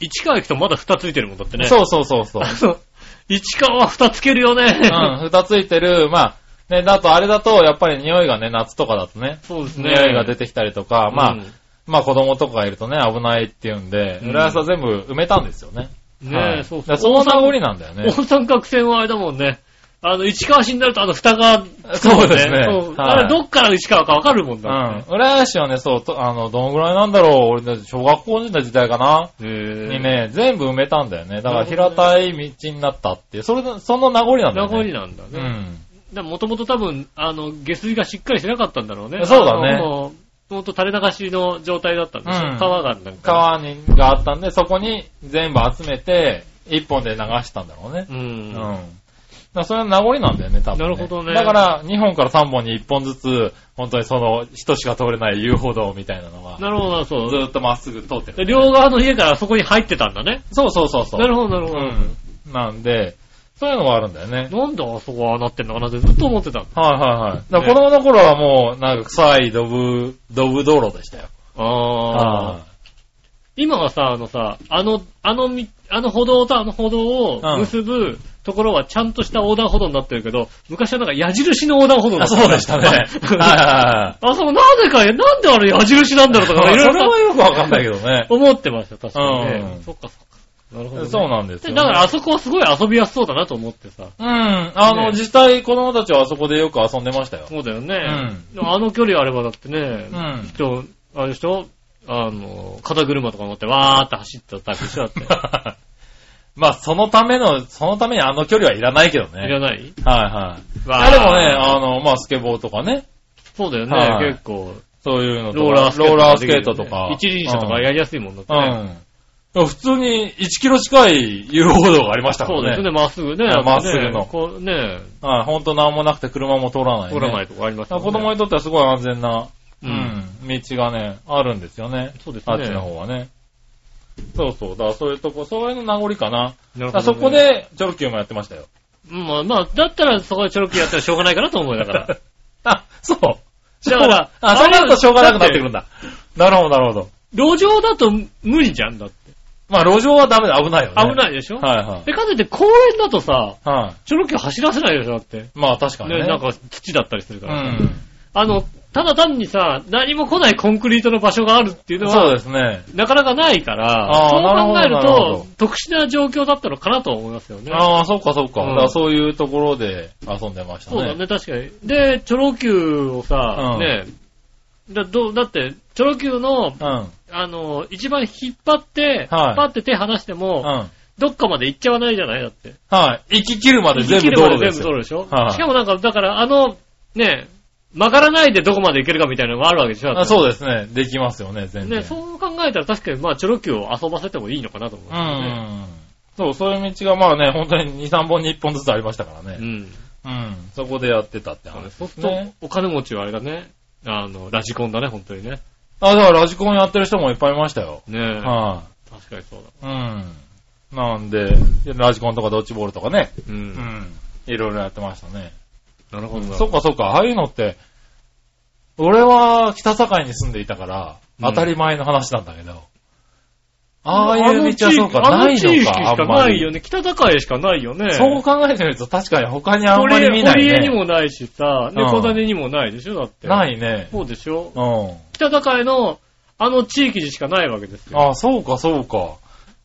[SPEAKER 2] 市川行くとまだ蓋ついてるもんだってね。う。
[SPEAKER 3] そうそうそ
[SPEAKER 2] <laughs>
[SPEAKER 3] うそう。
[SPEAKER 2] あの、市川は蓋つけるよね。
[SPEAKER 3] うん、蓋ついてる、まあ、ね、だとあれだと、やっぱり匂いがね、夏とかだとね、
[SPEAKER 2] そうですね。
[SPEAKER 3] 匂いが出てきたりとか、まあ、
[SPEAKER 2] うん
[SPEAKER 3] まあ子供とかがいるとね、危ないっていうんで、
[SPEAKER 2] うん
[SPEAKER 3] 浦安は全部埋めたんですよね。
[SPEAKER 2] ね
[SPEAKER 3] は
[SPEAKER 2] え、
[SPEAKER 3] い
[SPEAKER 2] そう
[SPEAKER 3] だからその名残
[SPEAKER 2] ね。
[SPEAKER 3] なんだよね。
[SPEAKER 2] 温三角線はあれだもんね。あの、市川市になるとあの蓋がつくもん、
[SPEAKER 3] そうですね
[SPEAKER 2] そう
[SPEAKER 3] はい
[SPEAKER 2] あれどっから市川かわかるもん
[SPEAKER 3] う
[SPEAKER 2] だ
[SPEAKER 3] ん。浦安市はね、そう、とあの、どのぐらいなんだろう、俺たち小学校時代時代かな。
[SPEAKER 2] って。へえ
[SPEAKER 3] に。ね、全部埋めたんだよね。だから
[SPEAKER 2] なるほ
[SPEAKER 3] 平たい道になったっていう、それで、その名残なんだ
[SPEAKER 2] 名
[SPEAKER 3] よね。
[SPEAKER 2] 残なんだね。もともと多分、あの、下水がしっかりしてなかったんだろうね。
[SPEAKER 3] そうだね
[SPEAKER 2] あのもうほんと垂れ流しの状態だったんでしょ。
[SPEAKER 3] うん
[SPEAKER 2] 川がなん
[SPEAKER 3] うん。
[SPEAKER 2] か。
[SPEAKER 3] 川に、があったんで、そこに全部集めて、一本で流したんだろうね。
[SPEAKER 2] う
[SPEAKER 3] うんん。だからそれは名残なんだよね、多分、
[SPEAKER 2] なるほどね
[SPEAKER 3] だから、2本から3本に1本ずつ、本当にその、人しか通れない遊歩道みたいなのが、
[SPEAKER 2] なるほどな、そう。
[SPEAKER 3] ずーっとまっすぐ通ってる、
[SPEAKER 2] 両側の家からそこに入ってたんだね。
[SPEAKER 3] そうそうそうそう。
[SPEAKER 2] なるほど、なるほど。
[SPEAKER 3] うん。なんで、そういうのがあるんだよね。
[SPEAKER 2] なんであそこはああなってんのかなってずっと思ってた。
[SPEAKER 3] はいはいはい。だから子供の頃はもう、なんか臭いドブ、ドブ道路でしたよ。
[SPEAKER 2] ああ。今はさ、あのさ、あの、あのみ、あの歩道とあの歩道を結ぶところはちゃんとした横断歩道になってるけど、昔はなんか矢印の横断歩道だ
[SPEAKER 3] あ
[SPEAKER 2] った。
[SPEAKER 3] そうでしたね。 <laughs> はいは
[SPEAKER 2] あ、そう、なんでか、なんであれ矢印なんだろう
[SPEAKER 3] い
[SPEAKER 2] と
[SPEAKER 3] は
[SPEAKER 2] か、
[SPEAKER 3] <laughs> い。
[SPEAKER 2] いろ
[SPEAKER 3] そ
[SPEAKER 2] い
[SPEAKER 3] れは
[SPEAKER 2] ろ
[SPEAKER 3] よくわかんないけどね。
[SPEAKER 2] 思ってました、確かにね。
[SPEAKER 3] うん
[SPEAKER 2] そっかそっか。なるほど、ね。
[SPEAKER 3] <laughs> そうなんです
[SPEAKER 2] で
[SPEAKER 3] よ、
[SPEAKER 2] だからあそこはすごい遊びやすそうだなと思ってさ。
[SPEAKER 3] うん。あの、
[SPEAKER 2] ね
[SPEAKER 3] 実際子供たちはあそこでよく遊んでましたよ。
[SPEAKER 2] そうだよね。
[SPEAKER 3] うん
[SPEAKER 2] でもあの距離あればだってね、
[SPEAKER 3] うん。
[SPEAKER 2] 人、あれでしょあの、肩車とか持ってわーって走ってたタクシーだ
[SPEAKER 3] <laughs>
[SPEAKER 2] って。
[SPEAKER 3] <laughs> まあ、そのための、そのためにあの距離はいらないけどね。
[SPEAKER 2] いらない
[SPEAKER 3] はいはい。
[SPEAKER 2] わ
[SPEAKER 3] あれもね、あの、まあ、スケボーとかね。
[SPEAKER 2] そうだよ
[SPEAKER 3] は
[SPEAKER 2] ね、
[SPEAKER 3] い
[SPEAKER 2] 結構。
[SPEAKER 3] そういうのとか。
[SPEAKER 2] ローラースケート。
[SPEAKER 3] ローラースケートとか。
[SPEAKER 2] 一輪車とかやりやすいもんだって
[SPEAKER 3] うん。
[SPEAKER 2] ね。
[SPEAKER 3] うん。普通に1キロ近い遊歩道がありましたか
[SPEAKER 2] そう
[SPEAKER 3] ら
[SPEAKER 2] です
[SPEAKER 3] ね。
[SPEAKER 2] ね、まっすぐね。
[SPEAKER 3] うん
[SPEAKER 2] あ
[SPEAKER 3] まっすぐの
[SPEAKER 2] こうね、
[SPEAKER 3] はい、ほんと何もなくて車も通らない、ね。
[SPEAKER 2] 通らないとこあります
[SPEAKER 3] だか
[SPEAKER 2] よ
[SPEAKER 3] ら
[SPEAKER 2] ね。
[SPEAKER 3] 子供にとってはすごい安全な、
[SPEAKER 2] う
[SPEAKER 3] うんん、道がね、あるんですよね。
[SPEAKER 2] そうですね
[SPEAKER 3] あっちの方はね。そうそう。だからそういうとこ、そういうの名残かな。
[SPEAKER 2] なるほど
[SPEAKER 3] だか
[SPEAKER 2] ね
[SPEAKER 3] らそこで、チョロキューもやってましたよ。
[SPEAKER 2] うんまあ、まあ、だったらそこでチョロキーやったらしょうがないかなと思うよだから。
[SPEAKER 3] あ、 <laughs> そう。
[SPEAKER 2] だから
[SPEAKER 3] あ、そうなるとしょうがなくなってくるんだ。なるほど、なるほど。
[SPEAKER 2] 路上だと無理じゃんだって。
[SPEAKER 3] まあ、路上はダメだ。危ないよね。。
[SPEAKER 2] 危ないいでしょ
[SPEAKER 3] はいはい。
[SPEAKER 2] で、かといって公園だとさ、
[SPEAKER 3] はい。
[SPEAKER 2] チョロキー走らせないでしょだって。
[SPEAKER 3] まあ、確かにね。
[SPEAKER 2] ね、なんか土だったりするか
[SPEAKER 3] う
[SPEAKER 2] らさ。
[SPEAKER 3] ん。
[SPEAKER 2] あの、ただ単にさ、何も来ないコンクリートの場所があるっていうの
[SPEAKER 3] そう
[SPEAKER 2] は、
[SPEAKER 3] ですね。
[SPEAKER 2] なかなかないから、
[SPEAKER 3] あー
[SPEAKER 2] そう考える
[SPEAKER 3] なるほどなるほ
[SPEAKER 2] と
[SPEAKER 3] ど、
[SPEAKER 2] 特殊な状況だったのかなとは思いますよね。
[SPEAKER 3] ああ、そうか、そうか。
[SPEAKER 2] うん
[SPEAKER 3] だからそういうところで遊んでましたね。
[SPEAKER 2] そうだね、確かに。で、チョロ Q をさ、
[SPEAKER 3] うん
[SPEAKER 2] ね、だどうだって、チョロ Q の、
[SPEAKER 3] うん。
[SPEAKER 2] あの、一番引っ張って、
[SPEAKER 3] はい
[SPEAKER 2] 引っ張って手離しても、
[SPEAKER 3] うん。
[SPEAKER 2] どっかまで行っちゃわないじゃないだって。
[SPEAKER 3] はい。息切るまで全部
[SPEAKER 2] 行き
[SPEAKER 3] 道
[SPEAKER 2] 切れば
[SPEAKER 3] 路で
[SPEAKER 2] 全
[SPEAKER 3] す
[SPEAKER 2] 部
[SPEAKER 3] よ。
[SPEAKER 2] 道路でしょ、
[SPEAKER 3] はい
[SPEAKER 2] しかもなんか、だからあの、ね、曲がらないでどこまで行けるかみたいなのがあるわけでしょ
[SPEAKER 3] あそう
[SPEAKER 2] う
[SPEAKER 3] ですね。できますよね、全然。
[SPEAKER 2] ね、そう考えたら確かに、まあ、チョロ Q を遊ばせてもいいのかなと思う、
[SPEAKER 3] うんうん。そう、そういう道がまあね、本当に2、3本に1本ずつありましたから
[SPEAKER 2] う
[SPEAKER 3] ね。
[SPEAKER 2] ん。
[SPEAKER 3] うん。そこでやってたって話
[SPEAKER 2] そ
[SPEAKER 3] で
[SPEAKER 2] う
[SPEAKER 3] す
[SPEAKER 2] すると、
[SPEAKER 3] ね。
[SPEAKER 2] お金持ちはあれだね。あの、ラジコンだね、本当にね。
[SPEAKER 3] あ、だからラジコンやってる人もいっぱいいましたよ。
[SPEAKER 2] ねえ。
[SPEAKER 3] は
[SPEAKER 2] 確かにそうだ。
[SPEAKER 3] い。うん。なんで、ラジコンとかドッジボールとかね。
[SPEAKER 2] う。
[SPEAKER 3] うんん。いろいろやってましたね。
[SPEAKER 2] なるほどな。
[SPEAKER 3] そっかそっか、ああいうのって、俺は北境に住んでいたから、
[SPEAKER 2] うん
[SPEAKER 3] 当たり前の話なんだけど、あ
[SPEAKER 2] あ
[SPEAKER 3] あいう道はそうか、ない
[SPEAKER 2] あの地域
[SPEAKER 3] の
[SPEAKER 2] し
[SPEAKER 3] か、
[SPEAKER 2] か
[SPEAKER 3] あんま
[SPEAKER 2] ない
[SPEAKER 3] り
[SPEAKER 2] よ。ね。北高江しかないよね。
[SPEAKER 3] そう考えてみると確かに他にあんまり見な
[SPEAKER 2] 堀江
[SPEAKER 3] い
[SPEAKER 2] に
[SPEAKER 3] ね。
[SPEAKER 2] もないしさ、
[SPEAKER 3] う
[SPEAKER 2] ね、
[SPEAKER 3] ん
[SPEAKER 2] 小種にもないでしょだって。。
[SPEAKER 3] ないいね。
[SPEAKER 2] そうでしょ
[SPEAKER 3] うん。
[SPEAKER 2] 北高江の、あの地域でしかないわけですよ。
[SPEAKER 3] あ、そうか、そうか。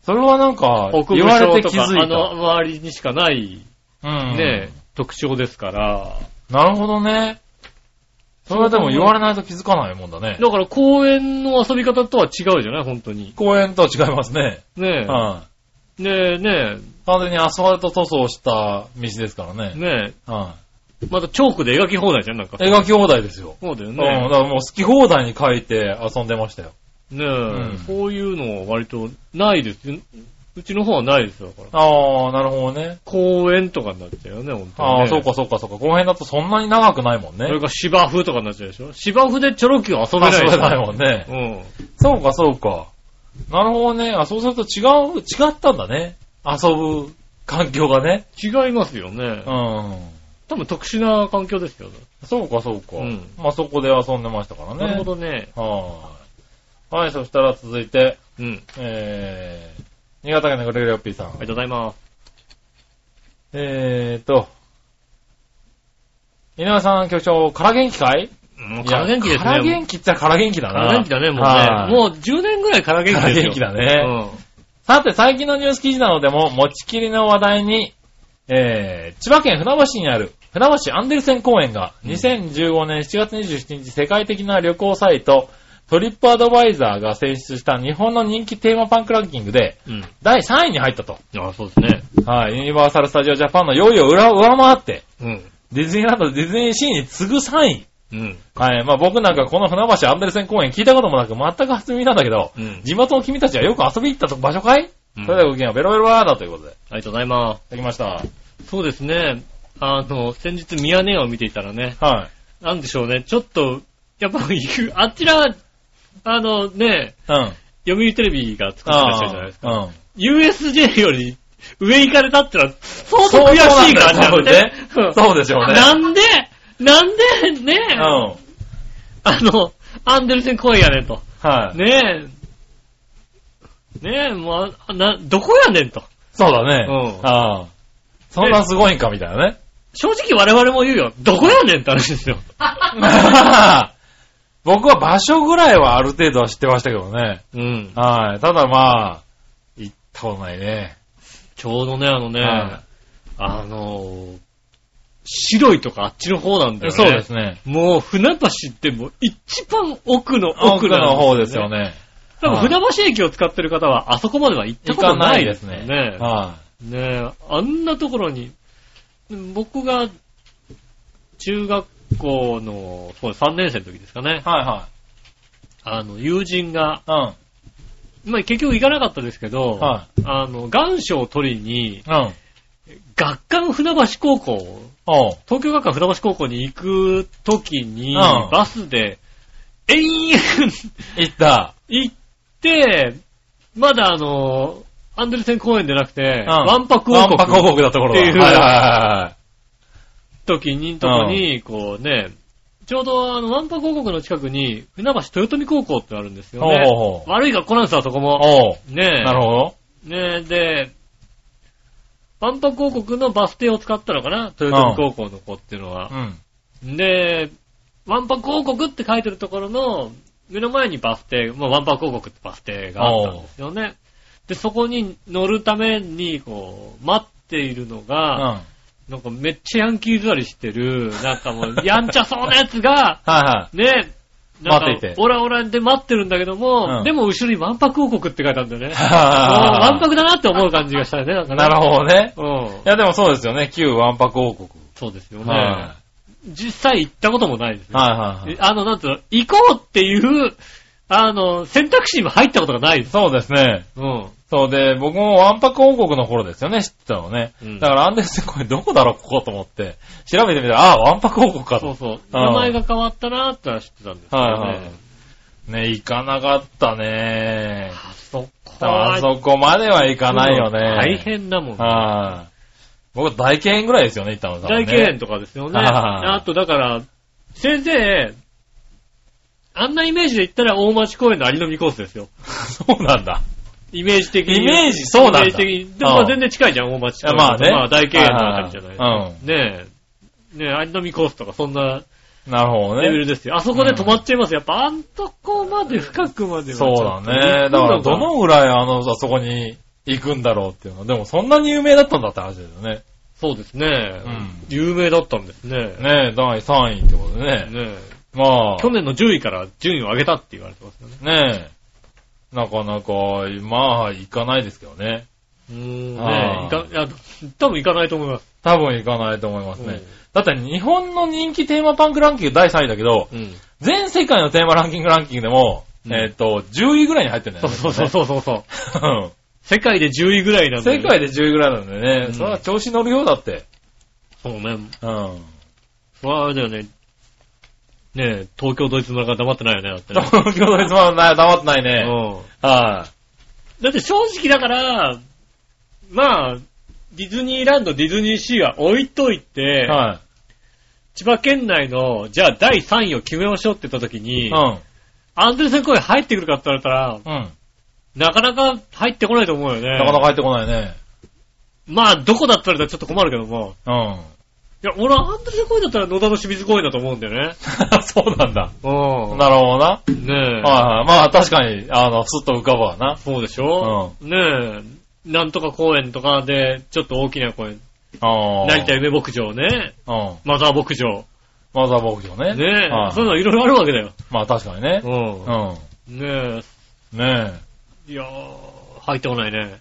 [SPEAKER 3] それはなんか、
[SPEAKER 2] 北部
[SPEAKER 3] 言われ
[SPEAKER 2] 省
[SPEAKER 3] て
[SPEAKER 2] と
[SPEAKER 3] 気づ
[SPEAKER 2] か、
[SPEAKER 3] いた。
[SPEAKER 2] あの周りにしかない、
[SPEAKER 3] うん。
[SPEAKER 2] ね、特徴ですから。
[SPEAKER 3] なるほどね。それはでも言われないと気づかないもんだね。
[SPEAKER 2] だから公園の遊び方とは違うじゃない本当に。
[SPEAKER 3] 公園とは違いますね。
[SPEAKER 2] ね
[SPEAKER 3] は
[SPEAKER 2] え。ねえ、ね
[SPEAKER 3] い。完全にアスファルト塗装した道ですから
[SPEAKER 2] え、
[SPEAKER 3] ね。
[SPEAKER 2] ね
[SPEAKER 3] は
[SPEAKER 2] え。またチョークで描き放題じゃん、なんか
[SPEAKER 3] い。。描き放題ですよ。
[SPEAKER 2] そうだよ
[SPEAKER 3] うん。
[SPEAKER 2] ね
[SPEAKER 3] だ。からもう好き放題に描いて遊んでましたよ。
[SPEAKER 2] ねえ、
[SPEAKER 3] ん
[SPEAKER 2] そういうのは割とないです。うちの方はないですよ、だから。
[SPEAKER 3] ああ、なるほどね。
[SPEAKER 2] 公園とかになっちゃうよね、本当に、ね。
[SPEAKER 3] ああ、そう。かそうかそうか。この辺だとそんなに長くないもんね
[SPEAKER 2] そ。れから芝生とかになっちゃうでしょ芝生でチョロキュー遊べないで
[SPEAKER 3] 遊べ
[SPEAKER 2] しょ
[SPEAKER 3] ないもんね。
[SPEAKER 2] うん。
[SPEAKER 3] そうかそうか。なるほどね。あ、そうすると違う、違ったんだね。遊ぶ環境がね。
[SPEAKER 2] 違いますよね
[SPEAKER 3] う。ん。
[SPEAKER 2] 多分特殊な環境ですよ。
[SPEAKER 3] そうかそうか。
[SPEAKER 2] うん
[SPEAKER 3] まあそこで遊んでましたからね。
[SPEAKER 2] なるほどね。
[SPEAKER 3] はい。はい、そしたら続いて、
[SPEAKER 2] うん。あり
[SPEAKER 3] えー、新潟県のグレグレオッピーさん。
[SPEAKER 2] がとうございます。
[SPEAKER 3] えーと、井上さん局長、空元気かい
[SPEAKER 2] うん、空元気ですね。
[SPEAKER 3] 空元気っちゃ空元気だな。
[SPEAKER 2] 空元気だね、もう
[SPEAKER 3] はい
[SPEAKER 2] ね。もう10年ぐらい空元気ですよ。
[SPEAKER 3] 空元気だね。さて、最近のニュース記事などでも、持ちきりの話題に、えー、千葉県船橋にある、船橋アンデルセン公園が、
[SPEAKER 2] うん
[SPEAKER 3] 2015年7月27日、世界的な旅行サイト、トリップアドバイザーが選出した日本の人気テーマパンクランキングで、
[SPEAKER 2] うん。うん。
[SPEAKER 3] 第3位に入ったと。
[SPEAKER 2] あそうですね。
[SPEAKER 3] はい、ユニバーサル・スタジオ・ジャパンの4位を裏上回って、
[SPEAKER 2] うん。
[SPEAKER 3] ディズニーランド、ディズニーシーに次ぐ3位。
[SPEAKER 2] うん。
[SPEAKER 3] はい、まあ僕なんかこの船橋アンデルセン公園聞いたこともなく、全く初耳なんだけど、
[SPEAKER 2] うん
[SPEAKER 3] 地元の君たちはよく遊びに行ったと場所かい、
[SPEAKER 2] うん
[SPEAKER 3] それではごきげんようベロベロワーだということで。
[SPEAKER 2] ありがとうございま
[SPEAKER 3] いただきました。
[SPEAKER 2] す。そうですね。あの、先日ミヤネ屋を見ていたらね、
[SPEAKER 3] はい。
[SPEAKER 2] なんでしょうね、ちょっと、やっぱ、 <laughs> あちら、あのね、
[SPEAKER 3] うん。
[SPEAKER 2] 読売テレビが作ってらっしゃるじゃないですか。
[SPEAKER 3] うん。
[SPEAKER 2] USJ より上行かれたってのは、相当悔しい感じな
[SPEAKER 3] そ
[SPEAKER 2] の
[SPEAKER 3] う
[SPEAKER 2] ね
[SPEAKER 3] ね。。
[SPEAKER 2] <laughs> うん
[SPEAKER 3] そうでしょうね。
[SPEAKER 2] なんで、なんで、ね、
[SPEAKER 3] うん。はい。
[SPEAKER 2] あの、アンデルセン公園やねんと。ねえ。ねえ、もう、あな、どこやねんと。
[SPEAKER 3] そうだね。
[SPEAKER 2] うん
[SPEAKER 3] ああ。そんなすごいんかみたいなね。
[SPEAKER 2] 正直我々も言うよ。どこやねんって話ですよ。
[SPEAKER 3] <laughs> 僕は場所ぐらいはある程度は知ってましたけどね。
[SPEAKER 2] うん。
[SPEAKER 3] はい。ただまあ、行ったことないね。
[SPEAKER 2] ちょうどね、あのね、
[SPEAKER 3] は
[SPEAKER 2] あのー白いとかあっちの方なんだよね。
[SPEAKER 3] そうですね。
[SPEAKER 2] もう船橋ってもう一番奥の奥
[SPEAKER 3] 奥
[SPEAKER 2] な
[SPEAKER 3] の
[SPEAKER 2] の
[SPEAKER 3] 方ですよ。ね。
[SPEAKER 2] 多分船橋駅を使ってる方はあそこまでは行った
[SPEAKER 3] 行
[SPEAKER 2] こと
[SPEAKER 3] か
[SPEAKER 2] な
[SPEAKER 3] ないい
[SPEAKER 2] で
[SPEAKER 3] ですす
[SPEAKER 2] よ
[SPEAKER 3] ね。
[SPEAKER 2] ね。
[SPEAKER 3] は
[SPEAKER 2] ねえ、あんなところに、僕が中学校のそう3年生の時ですかね
[SPEAKER 3] い。。は
[SPEAKER 2] あの、友人が、
[SPEAKER 3] いはい。
[SPEAKER 2] まあ、結局行かなかったですけど、
[SPEAKER 3] うん。は
[SPEAKER 2] あの、願書を取りに
[SPEAKER 3] い。、うん。
[SPEAKER 2] 学館船橋高校、
[SPEAKER 3] おう。
[SPEAKER 2] 東京学館船橋高校に行く時に、
[SPEAKER 3] うん
[SPEAKER 2] バスで、延々
[SPEAKER 3] 行った。
[SPEAKER 2] 行って、まだあの、アンデルセン公園じゃなくて、
[SPEAKER 3] ん
[SPEAKER 2] ワンパク
[SPEAKER 3] ワ
[SPEAKER 2] 王
[SPEAKER 3] ンパク王
[SPEAKER 2] 国
[SPEAKER 3] 国だところだ。
[SPEAKER 2] っていう
[SPEAKER 3] はいはいはいはい。
[SPEAKER 2] 時に、とこに、こうね、ちょうどあの、ワンパク王国の近くに、船橋豊富高校ってあるんですよね。
[SPEAKER 3] ほうほうほう
[SPEAKER 2] 悪い学校なんですよ、そこも。
[SPEAKER 3] おう。
[SPEAKER 2] ねえ。
[SPEAKER 3] なるほど。
[SPEAKER 2] ねえ、で、万博王国のバス停を使ったのかな豊臣高校の子っていうのは
[SPEAKER 3] う。ん。
[SPEAKER 2] で、万博王国って書いてるところの目の前にバス停、まあ、万博王国ってバス停があったんですよね。で、そこに乗るために、こう、待っているの
[SPEAKER 3] うん。
[SPEAKER 2] が、
[SPEAKER 3] はい、
[SPEAKER 2] なんかめっちゃヤンキー座りしてる、なんかもう、 <laughs> やんちゃそうなやつが
[SPEAKER 3] は
[SPEAKER 2] ね、なんか
[SPEAKER 3] 待っていて
[SPEAKER 2] オラオラで待ってるんだけども、
[SPEAKER 3] うん
[SPEAKER 2] でも後ろに万博王国って書いてあるんだよね。
[SPEAKER 3] い。
[SPEAKER 2] わんぱ
[SPEAKER 3] ク
[SPEAKER 2] くだなって思う感じがしたよね、なんかね
[SPEAKER 3] <laughs> なるほどね。
[SPEAKER 2] うん
[SPEAKER 3] い。やでもそうですよね。旧ワンパク王国。
[SPEAKER 2] そうですよね
[SPEAKER 3] は。
[SPEAKER 2] 実際行ったこともないです
[SPEAKER 3] い。
[SPEAKER 2] ね。
[SPEAKER 3] はいはいはい。
[SPEAKER 2] あの、なんつうの、行こうっていう、あの、選択肢にも入ったことがないです。
[SPEAKER 3] そうですね。
[SPEAKER 2] うん。
[SPEAKER 3] そうで、僕もワンパク王国の頃ですよね、知ってたのね。
[SPEAKER 2] うん
[SPEAKER 3] だからアンデルセンこれどこだろう、ここと思って。調べてみたら、ああ、ワンパク王国か
[SPEAKER 2] そう
[SPEAKER 3] と。
[SPEAKER 2] そう。
[SPEAKER 3] うん
[SPEAKER 2] 名前が変わったなってのは知ってたんですけどね。
[SPEAKER 3] はいはいね、行かなかったね。
[SPEAKER 2] あそこは
[SPEAKER 3] あそこまでは行かないよね。
[SPEAKER 2] 大変だもん。
[SPEAKER 3] はい。僕、大敬遠ぐらいですよね、行ったの。多分
[SPEAKER 2] 大
[SPEAKER 3] ね
[SPEAKER 2] 敬遠とかですよね。
[SPEAKER 3] はい
[SPEAKER 2] あと、だから、先生、あんなイメージで言ったら大町公園の有のみコースですよ。
[SPEAKER 3] <laughs> そうなんだ。
[SPEAKER 2] イメージ的に。
[SPEAKER 3] イメージそうなんだ
[SPEAKER 2] イメージ的に。でもまあ全然近いじゃん、大町
[SPEAKER 3] いやまあね
[SPEAKER 2] まあ大経営のあたりじゃない。
[SPEAKER 3] はいはいはい
[SPEAKER 2] ねえ。ねえ、アニノミコースとかそんな
[SPEAKER 3] なるほど
[SPEAKER 2] レベル
[SPEAKER 3] ね。
[SPEAKER 2] ですよ。あそこで止まっちゃいます。やっぱ、あんとこまで、深くまではち
[SPEAKER 3] そ
[SPEAKER 2] ょ
[SPEAKER 3] う
[SPEAKER 2] っと
[SPEAKER 3] だね。だから、ど
[SPEAKER 2] 行く
[SPEAKER 3] のぐらいあの、あそこに行くんだろうっていうのは。でも、そんなに有名だったんだって話だよね。
[SPEAKER 2] そうですね、
[SPEAKER 3] うん
[SPEAKER 2] 有名だったんですね。
[SPEAKER 3] ねえ、第3位ってことでね。
[SPEAKER 2] ね
[SPEAKER 3] まあ、
[SPEAKER 2] 去年の10位から順位を上げたって言われてますよね。
[SPEAKER 3] ねえ、なかなか、まあ、行かないですけどね。
[SPEAKER 2] うーんね
[SPEAKER 3] あー
[SPEAKER 2] いか、いや、多分行かないと思います。
[SPEAKER 3] 多分行かないと思いますね。
[SPEAKER 2] うん
[SPEAKER 3] だって日本の人気テーマパンクランキング第3位だけど、
[SPEAKER 2] うん。
[SPEAKER 3] 全世界のテーマランキングランキングでも、
[SPEAKER 2] うん
[SPEAKER 3] えっ、と、10位ぐらいに入ってんだよ
[SPEAKER 2] そう
[SPEAKER 3] ね。
[SPEAKER 2] そうそう <laughs> そうそうそう。
[SPEAKER 3] うん
[SPEAKER 2] 世界で10位ぐらいなんで、
[SPEAKER 3] 世界で10位ぐらいなんでね、
[SPEAKER 2] うん
[SPEAKER 3] それは調子乗るようだって。
[SPEAKER 2] そうね。
[SPEAKER 3] うん。
[SPEAKER 2] それはあれだよね。ねえ、東京ドイツ村が黙ってないよね、だっ
[SPEAKER 3] <laughs>
[SPEAKER 2] てね。
[SPEAKER 3] 東京ドイツまだ黙ってないね。
[SPEAKER 2] うん。
[SPEAKER 3] は
[SPEAKER 2] だって正直だから、まあ、ディズニーランド、ディズニーシーは置いとい
[SPEAKER 3] い。
[SPEAKER 2] て、
[SPEAKER 3] は
[SPEAKER 2] 千葉県内の、じゃあ第3位を決めましょうって言った時
[SPEAKER 3] い。
[SPEAKER 2] に、
[SPEAKER 3] うん。
[SPEAKER 2] アンデルセン公園入ってくるかって言われたら、
[SPEAKER 3] うん。
[SPEAKER 2] なかなか入ってこないと思うよね。
[SPEAKER 3] なかなか入ってこないね。
[SPEAKER 2] まあ、どこだったらちょっと困るけども。 <laughs>
[SPEAKER 3] う
[SPEAKER 2] いや、俺はアンデルセン公園だったら野田の清水公園だと思うんだよね。
[SPEAKER 3] ん。そうなんだ。
[SPEAKER 2] う
[SPEAKER 3] なるほどな。
[SPEAKER 2] ん。ねえ。
[SPEAKER 3] はいはい。まあ確かに、あの、すっと浮かぶわな。
[SPEAKER 2] そうでしょ、ねえ。なんとか公園とかで、ちょっと大きな公園。
[SPEAKER 3] ああ。
[SPEAKER 2] 成田夢牧場ね。
[SPEAKER 3] うん。
[SPEAKER 2] マザー牧場。
[SPEAKER 3] マザー牧場ね。
[SPEAKER 2] ねえ。
[SPEAKER 3] はい
[SPEAKER 2] そういうのいろいろあるわけだよ。
[SPEAKER 3] まあ確かにね。う
[SPEAKER 2] うん。ね
[SPEAKER 3] ん。ね
[SPEAKER 2] え。いやー、入ってこないね。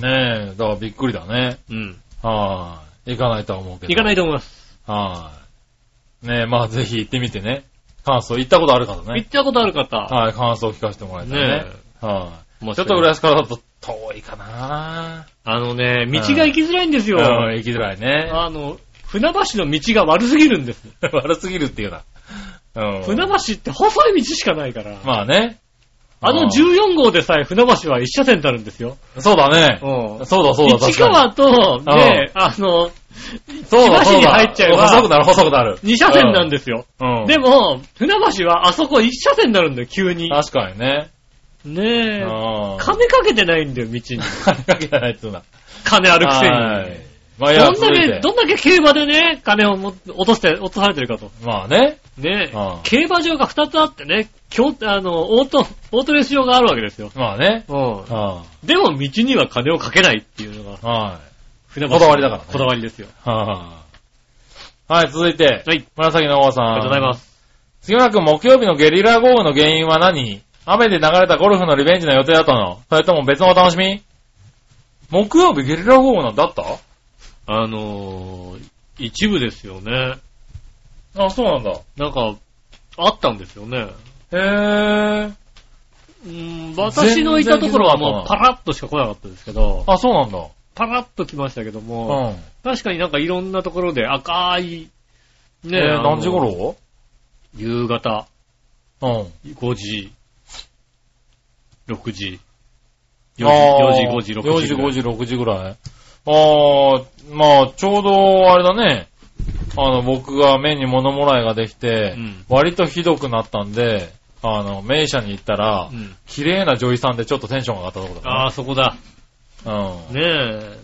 [SPEAKER 3] え。ねえ。だからびっくりだね。
[SPEAKER 2] うん。
[SPEAKER 3] はい。行かないとは思うけど。。
[SPEAKER 2] 行かないいと思います。
[SPEAKER 3] はい。ねえ、まあぜひ行ってみてね。感想、行ったことある方ね
[SPEAKER 2] 行っ。たことある方。
[SPEAKER 3] はい、感想を聞かせてもらいたいね
[SPEAKER 2] ね。
[SPEAKER 3] はい。
[SPEAKER 2] もし
[SPEAKER 3] ちょっと浦安からだと遠いかな
[SPEAKER 2] あのね、道が行きづらいんです
[SPEAKER 3] うん
[SPEAKER 2] よ。、
[SPEAKER 3] 行きづらいね。
[SPEAKER 2] あの、船橋の道が悪すぎるんです。
[SPEAKER 3] 悪すぎるっていうな。うん。
[SPEAKER 2] 船橋って細い道しかないから。
[SPEAKER 3] まあね。
[SPEAKER 2] あの
[SPEAKER 3] 十
[SPEAKER 2] 14号でさえ船橋は一車線になるんですよ。
[SPEAKER 3] そうだね。
[SPEAKER 2] うん。
[SPEAKER 3] そうだそうだ、
[SPEAKER 2] 市
[SPEAKER 3] 確かに。
[SPEAKER 2] 川と、ね、あの、
[SPEAKER 3] そうだ、
[SPEAKER 2] 千葉市
[SPEAKER 3] そう
[SPEAKER 2] に
[SPEAKER 3] だ。
[SPEAKER 2] 入っちゃえば
[SPEAKER 3] 細くなる、細くなる。
[SPEAKER 2] 二車線なんですよ。
[SPEAKER 3] うん。
[SPEAKER 2] でも、船橋はあそこ一車線になるんだよ、急に。
[SPEAKER 3] 確かにね。
[SPEAKER 2] ねえ。
[SPEAKER 3] うん。 <laughs>
[SPEAKER 2] 金かけてないんだよ、道に。
[SPEAKER 3] 金かけないっつうな。
[SPEAKER 2] 金あるくせ
[SPEAKER 3] はい
[SPEAKER 2] に。。
[SPEAKER 3] まあ、いや、
[SPEAKER 2] どん
[SPEAKER 3] 続
[SPEAKER 2] だ
[SPEAKER 3] い
[SPEAKER 2] け、
[SPEAKER 3] て。
[SPEAKER 2] どんだけ競馬でね、金をも落として、落とされてるかと。
[SPEAKER 3] まあね。
[SPEAKER 2] ねえ
[SPEAKER 3] うん。
[SPEAKER 2] 競馬場が2つあってね、競あの、オート、オートレース場があるわけですよ。
[SPEAKER 3] まあね。
[SPEAKER 2] うん。
[SPEAKER 3] は
[SPEAKER 2] でも、道には金をかけないっていうのが、
[SPEAKER 3] い。は
[SPEAKER 2] 船
[SPEAKER 3] こだわりだからね
[SPEAKER 2] こだわりですよ。
[SPEAKER 3] い。はい。はい、続いて。
[SPEAKER 2] はい。
[SPEAKER 3] 紫のおばさん。。
[SPEAKER 2] ありがとうございますす。
[SPEAKER 3] 杉村君、木曜日のゲリラ豪雨の原因は何雨で流れたゴルフのリベンジの予定だったのそれとも別のお楽しみ木曜日ゲリラ豪雨なんだった
[SPEAKER 2] あのー、一部ですよね。
[SPEAKER 3] あ、そうなんだ。
[SPEAKER 2] なんか、あったんですよね。
[SPEAKER 3] へー。
[SPEAKER 2] うーん私のいたところはもうパラッとしか来なかったですけど、
[SPEAKER 3] あ、そうなんだ。
[SPEAKER 2] パラッと来ましたけど
[SPEAKER 3] う
[SPEAKER 2] も、
[SPEAKER 3] ん。
[SPEAKER 2] 確かになんかいろんなところで赤い、ね
[SPEAKER 3] えー
[SPEAKER 2] あの
[SPEAKER 3] 何時頃
[SPEAKER 2] 夕方、
[SPEAKER 3] うん。
[SPEAKER 2] 5時、6時、4時、
[SPEAKER 3] あー
[SPEAKER 2] 4時、5時、6時。
[SPEAKER 3] 4時、5時、6時ぐらい。ああ、まあ、ちょうど、あれだね。あの、僕が目に物もらいができて、
[SPEAKER 2] うん
[SPEAKER 3] 割とひどくなったんで、あの、名車に行ったら、
[SPEAKER 2] うん。
[SPEAKER 3] 綺麗な女医さんでちょっとテンションが上がったところだ
[SPEAKER 2] ああ、そこだ。
[SPEAKER 3] あうん。
[SPEAKER 2] ねえ。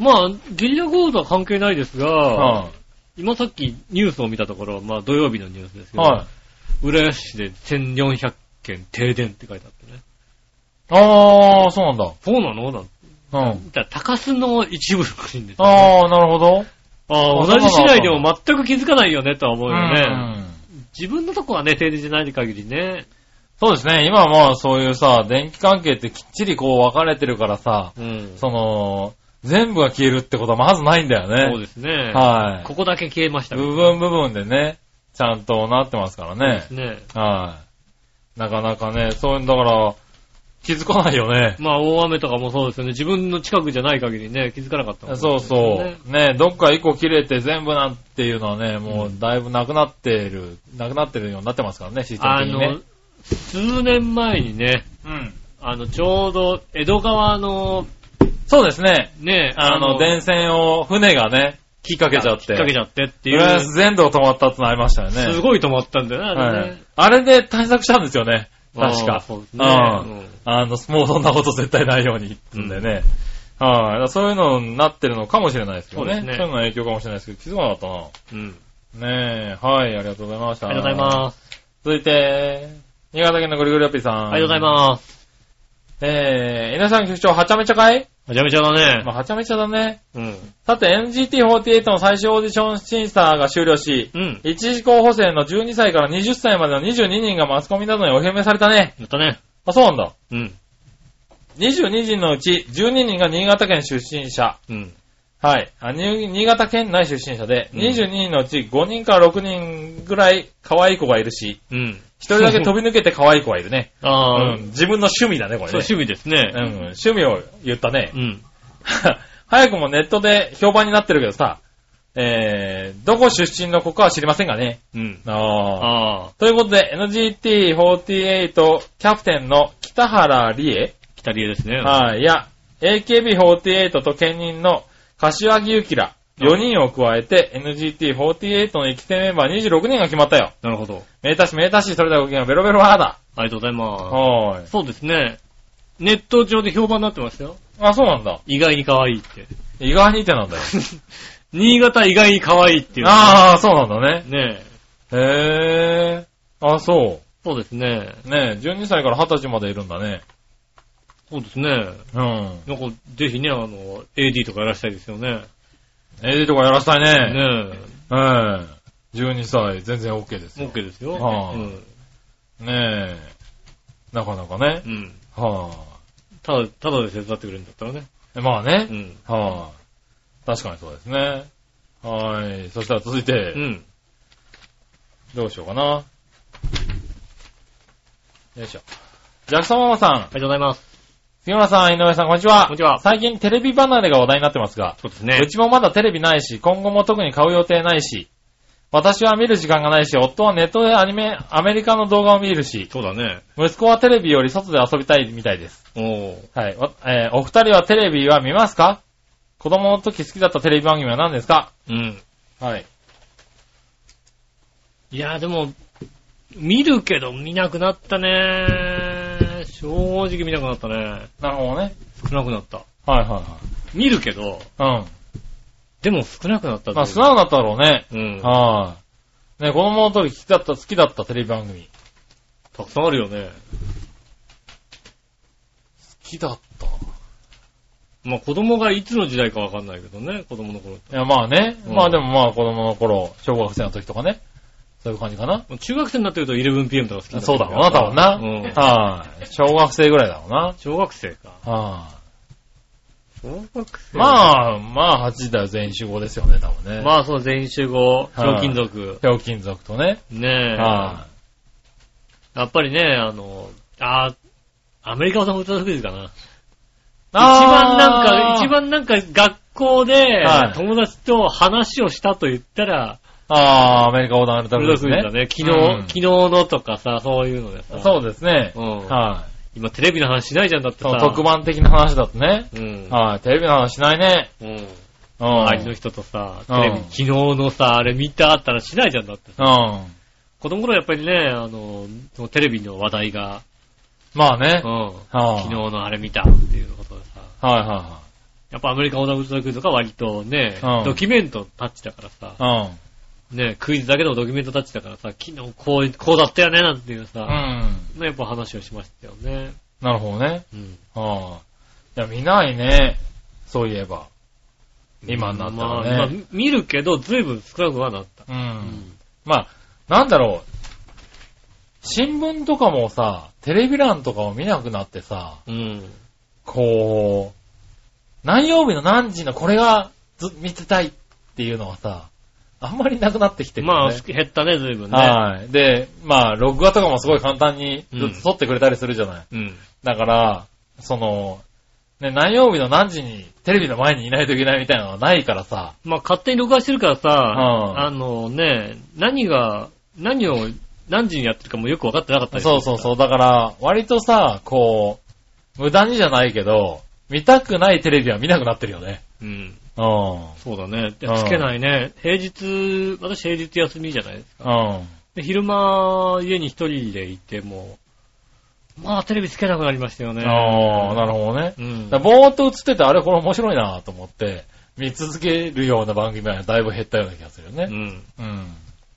[SPEAKER 3] うん。
[SPEAKER 2] まあ、ゲリラ豪雨とは関係ないですが、
[SPEAKER 3] は
[SPEAKER 2] 今さっきニュースを見たところ、まあ土曜日のニュースです
[SPEAKER 3] い。
[SPEAKER 2] けど、
[SPEAKER 3] はい。
[SPEAKER 2] 浦安市で1400件停電って書いてあってね。
[SPEAKER 3] ああ、そうなんだ。
[SPEAKER 2] そうなのだって
[SPEAKER 3] うん。
[SPEAKER 2] だから高須の一部らしいんですよね、
[SPEAKER 3] ああ、なるほど。
[SPEAKER 2] ああ
[SPEAKER 3] そ
[SPEAKER 2] 同
[SPEAKER 3] うなんだ
[SPEAKER 2] じ市内でも全く気づかないよねとは思うよね。
[SPEAKER 3] うん
[SPEAKER 2] 自分のとこはね、停電じゃない限りね。
[SPEAKER 3] そうですね。今はまあ、そういうさ、電気関係ってきっちりこう分かれてるからさ、
[SPEAKER 2] うん。
[SPEAKER 3] その、全部が消えるってことはまずないんだよね。
[SPEAKER 2] そうですね。
[SPEAKER 3] は
[SPEAKER 2] ここだけ消えまし
[SPEAKER 3] い。
[SPEAKER 2] た
[SPEAKER 3] 部分部分でね、ちゃんとなってますからね。
[SPEAKER 2] ね。
[SPEAKER 3] はい。なかなかね、そういうんだから、気づかないよね。
[SPEAKER 2] まあ、大雨とかもそうですよね。自分の近くじゃない限りね、気づかなかったもんね
[SPEAKER 3] そうそう。ね、どっか一個切れて全部なんていうのはね、もうだいぶなくなってる、なくなってるようになってますからね、システム
[SPEAKER 2] あ
[SPEAKER 3] 的にね
[SPEAKER 2] の。、数年前にね、
[SPEAKER 3] うん。
[SPEAKER 2] あの、ちょうど、江戸川の、
[SPEAKER 3] そうですね。
[SPEAKER 2] ね、
[SPEAKER 3] あの、電線を、船がね、引っ掛けちゃって。
[SPEAKER 2] 引っ掛けちゃってってい
[SPEAKER 3] 浦安
[SPEAKER 2] う。
[SPEAKER 3] 全土止まったってのありましたよね。
[SPEAKER 2] すごい止まったんだよね、あれね。
[SPEAKER 3] はいあれで対策したんですよね。確
[SPEAKER 2] あー
[SPEAKER 3] か。
[SPEAKER 2] そうです
[SPEAKER 3] う
[SPEAKER 2] ね
[SPEAKER 3] ん。あの、もうそんなこと絶対ないようにってんでね。はい。だからそういうのになってるのかもしれないですけどね。
[SPEAKER 2] そうですね
[SPEAKER 3] そういうのの影響かもしれないですけど、気づかなかったな。
[SPEAKER 2] うん。
[SPEAKER 3] ねえ、はい、ありがとうございました。
[SPEAKER 2] ありがとうございます。
[SPEAKER 3] 続いて、新潟県のぐりぐりおっぴーさん。
[SPEAKER 2] ありがとうございます。
[SPEAKER 3] す。えー、皆さん局長、はちゃめちゃかい
[SPEAKER 2] めちゃめちゃだね。
[SPEAKER 3] まあ、はちゃめちゃだね。
[SPEAKER 2] うん。
[SPEAKER 3] さて、NGT48 の最終オーディション審査が終了し、
[SPEAKER 2] うん。
[SPEAKER 3] 一時候補生の12歳から20歳までの22人がマスコミなどにお披露目されたね。
[SPEAKER 2] やったね。
[SPEAKER 3] あ、そうなんだ。
[SPEAKER 2] うん。
[SPEAKER 3] 22人のうち12人が新潟県出身者。
[SPEAKER 2] うん。
[SPEAKER 3] はい。あ、に新潟県内出身者で、
[SPEAKER 2] うん
[SPEAKER 3] 22人のうち5人から6人ぐらい可愛い子がいるし、
[SPEAKER 2] うん。
[SPEAKER 3] 1人だけ飛び抜けて可愛い子がいるね。う
[SPEAKER 2] ああ、
[SPEAKER 3] ん。自分の趣味だね、これ
[SPEAKER 2] そう、
[SPEAKER 3] ね。
[SPEAKER 2] 趣味ですね。
[SPEAKER 3] うん、趣味を言ったね <laughs>
[SPEAKER 2] う。ん。
[SPEAKER 3] 早くもネットで評判になってるけどさ、えー、どこ出身の子かは知りませんがね。
[SPEAKER 2] うん。
[SPEAKER 3] ああ。
[SPEAKER 2] ああ、
[SPEAKER 3] ということで、NGT48 キャプテンの北原理恵、
[SPEAKER 2] 北理恵ですね。
[SPEAKER 3] はい、いや、AKB48 と兼任の柏木由紀ら4人を加えて NGT48 の育成メンバー26人が決まったよ。
[SPEAKER 2] なるほど。
[SPEAKER 3] めでたしめでたし、それではごきげんようベロベロあだ。
[SPEAKER 2] ありがとうございま
[SPEAKER 3] はーい
[SPEAKER 2] す。。そうですね。ネット上で評判になってましたよ。
[SPEAKER 3] あ、そうなんだ。
[SPEAKER 2] 意外に可愛い <laughs> って。
[SPEAKER 3] 意外にってなんだよ。
[SPEAKER 2] 新潟意外に可愛いっていう、
[SPEAKER 3] ああ、そうなんだね。
[SPEAKER 2] ねえ。
[SPEAKER 3] へえ。あ、そ
[SPEAKER 2] そうですね。
[SPEAKER 3] う。ねえ、12歳から20歳までいるんだね。
[SPEAKER 2] そうですね。
[SPEAKER 3] うん。
[SPEAKER 2] なんか、ぜひね、あの、AD とかやらしたいですよね。
[SPEAKER 3] AD とかやらせたいね。
[SPEAKER 2] ね
[SPEAKER 3] うん。12歳、全然 OK です
[SPEAKER 2] え。
[SPEAKER 3] よ。
[SPEAKER 2] OK ですよ。
[SPEAKER 3] はあ
[SPEAKER 2] うん。
[SPEAKER 3] ねえ。なかなかね
[SPEAKER 2] う。ん。
[SPEAKER 3] は
[SPEAKER 2] ただ、ただで手伝ってくれるんだったらね。
[SPEAKER 3] あ。まあね
[SPEAKER 2] う。ん。
[SPEAKER 3] はあ。確かにそうですね。はい。そしたら続いて、
[SPEAKER 2] うん。
[SPEAKER 3] どうしようかな。よいしょ。ジャクソンママさん
[SPEAKER 2] あ、りがとうございます。
[SPEAKER 3] 杉村さん、井上さん、こんにちは。
[SPEAKER 2] こんにちは
[SPEAKER 3] 最近テレビ離れが話題になってますが、
[SPEAKER 2] そうですね
[SPEAKER 3] う。ちもまだテレビないし、今後も特に買う予定ないし、私は見る時間がないし、夫はネットでアニメ、アメリカの動画を見るし、
[SPEAKER 2] そうだね。
[SPEAKER 3] 息子はテレビより外で遊びたいみたいです。
[SPEAKER 2] おー。
[SPEAKER 3] はい。わえーお二人はテレビは見ますか子供の時好きだったテレビ番組は何ですか
[SPEAKER 2] うん。
[SPEAKER 3] はい。
[SPEAKER 2] いや、でも、見るけど見なくなったね。正直見なくなったね。
[SPEAKER 3] なるほどね。
[SPEAKER 2] 少なくなった。
[SPEAKER 3] はいは
[SPEAKER 2] 見るけど、
[SPEAKER 3] いはい。
[SPEAKER 2] でも少なくなった
[SPEAKER 3] う
[SPEAKER 2] と
[SPEAKER 3] ん。まあ、素直だったろうね。
[SPEAKER 2] うん。
[SPEAKER 3] はい。ね、子供の時好きだった、好きだったテレビ番組。
[SPEAKER 2] た
[SPEAKER 3] 好
[SPEAKER 2] くさんあるよね。
[SPEAKER 3] きだった。い
[SPEAKER 2] まあ子供がいつの時代かわかんないけどね、子供の頃。
[SPEAKER 3] や、まあね。
[SPEAKER 2] うん
[SPEAKER 3] まあでもまあ、子供の頃、小学生の時とかね。そういう感じかな。
[SPEAKER 2] 中学生になってると 11PM とか好きな
[SPEAKER 3] そうだろうな、多分な。
[SPEAKER 2] うん。
[SPEAKER 3] はい。小学生ぐらいだろうな。
[SPEAKER 2] 小学生か。
[SPEAKER 3] は
[SPEAKER 2] 小学
[SPEAKER 3] い。
[SPEAKER 2] 生あ、
[SPEAKER 3] まあ、まあ、8時代は全員集合ですよね、多分ね。
[SPEAKER 2] まあそう、全員集合、ひょうきん族。
[SPEAKER 3] ひょうきん族とね。
[SPEAKER 2] ねえ。
[SPEAKER 3] は
[SPEAKER 2] やっぱりね、あの、あーアメリカの歌のクイズかな。
[SPEAKER 3] い。一
[SPEAKER 2] 一番なんか、一、番なんか学校で
[SPEAKER 3] はい
[SPEAKER 2] 友達と話をしたと言ったら、
[SPEAKER 3] あーアメリカ横断あるため
[SPEAKER 2] 古
[SPEAKER 3] で
[SPEAKER 2] 田
[SPEAKER 3] す
[SPEAKER 2] 君
[SPEAKER 3] ね。
[SPEAKER 2] だね。昨日、
[SPEAKER 3] うん
[SPEAKER 2] 昨日のとかさ、そういうのでさ。
[SPEAKER 3] そうですね。
[SPEAKER 2] うん
[SPEAKER 3] は
[SPEAKER 2] 今テレビの話しないじゃんだっ
[SPEAKER 3] い。
[SPEAKER 2] て
[SPEAKER 3] そ
[SPEAKER 2] さ
[SPEAKER 3] の。特番的な話だとね。
[SPEAKER 2] うん。
[SPEAKER 3] はい。テレビの話しないね。
[SPEAKER 2] うん。
[SPEAKER 3] うん。
[SPEAKER 2] 周りの人とさ、テ
[SPEAKER 3] うん
[SPEAKER 2] レビ、昨日のさ、あれ見たあったらしないじゃんだって。
[SPEAKER 3] うん。
[SPEAKER 2] 子供の頃やっぱりね、あの、そのテレビの話題が、
[SPEAKER 3] まあ
[SPEAKER 2] う
[SPEAKER 3] ね。
[SPEAKER 2] ん。
[SPEAKER 3] は
[SPEAKER 2] 昨
[SPEAKER 3] い
[SPEAKER 2] 日のあれ見たっていうことでさ。
[SPEAKER 3] はいは
[SPEAKER 2] やっぱアメリカオダブルクイズとか割とね、
[SPEAKER 3] うん
[SPEAKER 2] ドキュメントタッチだからさ
[SPEAKER 3] い、はい。
[SPEAKER 2] ね、クイズだけどドキュメントタッチだからさ、昨日こう、こうだったよね、なんていう
[SPEAKER 3] うん。う
[SPEAKER 2] さ、
[SPEAKER 3] ん。
[SPEAKER 2] ね、やっぱ話をしましたよね。
[SPEAKER 3] なるほどね。
[SPEAKER 2] うん。
[SPEAKER 3] はい。いや、見ないね。そういえば。今になった
[SPEAKER 2] まあ
[SPEAKER 3] ら
[SPEAKER 2] ま
[SPEAKER 3] ね。
[SPEAKER 2] あ見るけど、随分少なくはなった。う
[SPEAKER 3] う。
[SPEAKER 2] んん。
[SPEAKER 3] まあ、なんだろう。新聞とかもさ、テレビ欄とかを見なくなってさ、
[SPEAKER 2] うん。
[SPEAKER 3] こう、何曜日の何時のこれがず見てたいっていうのはさ、あんまりなくなってきてる
[SPEAKER 2] ま
[SPEAKER 3] よ
[SPEAKER 2] あ、
[SPEAKER 3] ね。
[SPEAKER 2] 減ったね、随分ね。
[SPEAKER 3] はい。で、まあ、録画とかもすごい簡単にずっと撮ってくれたりするじゃない。
[SPEAKER 2] うん。
[SPEAKER 3] だから、その、ね、何曜日の何時にテレビの前にいないといけないみたいなのはないからさ、
[SPEAKER 2] まあ、勝手に録画してるからさ、
[SPEAKER 3] ん
[SPEAKER 2] あのね、何が、何を、何時にやってるかもよく分かってなかったりす
[SPEAKER 3] そ
[SPEAKER 2] る
[SPEAKER 3] うそう
[SPEAKER 2] う。
[SPEAKER 3] そう。だから、割とさ、こう、無駄にじゃないけど、見たくないテレビは見なくなってるよね。
[SPEAKER 2] うん。
[SPEAKER 3] うん。
[SPEAKER 2] そうだね。で
[SPEAKER 3] うん
[SPEAKER 2] つけないね。平日、私平日休みじゃないですか。
[SPEAKER 3] うん。
[SPEAKER 2] で昼間、家に一人でいても、まあ、テレビつけなくなりましたよね。
[SPEAKER 3] ああ、なるほどね。
[SPEAKER 2] うん。
[SPEAKER 3] だからぼーっと映ってて、あれこれ面白いなと思って、見続けるような番組はだいぶ減ったような気がするよ
[SPEAKER 2] う
[SPEAKER 3] ね。
[SPEAKER 2] ん。
[SPEAKER 3] うん。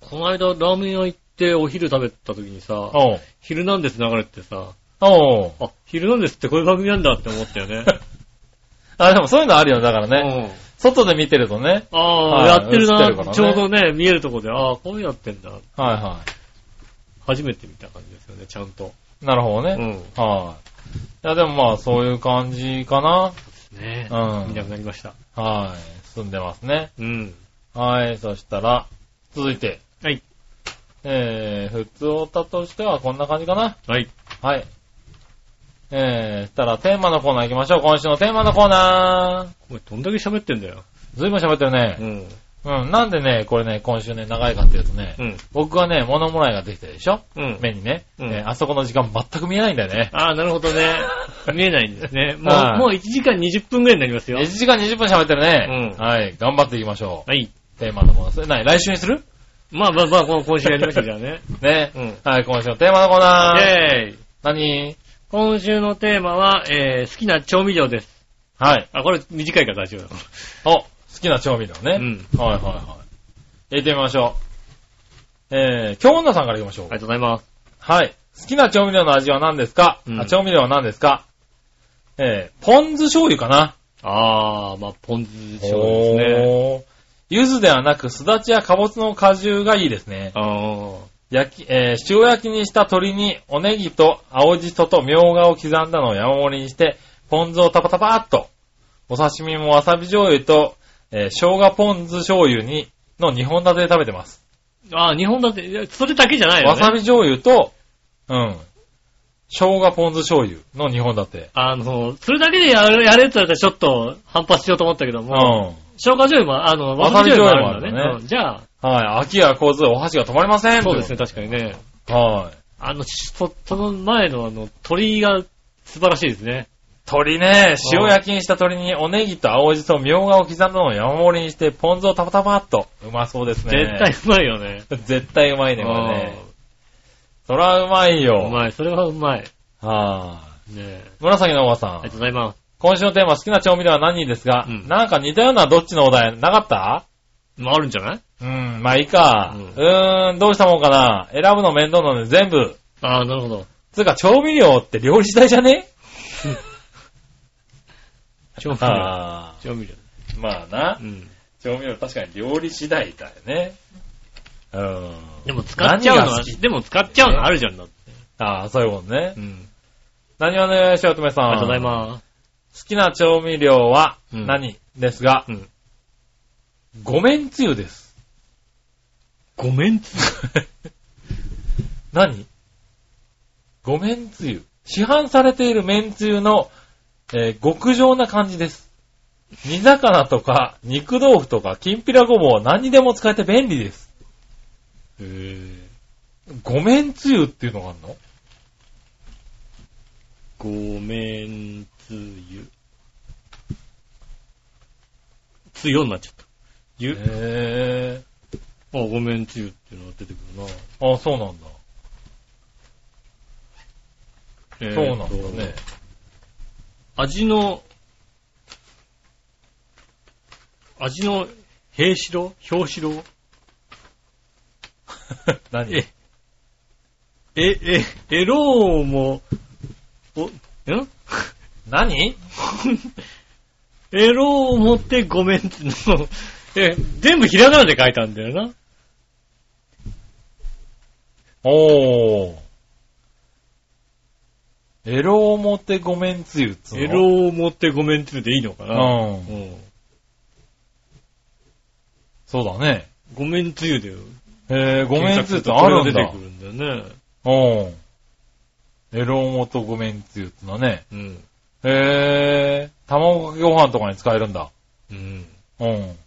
[SPEAKER 2] この間、ラーメン屋行ってお昼食べた時にさ、
[SPEAKER 3] おう。
[SPEAKER 2] ヒルナンデス流れてさ、
[SPEAKER 3] おう。
[SPEAKER 2] あ、ヒルナンデスってこういう番組なんだって思ったよね。
[SPEAKER 3] あ、でもそういうのあるよね。だから <laughs> ね。
[SPEAKER 2] ね。
[SPEAKER 3] 外で見てるとね。
[SPEAKER 2] ああ、
[SPEAKER 3] はい
[SPEAKER 2] やってる
[SPEAKER 3] 映っ
[SPEAKER 2] な
[SPEAKER 3] てるからね
[SPEAKER 2] ちょうどね、見えるとこで、ああ、こうやってんだ。
[SPEAKER 3] はいは
[SPEAKER 2] 初めて見た感じですよね、ちゃんと。
[SPEAKER 3] い。なるほど
[SPEAKER 2] う
[SPEAKER 3] ね。
[SPEAKER 2] ん。
[SPEAKER 3] はい。いや、でもまあ、そういう感じかな。
[SPEAKER 2] ねえ。
[SPEAKER 3] うん
[SPEAKER 2] 見なくなりました。
[SPEAKER 3] はい。進んでますね。
[SPEAKER 2] うん。
[SPEAKER 3] はい。そしたら、続いて、
[SPEAKER 2] はい。
[SPEAKER 3] えー、普通オタとしてはこんな感じかな。
[SPEAKER 2] はい。
[SPEAKER 3] はい。えー、そしたらテーマのコーナー行きましょう。今週のテーマのコーナ
[SPEAKER 2] お前どんだけ喋ってんだよ。
[SPEAKER 3] ー。ずいぶん喋ってる
[SPEAKER 2] う
[SPEAKER 3] ね。
[SPEAKER 2] ん。
[SPEAKER 3] うん。なんでね、これね、今週ね、長いかっていうとね、
[SPEAKER 2] うん。
[SPEAKER 3] 僕はね、物もらいができてるでしょ
[SPEAKER 2] うん。
[SPEAKER 3] 目にね、
[SPEAKER 2] うん
[SPEAKER 3] えーあそこの時間全く見えないんだよね。
[SPEAKER 2] ああ、なるほど
[SPEAKER 3] <laughs>
[SPEAKER 2] ね。見えないんですね。も
[SPEAKER 3] は
[SPEAKER 2] う、
[SPEAKER 3] い
[SPEAKER 2] もう1時間20分ぐらいになりますよ
[SPEAKER 3] 1。時間20分喋ってるね。
[SPEAKER 2] うん
[SPEAKER 3] はい。頑張っていきましょう。
[SPEAKER 2] はい。
[SPEAKER 3] テーマのコーナー。それ何来週にする
[SPEAKER 2] まあまあまあ、この今週やりましたじゃあ
[SPEAKER 3] <laughs>
[SPEAKER 2] ね。
[SPEAKER 3] ね。
[SPEAKER 2] うん
[SPEAKER 3] はい、今週のテーマのコーナー。
[SPEAKER 2] イェーイ。
[SPEAKER 3] 何
[SPEAKER 2] 今週のテーマは、えー、好きな調味料です。
[SPEAKER 3] はい。
[SPEAKER 2] あ、これ短いから大丈夫だ。
[SPEAKER 3] お、好きな調味料ね。
[SPEAKER 2] うん。
[SPEAKER 3] はいはいはい。入れてみましょう。えー、京女さんから行きましょう
[SPEAKER 2] あり。がとうございます。
[SPEAKER 3] はい。好きな調味料の味は何ですか、
[SPEAKER 2] うん
[SPEAKER 3] あ調味料は何ですかえー、ポン酢醤油かな
[SPEAKER 2] ああ、まあ、ポン酢醤油ですね。
[SPEAKER 3] ね。柚子ではなく、すだちやかぼすの果汁がいいですね。
[SPEAKER 2] ああ。
[SPEAKER 3] 焼き、えー塩焼きにした鶏に、おネギと青じそとみょうがを刻んだのを山盛りにして、ポン酢をタパタパーっと。お刺身もわさび醤油と、えー生姜ポン酢醤油に、の2本立てで食べてます。
[SPEAKER 2] ああ、日本だって、いやそれだけじゃないよね。
[SPEAKER 3] わさび醤油と、うん。生姜ポン酢醤油の日本だって。
[SPEAKER 2] あの、それだけでやる、やれって言われたらちょっと反発しようと思ったけど
[SPEAKER 3] う
[SPEAKER 2] も、
[SPEAKER 3] ん。はい。
[SPEAKER 2] 生姜醤油も、あの、わ
[SPEAKER 3] わ
[SPEAKER 2] さ
[SPEAKER 3] さ
[SPEAKER 2] び
[SPEAKER 3] び
[SPEAKER 2] 醤
[SPEAKER 3] 醤
[SPEAKER 2] 油
[SPEAKER 3] 油
[SPEAKER 2] も
[SPEAKER 3] も
[SPEAKER 2] あ
[SPEAKER 3] あ
[SPEAKER 2] るんだね
[SPEAKER 3] るんだね。
[SPEAKER 2] うんじゃあ、
[SPEAKER 3] 秋はこうずお箸が止まりません。
[SPEAKER 2] そうですね、。確かにね。
[SPEAKER 3] はい。
[SPEAKER 2] あの、しそ、その前のあの、鳥が素晴らしいですね。
[SPEAKER 3] 鶏ね、塩焼きにした鶏におネギと青じそ、みょうがを刻んだのを山盛りにして、ポン酢をタパタパっと。うまそうですね。
[SPEAKER 2] 絶対うまいよね。
[SPEAKER 3] 対。 <laughs> 絶対うまいね、これね。そらうまい
[SPEAKER 2] うんう
[SPEAKER 3] よ。
[SPEAKER 2] まい、それはうまい。
[SPEAKER 3] はい。
[SPEAKER 2] ねえ。
[SPEAKER 3] 紫のおばさ
[SPEAKER 2] ありがと
[SPEAKER 3] ん。
[SPEAKER 2] うございます。
[SPEAKER 3] 今週のテーマ、好きな調味料は何ですが、
[SPEAKER 2] うん
[SPEAKER 3] なんか似たようなどっちのお題なかった
[SPEAKER 2] まあ、あるんじゃない
[SPEAKER 3] うん、まあいいか。
[SPEAKER 2] う
[SPEAKER 3] うんーん、どうしたもんかな。選ぶの面倒なので全部。
[SPEAKER 2] ああ、なるほど。
[SPEAKER 3] つうか、調味料って料理次第じゃね
[SPEAKER 2] 調味料。
[SPEAKER 3] あ
[SPEAKER 2] 調味料。
[SPEAKER 3] あ。まあな
[SPEAKER 2] う。ん。
[SPEAKER 3] 調味料確かに料理次第だよね。うん。
[SPEAKER 2] でも使っちゃうの
[SPEAKER 3] 何
[SPEAKER 2] は
[SPEAKER 3] が好、き
[SPEAKER 2] でも使っちゃうのあるじゃんだって。
[SPEAKER 3] ああ、そういうことね
[SPEAKER 2] う。ん。
[SPEAKER 3] 何をね、しおとめさん。
[SPEAKER 2] ありがとうございます。
[SPEAKER 3] す。好きな調味料は
[SPEAKER 2] うん
[SPEAKER 3] 何ですが
[SPEAKER 2] うん、
[SPEAKER 3] ごめんつ
[SPEAKER 2] <laughs>
[SPEAKER 3] ゆです。
[SPEAKER 2] ごめ
[SPEAKER 3] <laughs>
[SPEAKER 2] んつ、
[SPEAKER 3] 何ごめんつゆ。市販されている麺つゆの、えー極上な感じです。煮魚とか、肉豆腐とか、きんぴらごぼう、何にでも使えて便利です。
[SPEAKER 2] へえ。
[SPEAKER 3] ごめんつゆっていうのがあるの
[SPEAKER 2] ごめんつゆ。つよになっちゃった。ゆ、
[SPEAKER 3] へ
[SPEAKER 2] あ、ごめんつゆっていうのが出てくるな。
[SPEAKER 3] ー。あ、そうなんだ。
[SPEAKER 2] えー
[SPEAKER 3] そう
[SPEAKER 2] と
[SPEAKER 3] なんだね。。
[SPEAKER 2] 味の、味の平白表白 <laughs>
[SPEAKER 3] 何
[SPEAKER 2] え、え、え、エローも、お、ん
[SPEAKER 3] 何
[SPEAKER 2] <laughs> エロを持ってごめんつの、 <laughs> え、全部ひらがなで書いたんだよな。
[SPEAKER 3] おー。エロ表ごめんつゆっつうの
[SPEAKER 2] エロを持ってごめんつゆでいいのかな。
[SPEAKER 3] うん
[SPEAKER 2] う。ん
[SPEAKER 3] そうだね。
[SPEAKER 2] ごめんつゆでよ。
[SPEAKER 3] えー、ごめんつゆってあるん
[SPEAKER 2] 検索するとこれが出。てくる
[SPEAKER 3] だ
[SPEAKER 2] んだよね。
[SPEAKER 3] うん。エロモとごめんつゆってのはね。
[SPEAKER 2] うん。
[SPEAKER 3] へー。卵かけご飯とかに使えるんだ。
[SPEAKER 2] うん。
[SPEAKER 3] うん。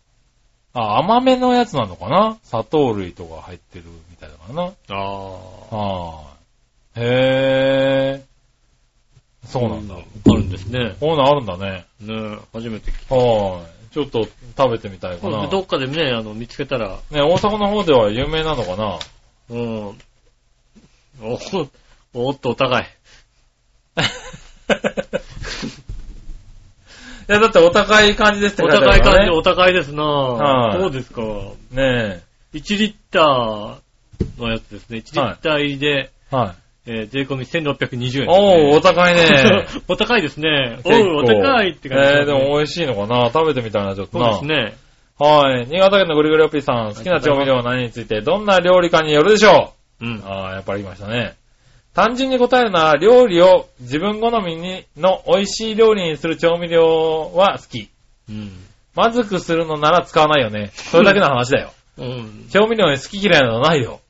[SPEAKER 3] あ、甘めのやつなのかな砂糖類とか入ってるみたいだからな。
[SPEAKER 2] ああ。
[SPEAKER 3] はーい。へー。そうなんだ。
[SPEAKER 2] あるんですね。
[SPEAKER 3] こういうのあるんだね。
[SPEAKER 2] ね初めて聞い
[SPEAKER 3] はーい。ちょっと食べてみたい
[SPEAKER 2] た。
[SPEAKER 3] か
[SPEAKER 2] で
[SPEAKER 3] な。
[SPEAKER 2] ど
[SPEAKER 3] ね、
[SPEAKER 2] っかでね、あの、見つけたら、
[SPEAKER 3] 大阪の方では有名なのかな
[SPEAKER 2] うん。お、おっと、お高い。
[SPEAKER 3] や、だって <laughs> お高い感じですって
[SPEAKER 2] お
[SPEAKER 3] 書いてあ
[SPEAKER 2] 高い
[SPEAKER 3] るか
[SPEAKER 2] 感
[SPEAKER 3] ら
[SPEAKER 2] じ、
[SPEAKER 3] ね
[SPEAKER 2] お高いですな
[SPEAKER 3] はい
[SPEAKER 2] そうですか。1
[SPEAKER 3] ね
[SPEAKER 2] リッターのやつですね。1リッター入りで、
[SPEAKER 3] え。はい。
[SPEAKER 2] えー税込み1620円、
[SPEAKER 3] <laughs> おー、お
[SPEAKER 2] ね。
[SPEAKER 3] 高いね。
[SPEAKER 2] <laughs> お高いですね。お
[SPEAKER 3] <laughs> 結
[SPEAKER 2] う、
[SPEAKER 3] 構
[SPEAKER 2] お高いって感じ
[SPEAKER 3] えー、
[SPEAKER 2] す
[SPEAKER 3] で
[SPEAKER 2] ね、
[SPEAKER 3] も美味しいのかな食べてみたいな、ちょっと
[SPEAKER 2] そうで
[SPEAKER 3] な。
[SPEAKER 2] すね。
[SPEAKER 3] はい。新潟県のぐるぐるおっぴーさん、好きな調味料は何について、どんな料理かによるでしょ
[SPEAKER 2] う
[SPEAKER 3] う、
[SPEAKER 2] ん。
[SPEAKER 3] ああ、やっぱりいましたね。単純に答えるなら、料理を自分好みにの美味しい料理にする調味料は好き。
[SPEAKER 2] うん。
[SPEAKER 3] まずくするのなら使わないよね。それだけの話だ
[SPEAKER 2] <laughs>
[SPEAKER 3] よ。
[SPEAKER 2] うん。
[SPEAKER 3] 調味料に好き嫌いなどないよ。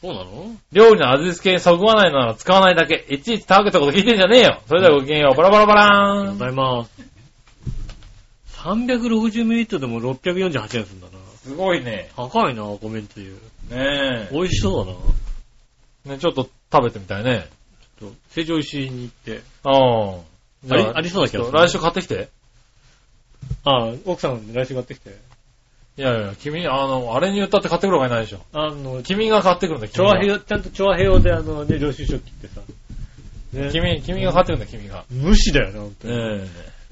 [SPEAKER 2] そうなの
[SPEAKER 3] 料理の味付けにそぐわないなら使わないだけ。いちいちターゲットこと聞いてんじゃねえよ。それではごきげんよう。バラバラバ
[SPEAKER 2] ありがとう
[SPEAKER 3] ラー
[SPEAKER 2] ご
[SPEAKER 3] ン。
[SPEAKER 2] ざいます。360ml でも648円するんだな。
[SPEAKER 3] すごいね。
[SPEAKER 2] 高いな、ごめんっていう。
[SPEAKER 3] ね
[SPEAKER 2] 美味しそうだな。
[SPEAKER 3] え。ね、ちょっと食べてみたいね。
[SPEAKER 2] ちょっと成城石井に行って。
[SPEAKER 3] ああ。
[SPEAKER 2] ありありそうだけ
[SPEAKER 3] ちょ
[SPEAKER 2] ど
[SPEAKER 3] っと来週買ってきて。
[SPEAKER 2] あ、奥さん来週買ってきて。
[SPEAKER 3] いやいや、君、あの、あれに言ったって買ってくるわけないでしょ。
[SPEAKER 2] あの、
[SPEAKER 3] 君が買ってくるんだ、
[SPEAKER 2] 調
[SPEAKER 3] 君
[SPEAKER 2] 和
[SPEAKER 3] が。
[SPEAKER 2] 平ちゃんと調和平和であのね、領収書切ってさ。ね、
[SPEAKER 3] 君、君が買ってくるんだ、君が。
[SPEAKER 2] 無視だよね、本当に。
[SPEAKER 3] え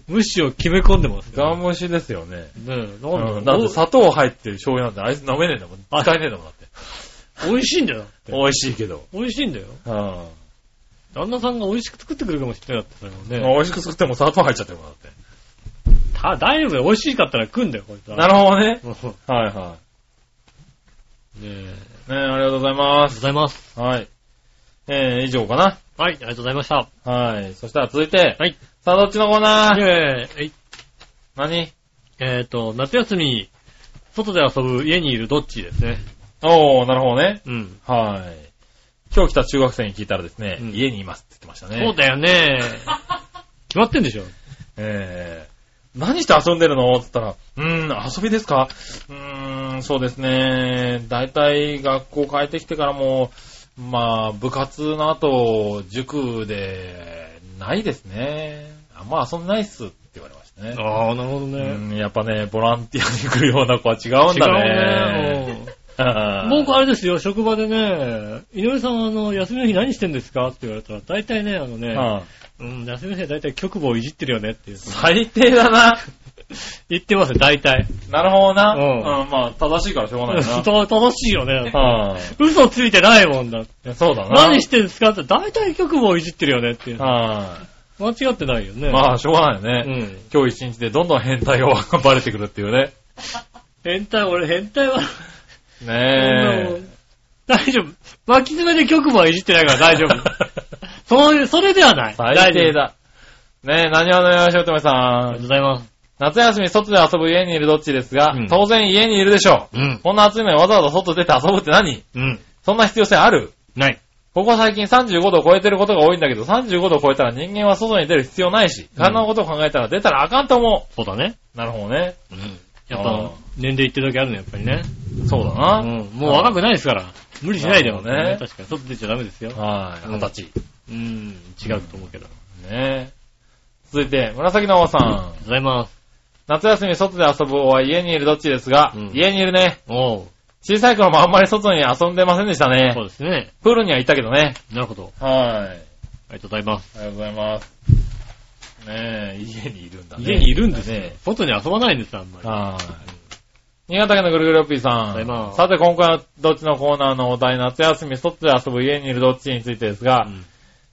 [SPEAKER 2] 無視を決め込んでます
[SPEAKER 3] え。
[SPEAKER 2] ね。
[SPEAKER 3] ガンムシですよね。
[SPEAKER 2] ねえ、なんだ
[SPEAKER 3] う
[SPEAKER 2] ろ
[SPEAKER 3] ん
[SPEAKER 2] う
[SPEAKER 3] だって砂糖入ってる醤油なんてあいつ飲めねえんだもん。
[SPEAKER 2] あ
[SPEAKER 3] 使えねえんだもんだって。
[SPEAKER 2] お美味しいんだよ。だって
[SPEAKER 3] <laughs> 美味しいけど。
[SPEAKER 2] 美味しいんだよ。
[SPEAKER 3] うん。
[SPEAKER 2] 旦那さんが美味しく作ってくれるかもしれないだってそれもね。
[SPEAKER 3] 美味しく作っても砂糖入っちゃってるもんだって。
[SPEAKER 2] た大丈夫だよ。美味しかったら食うんだよ、こいつは。<laughs>
[SPEAKER 3] なるほどね。
[SPEAKER 2] ほど。
[SPEAKER 3] はいは
[SPEAKER 2] ねえ。
[SPEAKER 3] い。ねえ、ありがとうございま
[SPEAKER 2] ありがとう
[SPEAKER 3] す。
[SPEAKER 2] ございます。
[SPEAKER 3] はい。えー、以上かな。
[SPEAKER 2] はい、ありがとうございました。
[SPEAKER 3] はい。そしたら続いて。
[SPEAKER 2] はい。
[SPEAKER 3] さあ、どっちのコーナー
[SPEAKER 2] えー、えい
[SPEAKER 3] 何
[SPEAKER 2] えーと、夏休み、外で遊ぶ、家にいるどっちですね。
[SPEAKER 3] おー、なるほどね。
[SPEAKER 2] うん。
[SPEAKER 3] はい。今日来た中学生に聞いたらですね、
[SPEAKER 2] うん
[SPEAKER 3] 家にいますって言ってましたね。
[SPEAKER 2] そうだよ <laughs> ね。決まってんでしょ。
[SPEAKER 3] えー、何して遊んでるのって言ったら、うーん、遊びですかうーん、そうですね。だいたい学校帰ってきてからも、まあ、部活の後、塾で、ないですね。あんま遊んでないっすって言われましたね。
[SPEAKER 2] ああ、なるほど
[SPEAKER 3] う
[SPEAKER 2] ね。
[SPEAKER 3] ん、やっぱね、ボランティアに来るような子は違うん
[SPEAKER 2] 違
[SPEAKER 3] だ
[SPEAKER 2] う
[SPEAKER 3] ね。
[SPEAKER 2] ね。うん
[SPEAKER 3] <laughs> 僕
[SPEAKER 2] 僕あれですよ、職場でね、井上さんはあの、休みの日何してんですかって言われたら、大体ね、あのね、
[SPEAKER 3] うん、
[SPEAKER 2] うん、休みの日は大体局部をいじってるよねっていう。
[SPEAKER 3] 最低だな。
[SPEAKER 2] 言ってますよ、大体。
[SPEAKER 3] なるほどな。
[SPEAKER 2] う
[SPEAKER 3] うんん、まあ、正しいからしょうが
[SPEAKER 2] <laughs>
[SPEAKER 3] ないな。
[SPEAKER 2] と楽しいよね。
[SPEAKER 3] は
[SPEAKER 2] 嘘ついてないもんだって。
[SPEAKER 3] いそうだな。
[SPEAKER 2] 何してんですかって、大体局部をいじってるよねっていう。
[SPEAKER 3] は
[SPEAKER 2] 間違ってないよ
[SPEAKER 3] い
[SPEAKER 2] ね。
[SPEAKER 3] まあ、しょうがないよ
[SPEAKER 2] う
[SPEAKER 3] ね。
[SPEAKER 2] ん。
[SPEAKER 3] 今日一日でどんどん変態がバレてくるっていうね。
[SPEAKER 2] 変態、俺変態は、 <laughs> そんなも
[SPEAKER 3] ね
[SPEAKER 2] ん大丈夫。巻き爪で局部はいじってないから大丈
[SPEAKER 3] <laughs>
[SPEAKER 2] 夫。そういう、それではない。
[SPEAKER 3] え。最低
[SPEAKER 2] 大丈夫。
[SPEAKER 3] だ。ねえ、何話のよしおとめ
[SPEAKER 2] あり
[SPEAKER 3] さ。
[SPEAKER 2] がとうんございます。
[SPEAKER 3] 夏休み外で遊ぶ家にいるどっちですが、
[SPEAKER 2] うん
[SPEAKER 3] 当然家にいるでしょう。
[SPEAKER 2] うん。
[SPEAKER 3] こんな暑いのにわざわざ外出て遊ぶって何
[SPEAKER 2] うん。
[SPEAKER 3] そんな必要性ある
[SPEAKER 2] ない。
[SPEAKER 3] ここ最近35度を超えてることが多いんだけど、35度を超えたら人間は外に出る必要ないし、
[SPEAKER 2] うん
[SPEAKER 3] 体のことを考えたら出たらあかんと思
[SPEAKER 2] そうだね。
[SPEAKER 3] う。なるほどね。
[SPEAKER 2] うん。やっ
[SPEAKER 3] あ
[SPEAKER 2] ぱ
[SPEAKER 3] ー、
[SPEAKER 2] 年齢いってる時あるね、やっぱりね。
[SPEAKER 3] そうだ
[SPEAKER 2] う
[SPEAKER 3] な。
[SPEAKER 2] ん。もう若くないですから。無理しないでも
[SPEAKER 3] なるほど
[SPEAKER 2] ね
[SPEAKER 3] ね。
[SPEAKER 2] 確かに。外出ちゃダメですよ。
[SPEAKER 3] はい。
[SPEAKER 2] うん
[SPEAKER 3] 二十歳。
[SPEAKER 2] うん。違うと思うけど。あり
[SPEAKER 3] ねえ。続いて、紫の王さん。
[SPEAKER 2] がとうございます。
[SPEAKER 3] 夏休み外で遊ぶは家にいるどっちですが、
[SPEAKER 2] うん
[SPEAKER 3] 家にいるね。
[SPEAKER 2] おう。
[SPEAKER 3] 小さい頃もあんまり外に遊んでませんでしたね
[SPEAKER 2] そう。ですね。
[SPEAKER 3] プールには行ったけどね。
[SPEAKER 2] なるほど。
[SPEAKER 3] はい。
[SPEAKER 2] ありがとうございます。
[SPEAKER 3] ありがとうございます。ねえ、家にいるんだね。
[SPEAKER 2] 家にいるんですね
[SPEAKER 3] ね。。
[SPEAKER 2] 外に遊ばないんです、あんまり。
[SPEAKER 3] はい。新潟県のぐるぐるおっぴーさ
[SPEAKER 2] ありがとうございま
[SPEAKER 3] ん。
[SPEAKER 2] す
[SPEAKER 3] さて、今回はどっちのコーナーのお題、夏休み、外で遊ぶ家にいるどっちについてですが、
[SPEAKER 2] うん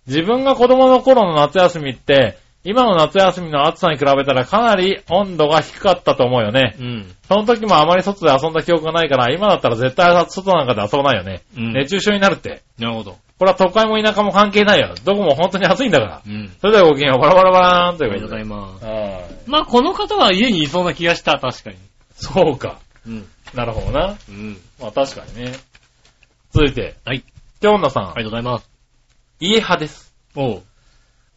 [SPEAKER 3] 自分が子供の頃の夏休みって、今の夏休みの暑さに比べたらかなり温度が低かったと思うよね。
[SPEAKER 2] うん。
[SPEAKER 3] その時もあまり外で遊んだ記憶がないから、今だったら絶対外なんかで遊ばないよね。
[SPEAKER 2] うん
[SPEAKER 3] 熱中症になるって。
[SPEAKER 2] なるほど。
[SPEAKER 3] これは都会も田舎も関係ないよ。どこも本当に暑いんだから。
[SPEAKER 2] うん。
[SPEAKER 3] それではごきげんよう、バラバラバラーンと
[SPEAKER 2] あ
[SPEAKER 3] い
[SPEAKER 2] りがと
[SPEAKER 3] う
[SPEAKER 2] う
[SPEAKER 3] こ
[SPEAKER 2] ご
[SPEAKER 3] と
[SPEAKER 2] ざい。
[SPEAKER 3] で
[SPEAKER 2] ます。
[SPEAKER 3] はい
[SPEAKER 2] まあ、この方は家にいそうな気がした、確かに。
[SPEAKER 3] そうか。
[SPEAKER 2] うん。
[SPEAKER 3] なるほどな。
[SPEAKER 2] うん。
[SPEAKER 3] まあ確かにね。続いて、
[SPEAKER 2] はい。
[SPEAKER 3] 京女さん。
[SPEAKER 2] ありがとうございます。
[SPEAKER 3] 家派です。
[SPEAKER 2] おう。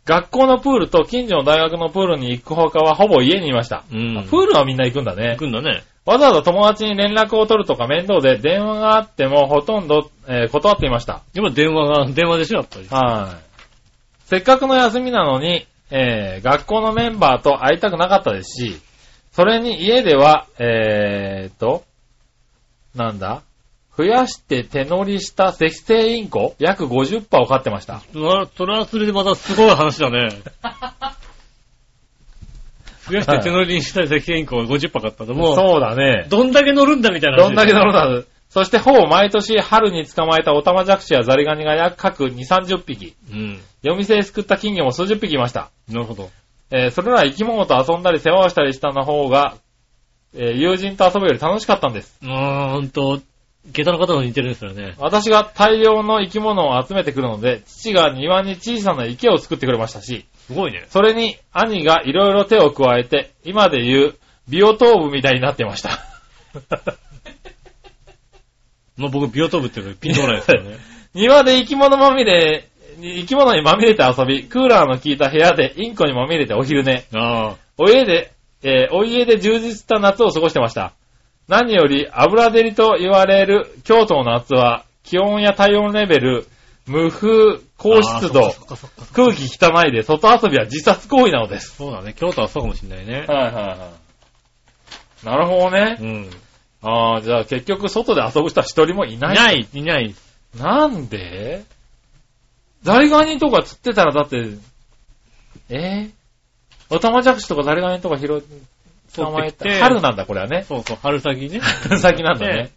[SPEAKER 3] 学校のプールと近所の大学のプールに行くほかはほぼ家にいました。
[SPEAKER 2] うん
[SPEAKER 3] あプールはみんな行くんだ
[SPEAKER 2] 行
[SPEAKER 3] ね。
[SPEAKER 2] くんだね。
[SPEAKER 3] わざわざ友達に連絡を取るとか面倒で電話があってもほとんど、えー断っていました。
[SPEAKER 2] 今電話が、電話でしょ、やっぱり。
[SPEAKER 3] はい。せっかくの休みなのに、えー学校のメンバーと会いたくなかったですし、それに家では、えーと、なんだ増やして手乗りした赤星インコ約50羽を飼ってました。 <laughs>
[SPEAKER 2] それはそれはそれでまたすごい話だね。増やして手乗りにした赤インコが50パ買ったともう、
[SPEAKER 3] そうだね。
[SPEAKER 2] どんだけ乗るんだみたいな話。
[SPEAKER 3] どんだけ乗るんだ。そして、ほぼ毎年春に捕まえたオタマジャクシやザリガニが約各2、30匹。
[SPEAKER 2] うん。
[SPEAKER 3] 夜店ですくった金魚も数十匹いました。
[SPEAKER 2] なるほど。
[SPEAKER 3] えーそれら生き物と遊んだり世話をしたりしたの方が、えー友人と遊ぶより楽しかったんです。
[SPEAKER 2] うーん、ほんと、下駄の方も似てるんですよね。
[SPEAKER 3] 私が大量の生き物を集めてくるので、父が庭に小さな池を作ってくれましたし、
[SPEAKER 2] すごいね。
[SPEAKER 3] それに兄がいろいろ手を加えて、今で言う、ビオトーブみたいになってました。 <laughs>
[SPEAKER 2] まあ、僕、ビオトーブっていうのはピンとこないですよ
[SPEAKER 3] <laughs>
[SPEAKER 2] ね。
[SPEAKER 3] 庭で生き物まみれ、生き物にまみれて遊び、クーラーの効いた部屋でインコにまみれてお昼寝。
[SPEAKER 2] ああ。
[SPEAKER 3] お家で、えーお家で充実した夏を過ごしてました。何より油照りと言われる京都の夏は、気温や体温レベル、無風、高湿
[SPEAKER 2] ああ
[SPEAKER 3] 度
[SPEAKER 2] そっ、かそっかそっか
[SPEAKER 3] 空気汚いで外遊びは自殺行為なのです。
[SPEAKER 2] そうだね。京都はそうかもしんないね。
[SPEAKER 3] はいはいはい。なるほどね
[SPEAKER 2] う。ん。
[SPEAKER 3] ああ、じゃあ結局外で遊ぶ人は一人もい
[SPEAKER 2] い
[SPEAKER 3] ない。
[SPEAKER 2] ない、いない。
[SPEAKER 3] なんでザリガニとか釣ってたらだって、えー、オタマジャクシとかザリガニとか拾い、捕ま
[SPEAKER 2] 取
[SPEAKER 3] え
[SPEAKER 2] ってきて
[SPEAKER 3] た。春なんだ、これはね。
[SPEAKER 2] そうそう、 <laughs> 春先ね。
[SPEAKER 3] 春 <laughs> 先なんだね
[SPEAKER 2] ね。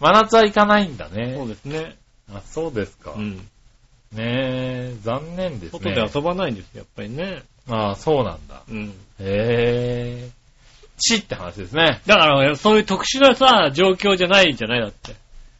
[SPEAKER 3] 真夏は行かないんだ
[SPEAKER 2] そ
[SPEAKER 3] ね
[SPEAKER 2] う。ですね。
[SPEAKER 3] あ、そうですか。
[SPEAKER 2] う
[SPEAKER 3] ね
[SPEAKER 2] ん。
[SPEAKER 3] え、残念です
[SPEAKER 2] 外
[SPEAKER 3] ね。
[SPEAKER 2] で遊ばないんですよ、やっぱりね。
[SPEAKER 3] ああ、そうなんだ。
[SPEAKER 2] うん。
[SPEAKER 3] へえ。地って話ですね。
[SPEAKER 2] だから、そういう特殊なさ、状況じゃないんじゃないだって。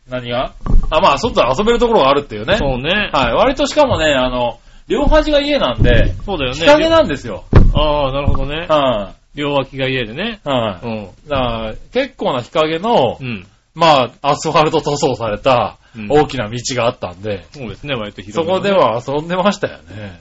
[SPEAKER 3] 何があ、まあ、外で遊べるところがあるっていうね。
[SPEAKER 2] そうね。
[SPEAKER 3] はい。割としかもね、あの、両端が家なんで、
[SPEAKER 2] そうだよね。
[SPEAKER 3] 日陰なんですよ。
[SPEAKER 2] ああ、なるほどね。
[SPEAKER 3] は
[SPEAKER 2] 両脇が家でね。
[SPEAKER 3] い。はい。
[SPEAKER 2] うん。
[SPEAKER 3] だから結構な日陰の
[SPEAKER 2] う、ん。
[SPEAKER 3] まあ、アスファルト塗装された
[SPEAKER 2] うん
[SPEAKER 3] 大きな道があったんで、
[SPEAKER 2] そうですね、割と広
[SPEAKER 3] そ
[SPEAKER 2] い、
[SPEAKER 3] こで。は遊んでましたよね。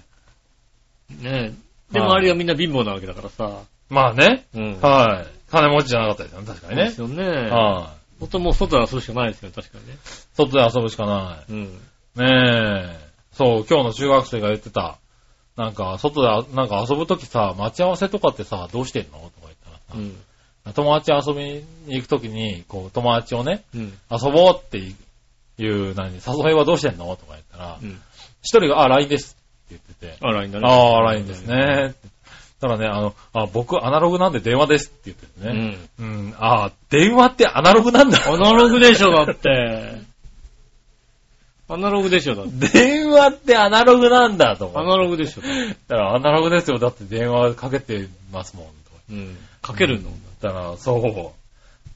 [SPEAKER 2] ねで、
[SPEAKER 3] はい
[SPEAKER 2] 周りはみんな貧乏なわけだからさ。
[SPEAKER 3] まあね、
[SPEAKER 2] うん。
[SPEAKER 3] はい。金持ちじゃなかったですよね、確かに
[SPEAKER 2] そうで
[SPEAKER 3] ね
[SPEAKER 2] す。よね。
[SPEAKER 3] は
[SPEAKER 2] 本当もう外で遊ぶしかないですよね、確かにね。
[SPEAKER 3] い。外で遊ぶしかな
[SPEAKER 2] うん。
[SPEAKER 3] い。ねえ。そう、今日の中学生が言ってた、なんか、外で、なんか遊ぶときさ、待ち合わせとかってさ、どうしてんのとか言ったら
[SPEAKER 2] う
[SPEAKER 3] さ
[SPEAKER 2] ん。
[SPEAKER 3] 友達遊びに行くときに、こう、友達をね、
[SPEAKER 2] うん。
[SPEAKER 3] 遊ぼうっていう、何、誘いはどうしてんのとか言ったら
[SPEAKER 2] う、ん。あ
[SPEAKER 3] 一人が、あ、LINE ですって言ってて、
[SPEAKER 2] あ、LINE だね。
[SPEAKER 3] ああ、ラインです。ね。ただね、あの、あ僕、アナログなんで電話ですって言って
[SPEAKER 2] う
[SPEAKER 3] るね。
[SPEAKER 2] ん。
[SPEAKER 3] うん。ああ、電話ってアナログなんだ。
[SPEAKER 2] アナログでしょ、だって。アナログでしょ、だって。
[SPEAKER 3] 電話ってアナログなんだと
[SPEAKER 2] ア
[SPEAKER 3] 思
[SPEAKER 2] ナ
[SPEAKER 3] っ
[SPEAKER 2] ログでしょ。
[SPEAKER 3] たら、アナログですよ。だって電話かけてますもん。と
[SPEAKER 2] うん。かけるの、
[SPEAKER 3] だから、そ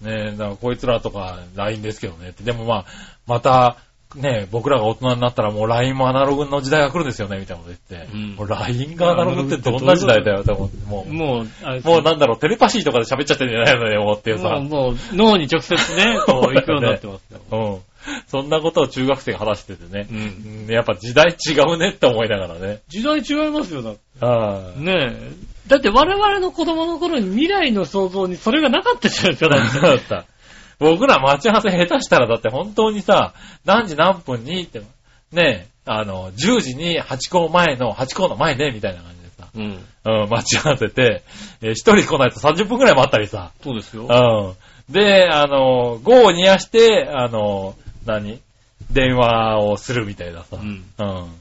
[SPEAKER 3] う。ねえ、だからこいつらとか LINE ですけどねって。でもまあ、また、ねえ、僕らが大人になったらもう LINE もアナログの時代が来るんですよね、みたいなこと言って。
[SPEAKER 2] うん
[SPEAKER 3] もう LINE がアナログってどんな時代だよ、と思って。もう、
[SPEAKER 2] もう、あれ
[SPEAKER 3] もうなんだろう、テレパシーとかで喋っちゃってんじゃないのよ、っていうさ。
[SPEAKER 2] もうもう脳に直接ね、こう、行くようになってますよ。
[SPEAKER 3] うん。そんなことを中学生が話しててね
[SPEAKER 2] う。ん。
[SPEAKER 3] うんやっぱ時代違うねって思いながらね。
[SPEAKER 2] 時代違いますよ、だって。
[SPEAKER 3] ああ。
[SPEAKER 2] ねえ。だって我々の子供の頃に未来の想像にそれがなかったじゃないですか、だって
[SPEAKER 3] だった。僕ら待ち合わせ下手したらだって本当にさ、何時何分にって、ねえ、あの、10時に8校前の、8校の前ね、みたいな感じでさ、
[SPEAKER 2] うん。
[SPEAKER 3] <laughs> うん、待ち合わせて、えー一人来ないと30分くらい待ったりさ、
[SPEAKER 2] そうですよ。
[SPEAKER 3] うん。で、あの、号を煮やして、あの、何電話をするみたいなさ、
[SPEAKER 2] うん。
[SPEAKER 3] うん。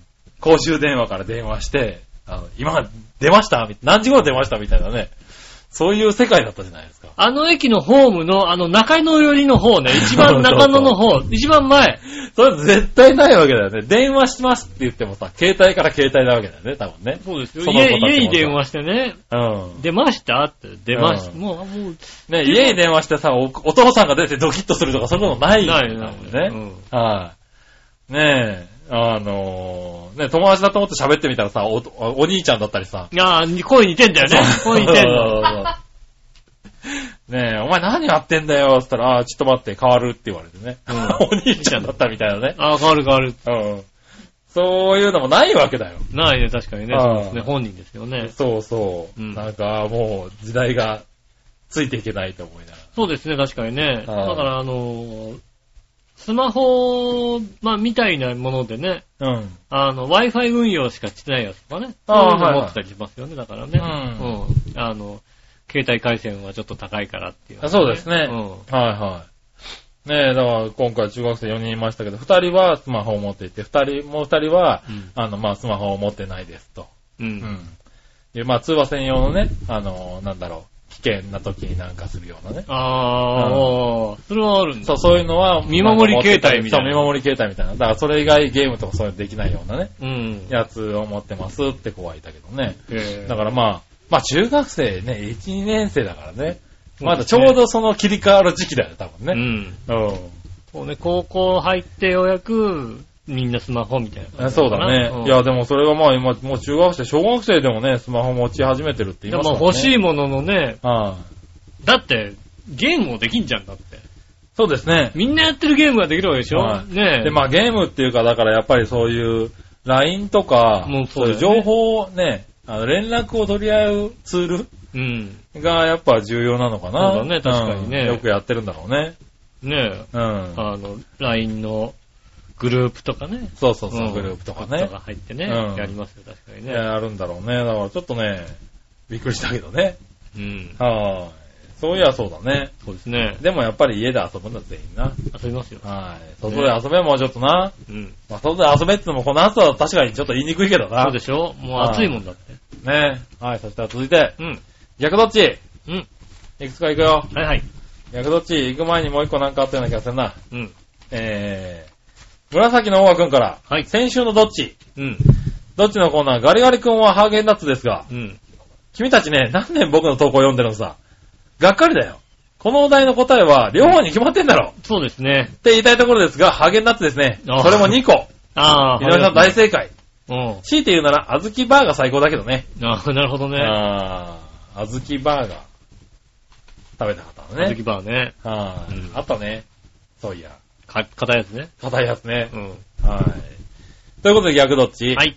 [SPEAKER 3] 公衆電話から電話して、あの、今、出ましたみ何時頃出ましたみたいなね。そういう世界だったじゃないですか。
[SPEAKER 2] あの駅のホームの、あの中野寄りの方ね、一番中野の方、一番前。
[SPEAKER 3] それ絶対ないわけだよね。電話しますって言ってもさ、携帯から携帯なわけだよね、多分ね。
[SPEAKER 2] そうですよ。
[SPEAKER 3] その子た
[SPEAKER 2] 家、
[SPEAKER 3] ちもさ
[SPEAKER 2] 家に電話してね、
[SPEAKER 3] うん。
[SPEAKER 2] 出ましたって、出ました。
[SPEAKER 3] うん
[SPEAKER 2] もう、もう、
[SPEAKER 3] ね、家に電話してさ、おお父さんが出てドキッとするとか、そういうことないよ
[SPEAKER 2] ない
[SPEAKER 3] ね
[SPEAKER 2] ない
[SPEAKER 3] 多分ね。
[SPEAKER 2] う
[SPEAKER 3] はい。ねえ、あのーね、友達だと思って喋ってみたらさ、お、お兄ちゃんだったりさ。
[SPEAKER 2] ん。ああ、声似てんだよね。声似てん
[SPEAKER 3] そう
[SPEAKER 2] の。
[SPEAKER 3] そうそう <laughs> ねえ、お前何やってんだよ、つったら、あーちょっと待って、変わるって言われてね。
[SPEAKER 2] うん
[SPEAKER 3] <laughs> お兄ちゃんだったみたいなね。
[SPEAKER 2] ああ、変わる変わる。
[SPEAKER 3] うん。そういうのもないわけだよ。
[SPEAKER 2] ないね、確かにね。
[SPEAKER 3] あ
[SPEAKER 2] そ
[SPEAKER 3] あ
[SPEAKER 2] うですね、本人ですよね。
[SPEAKER 3] そうそう。
[SPEAKER 2] うん
[SPEAKER 3] なんか、もう、時代が、ついていけないと思いなが
[SPEAKER 2] そうですね、確かにね。だか
[SPEAKER 3] ああ
[SPEAKER 2] ら、あのー、スマホ、まあ、みたいなものでね、
[SPEAKER 3] ら。うん。
[SPEAKER 2] あの、Wi-Fi 運用しかしてないやつとかね。
[SPEAKER 3] あ
[SPEAKER 2] そうい
[SPEAKER 3] あ
[SPEAKER 2] うの
[SPEAKER 3] はい
[SPEAKER 2] 持
[SPEAKER 3] はい
[SPEAKER 2] ってたりしますよね、だからね。
[SPEAKER 3] うん
[SPEAKER 2] うん。あの、携帯回線はちょっと高いからっていう、
[SPEAKER 3] あそうですね
[SPEAKER 2] うん。
[SPEAKER 3] はいはい。ねえ、だから、今回中学生4人いましたけど、2人はスマホを持っていて、2人、もう2人は、
[SPEAKER 2] うん
[SPEAKER 3] あの、まあ、スマホを持ってないですと。
[SPEAKER 2] う。
[SPEAKER 3] うんん。いう、まあ通話専用のね、あの、なんだろう、危険な時になんかするようなね。
[SPEAKER 2] あー、おーそれはあるんだ。
[SPEAKER 3] そう、そういうのは、
[SPEAKER 2] 見守り携帯みたいな
[SPEAKER 3] そう、見守り携帯みたいな。だからそれ以外ゲームとかそういうのできないようなね、
[SPEAKER 2] うん。
[SPEAKER 3] やつを持ってますって子はいたけどね。
[SPEAKER 2] えー
[SPEAKER 3] だからまあ、まあ中学生ね、1、2年生だからね。まだち
[SPEAKER 2] そうです
[SPEAKER 3] ょ
[SPEAKER 2] ね
[SPEAKER 3] うどその切り替わる時期だよ、多分
[SPEAKER 2] う
[SPEAKER 3] ね。
[SPEAKER 2] ん。
[SPEAKER 3] うん。
[SPEAKER 2] そうね、高校入ってようやく、みんなスマホみたいな
[SPEAKER 3] あ
[SPEAKER 2] 感じ
[SPEAKER 3] そう
[SPEAKER 2] か
[SPEAKER 3] だ
[SPEAKER 2] な。
[SPEAKER 3] ね。いや、でもそれがまあ今、もう中学生、小学生でもね、スマホ持ち始めてるっ
[SPEAKER 2] う
[SPEAKER 3] て
[SPEAKER 2] ん、
[SPEAKER 3] 言
[SPEAKER 2] で
[SPEAKER 3] います
[SPEAKER 2] も
[SPEAKER 3] からね。
[SPEAKER 2] 欲しい
[SPEAKER 3] い。
[SPEAKER 2] もののね、
[SPEAKER 3] ああ
[SPEAKER 2] だって、ゲームもできんじゃんだって。
[SPEAKER 3] そうですね。
[SPEAKER 2] みんなやってるゲームができるわけでしょ、
[SPEAKER 3] はい
[SPEAKER 2] ねえ。
[SPEAKER 3] で、まあゲームっていうか、だからやっぱりそういう、LINE とか、
[SPEAKER 2] もう
[SPEAKER 3] そ
[SPEAKER 2] そうう
[SPEAKER 3] い
[SPEAKER 2] だ
[SPEAKER 3] う
[SPEAKER 2] よね
[SPEAKER 3] 情報をね、あの連絡を取り合うツー
[SPEAKER 2] うん。
[SPEAKER 3] ルがやっぱ重要なのかな。
[SPEAKER 2] そうだね確かにね
[SPEAKER 3] うんよくやってるんだろうね。
[SPEAKER 2] ねえ。
[SPEAKER 3] うん。
[SPEAKER 2] あの、LINE のグループとかね。
[SPEAKER 3] そうそうそう、
[SPEAKER 2] ん
[SPEAKER 3] グループとか
[SPEAKER 2] と
[SPEAKER 3] ね
[SPEAKER 2] か。入ってね、
[SPEAKER 3] うん
[SPEAKER 2] やりますよ、確かに
[SPEAKER 3] ね
[SPEAKER 2] ね。
[SPEAKER 3] やるんだろうね。だからちょっとね、びっくりしたけどね。
[SPEAKER 2] うん。
[SPEAKER 3] はい。そういやそうだね。
[SPEAKER 2] そうですね。
[SPEAKER 3] でもやっぱり家で遊ぶんだ、全員な。
[SPEAKER 2] 遊びますよ。
[SPEAKER 3] はい。外で遊べ、もうちょっとな。
[SPEAKER 2] うん。
[SPEAKER 3] まあ、外で遊べってのもこの暑さは確かにちょっと言いにくいけどな。
[SPEAKER 2] そうでしょもう暑いもんだって。
[SPEAKER 3] ねはい、そしたら続いて、
[SPEAKER 2] うん。
[SPEAKER 3] 逆どっち
[SPEAKER 2] うん。
[SPEAKER 3] いくつか行くよ。
[SPEAKER 2] はいはい。
[SPEAKER 3] 逆どっち行く前にもう一個なんかあったような気がするな。
[SPEAKER 2] うん。
[SPEAKER 3] えー、紫の大和くんから、
[SPEAKER 2] はい
[SPEAKER 3] 先週のどっち
[SPEAKER 2] うん。
[SPEAKER 3] どっちのコーナー、ガリガリくんはハーゲンダッツですが、
[SPEAKER 2] うん。
[SPEAKER 3] 君たちね、何年僕の投稿読んでるのさ。がっかりだよ。このお題の答えは、両方に決まってんだろ
[SPEAKER 2] そうですね
[SPEAKER 3] っ。て言いたいところですが、ハーゲンダッツですね。
[SPEAKER 2] あー
[SPEAKER 3] それも2個。
[SPEAKER 2] <laughs> ああ、
[SPEAKER 3] 井上さん大正解。
[SPEAKER 2] うん。
[SPEAKER 3] 強いて言うなら、あずきバーが最高だけどね。
[SPEAKER 2] ああ、なるほどね。
[SPEAKER 3] ああ、あずきバーガー。食べたかったの
[SPEAKER 2] あず
[SPEAKER 3] ね
[SPEAKER 2] き。バーね。
[SPEAKER 3] あー、
[SPEAKER 2] うん
[SPEAKER 3] あったね。そういや。
[SPEAKER 2] か、硬いやつね。
[SPEAKER 3] 硬いやつね
[SPEAKER 2] う。ん。
[SPEAKER 3] はい。ということで逆どっち
[SPEAKER 2] はい。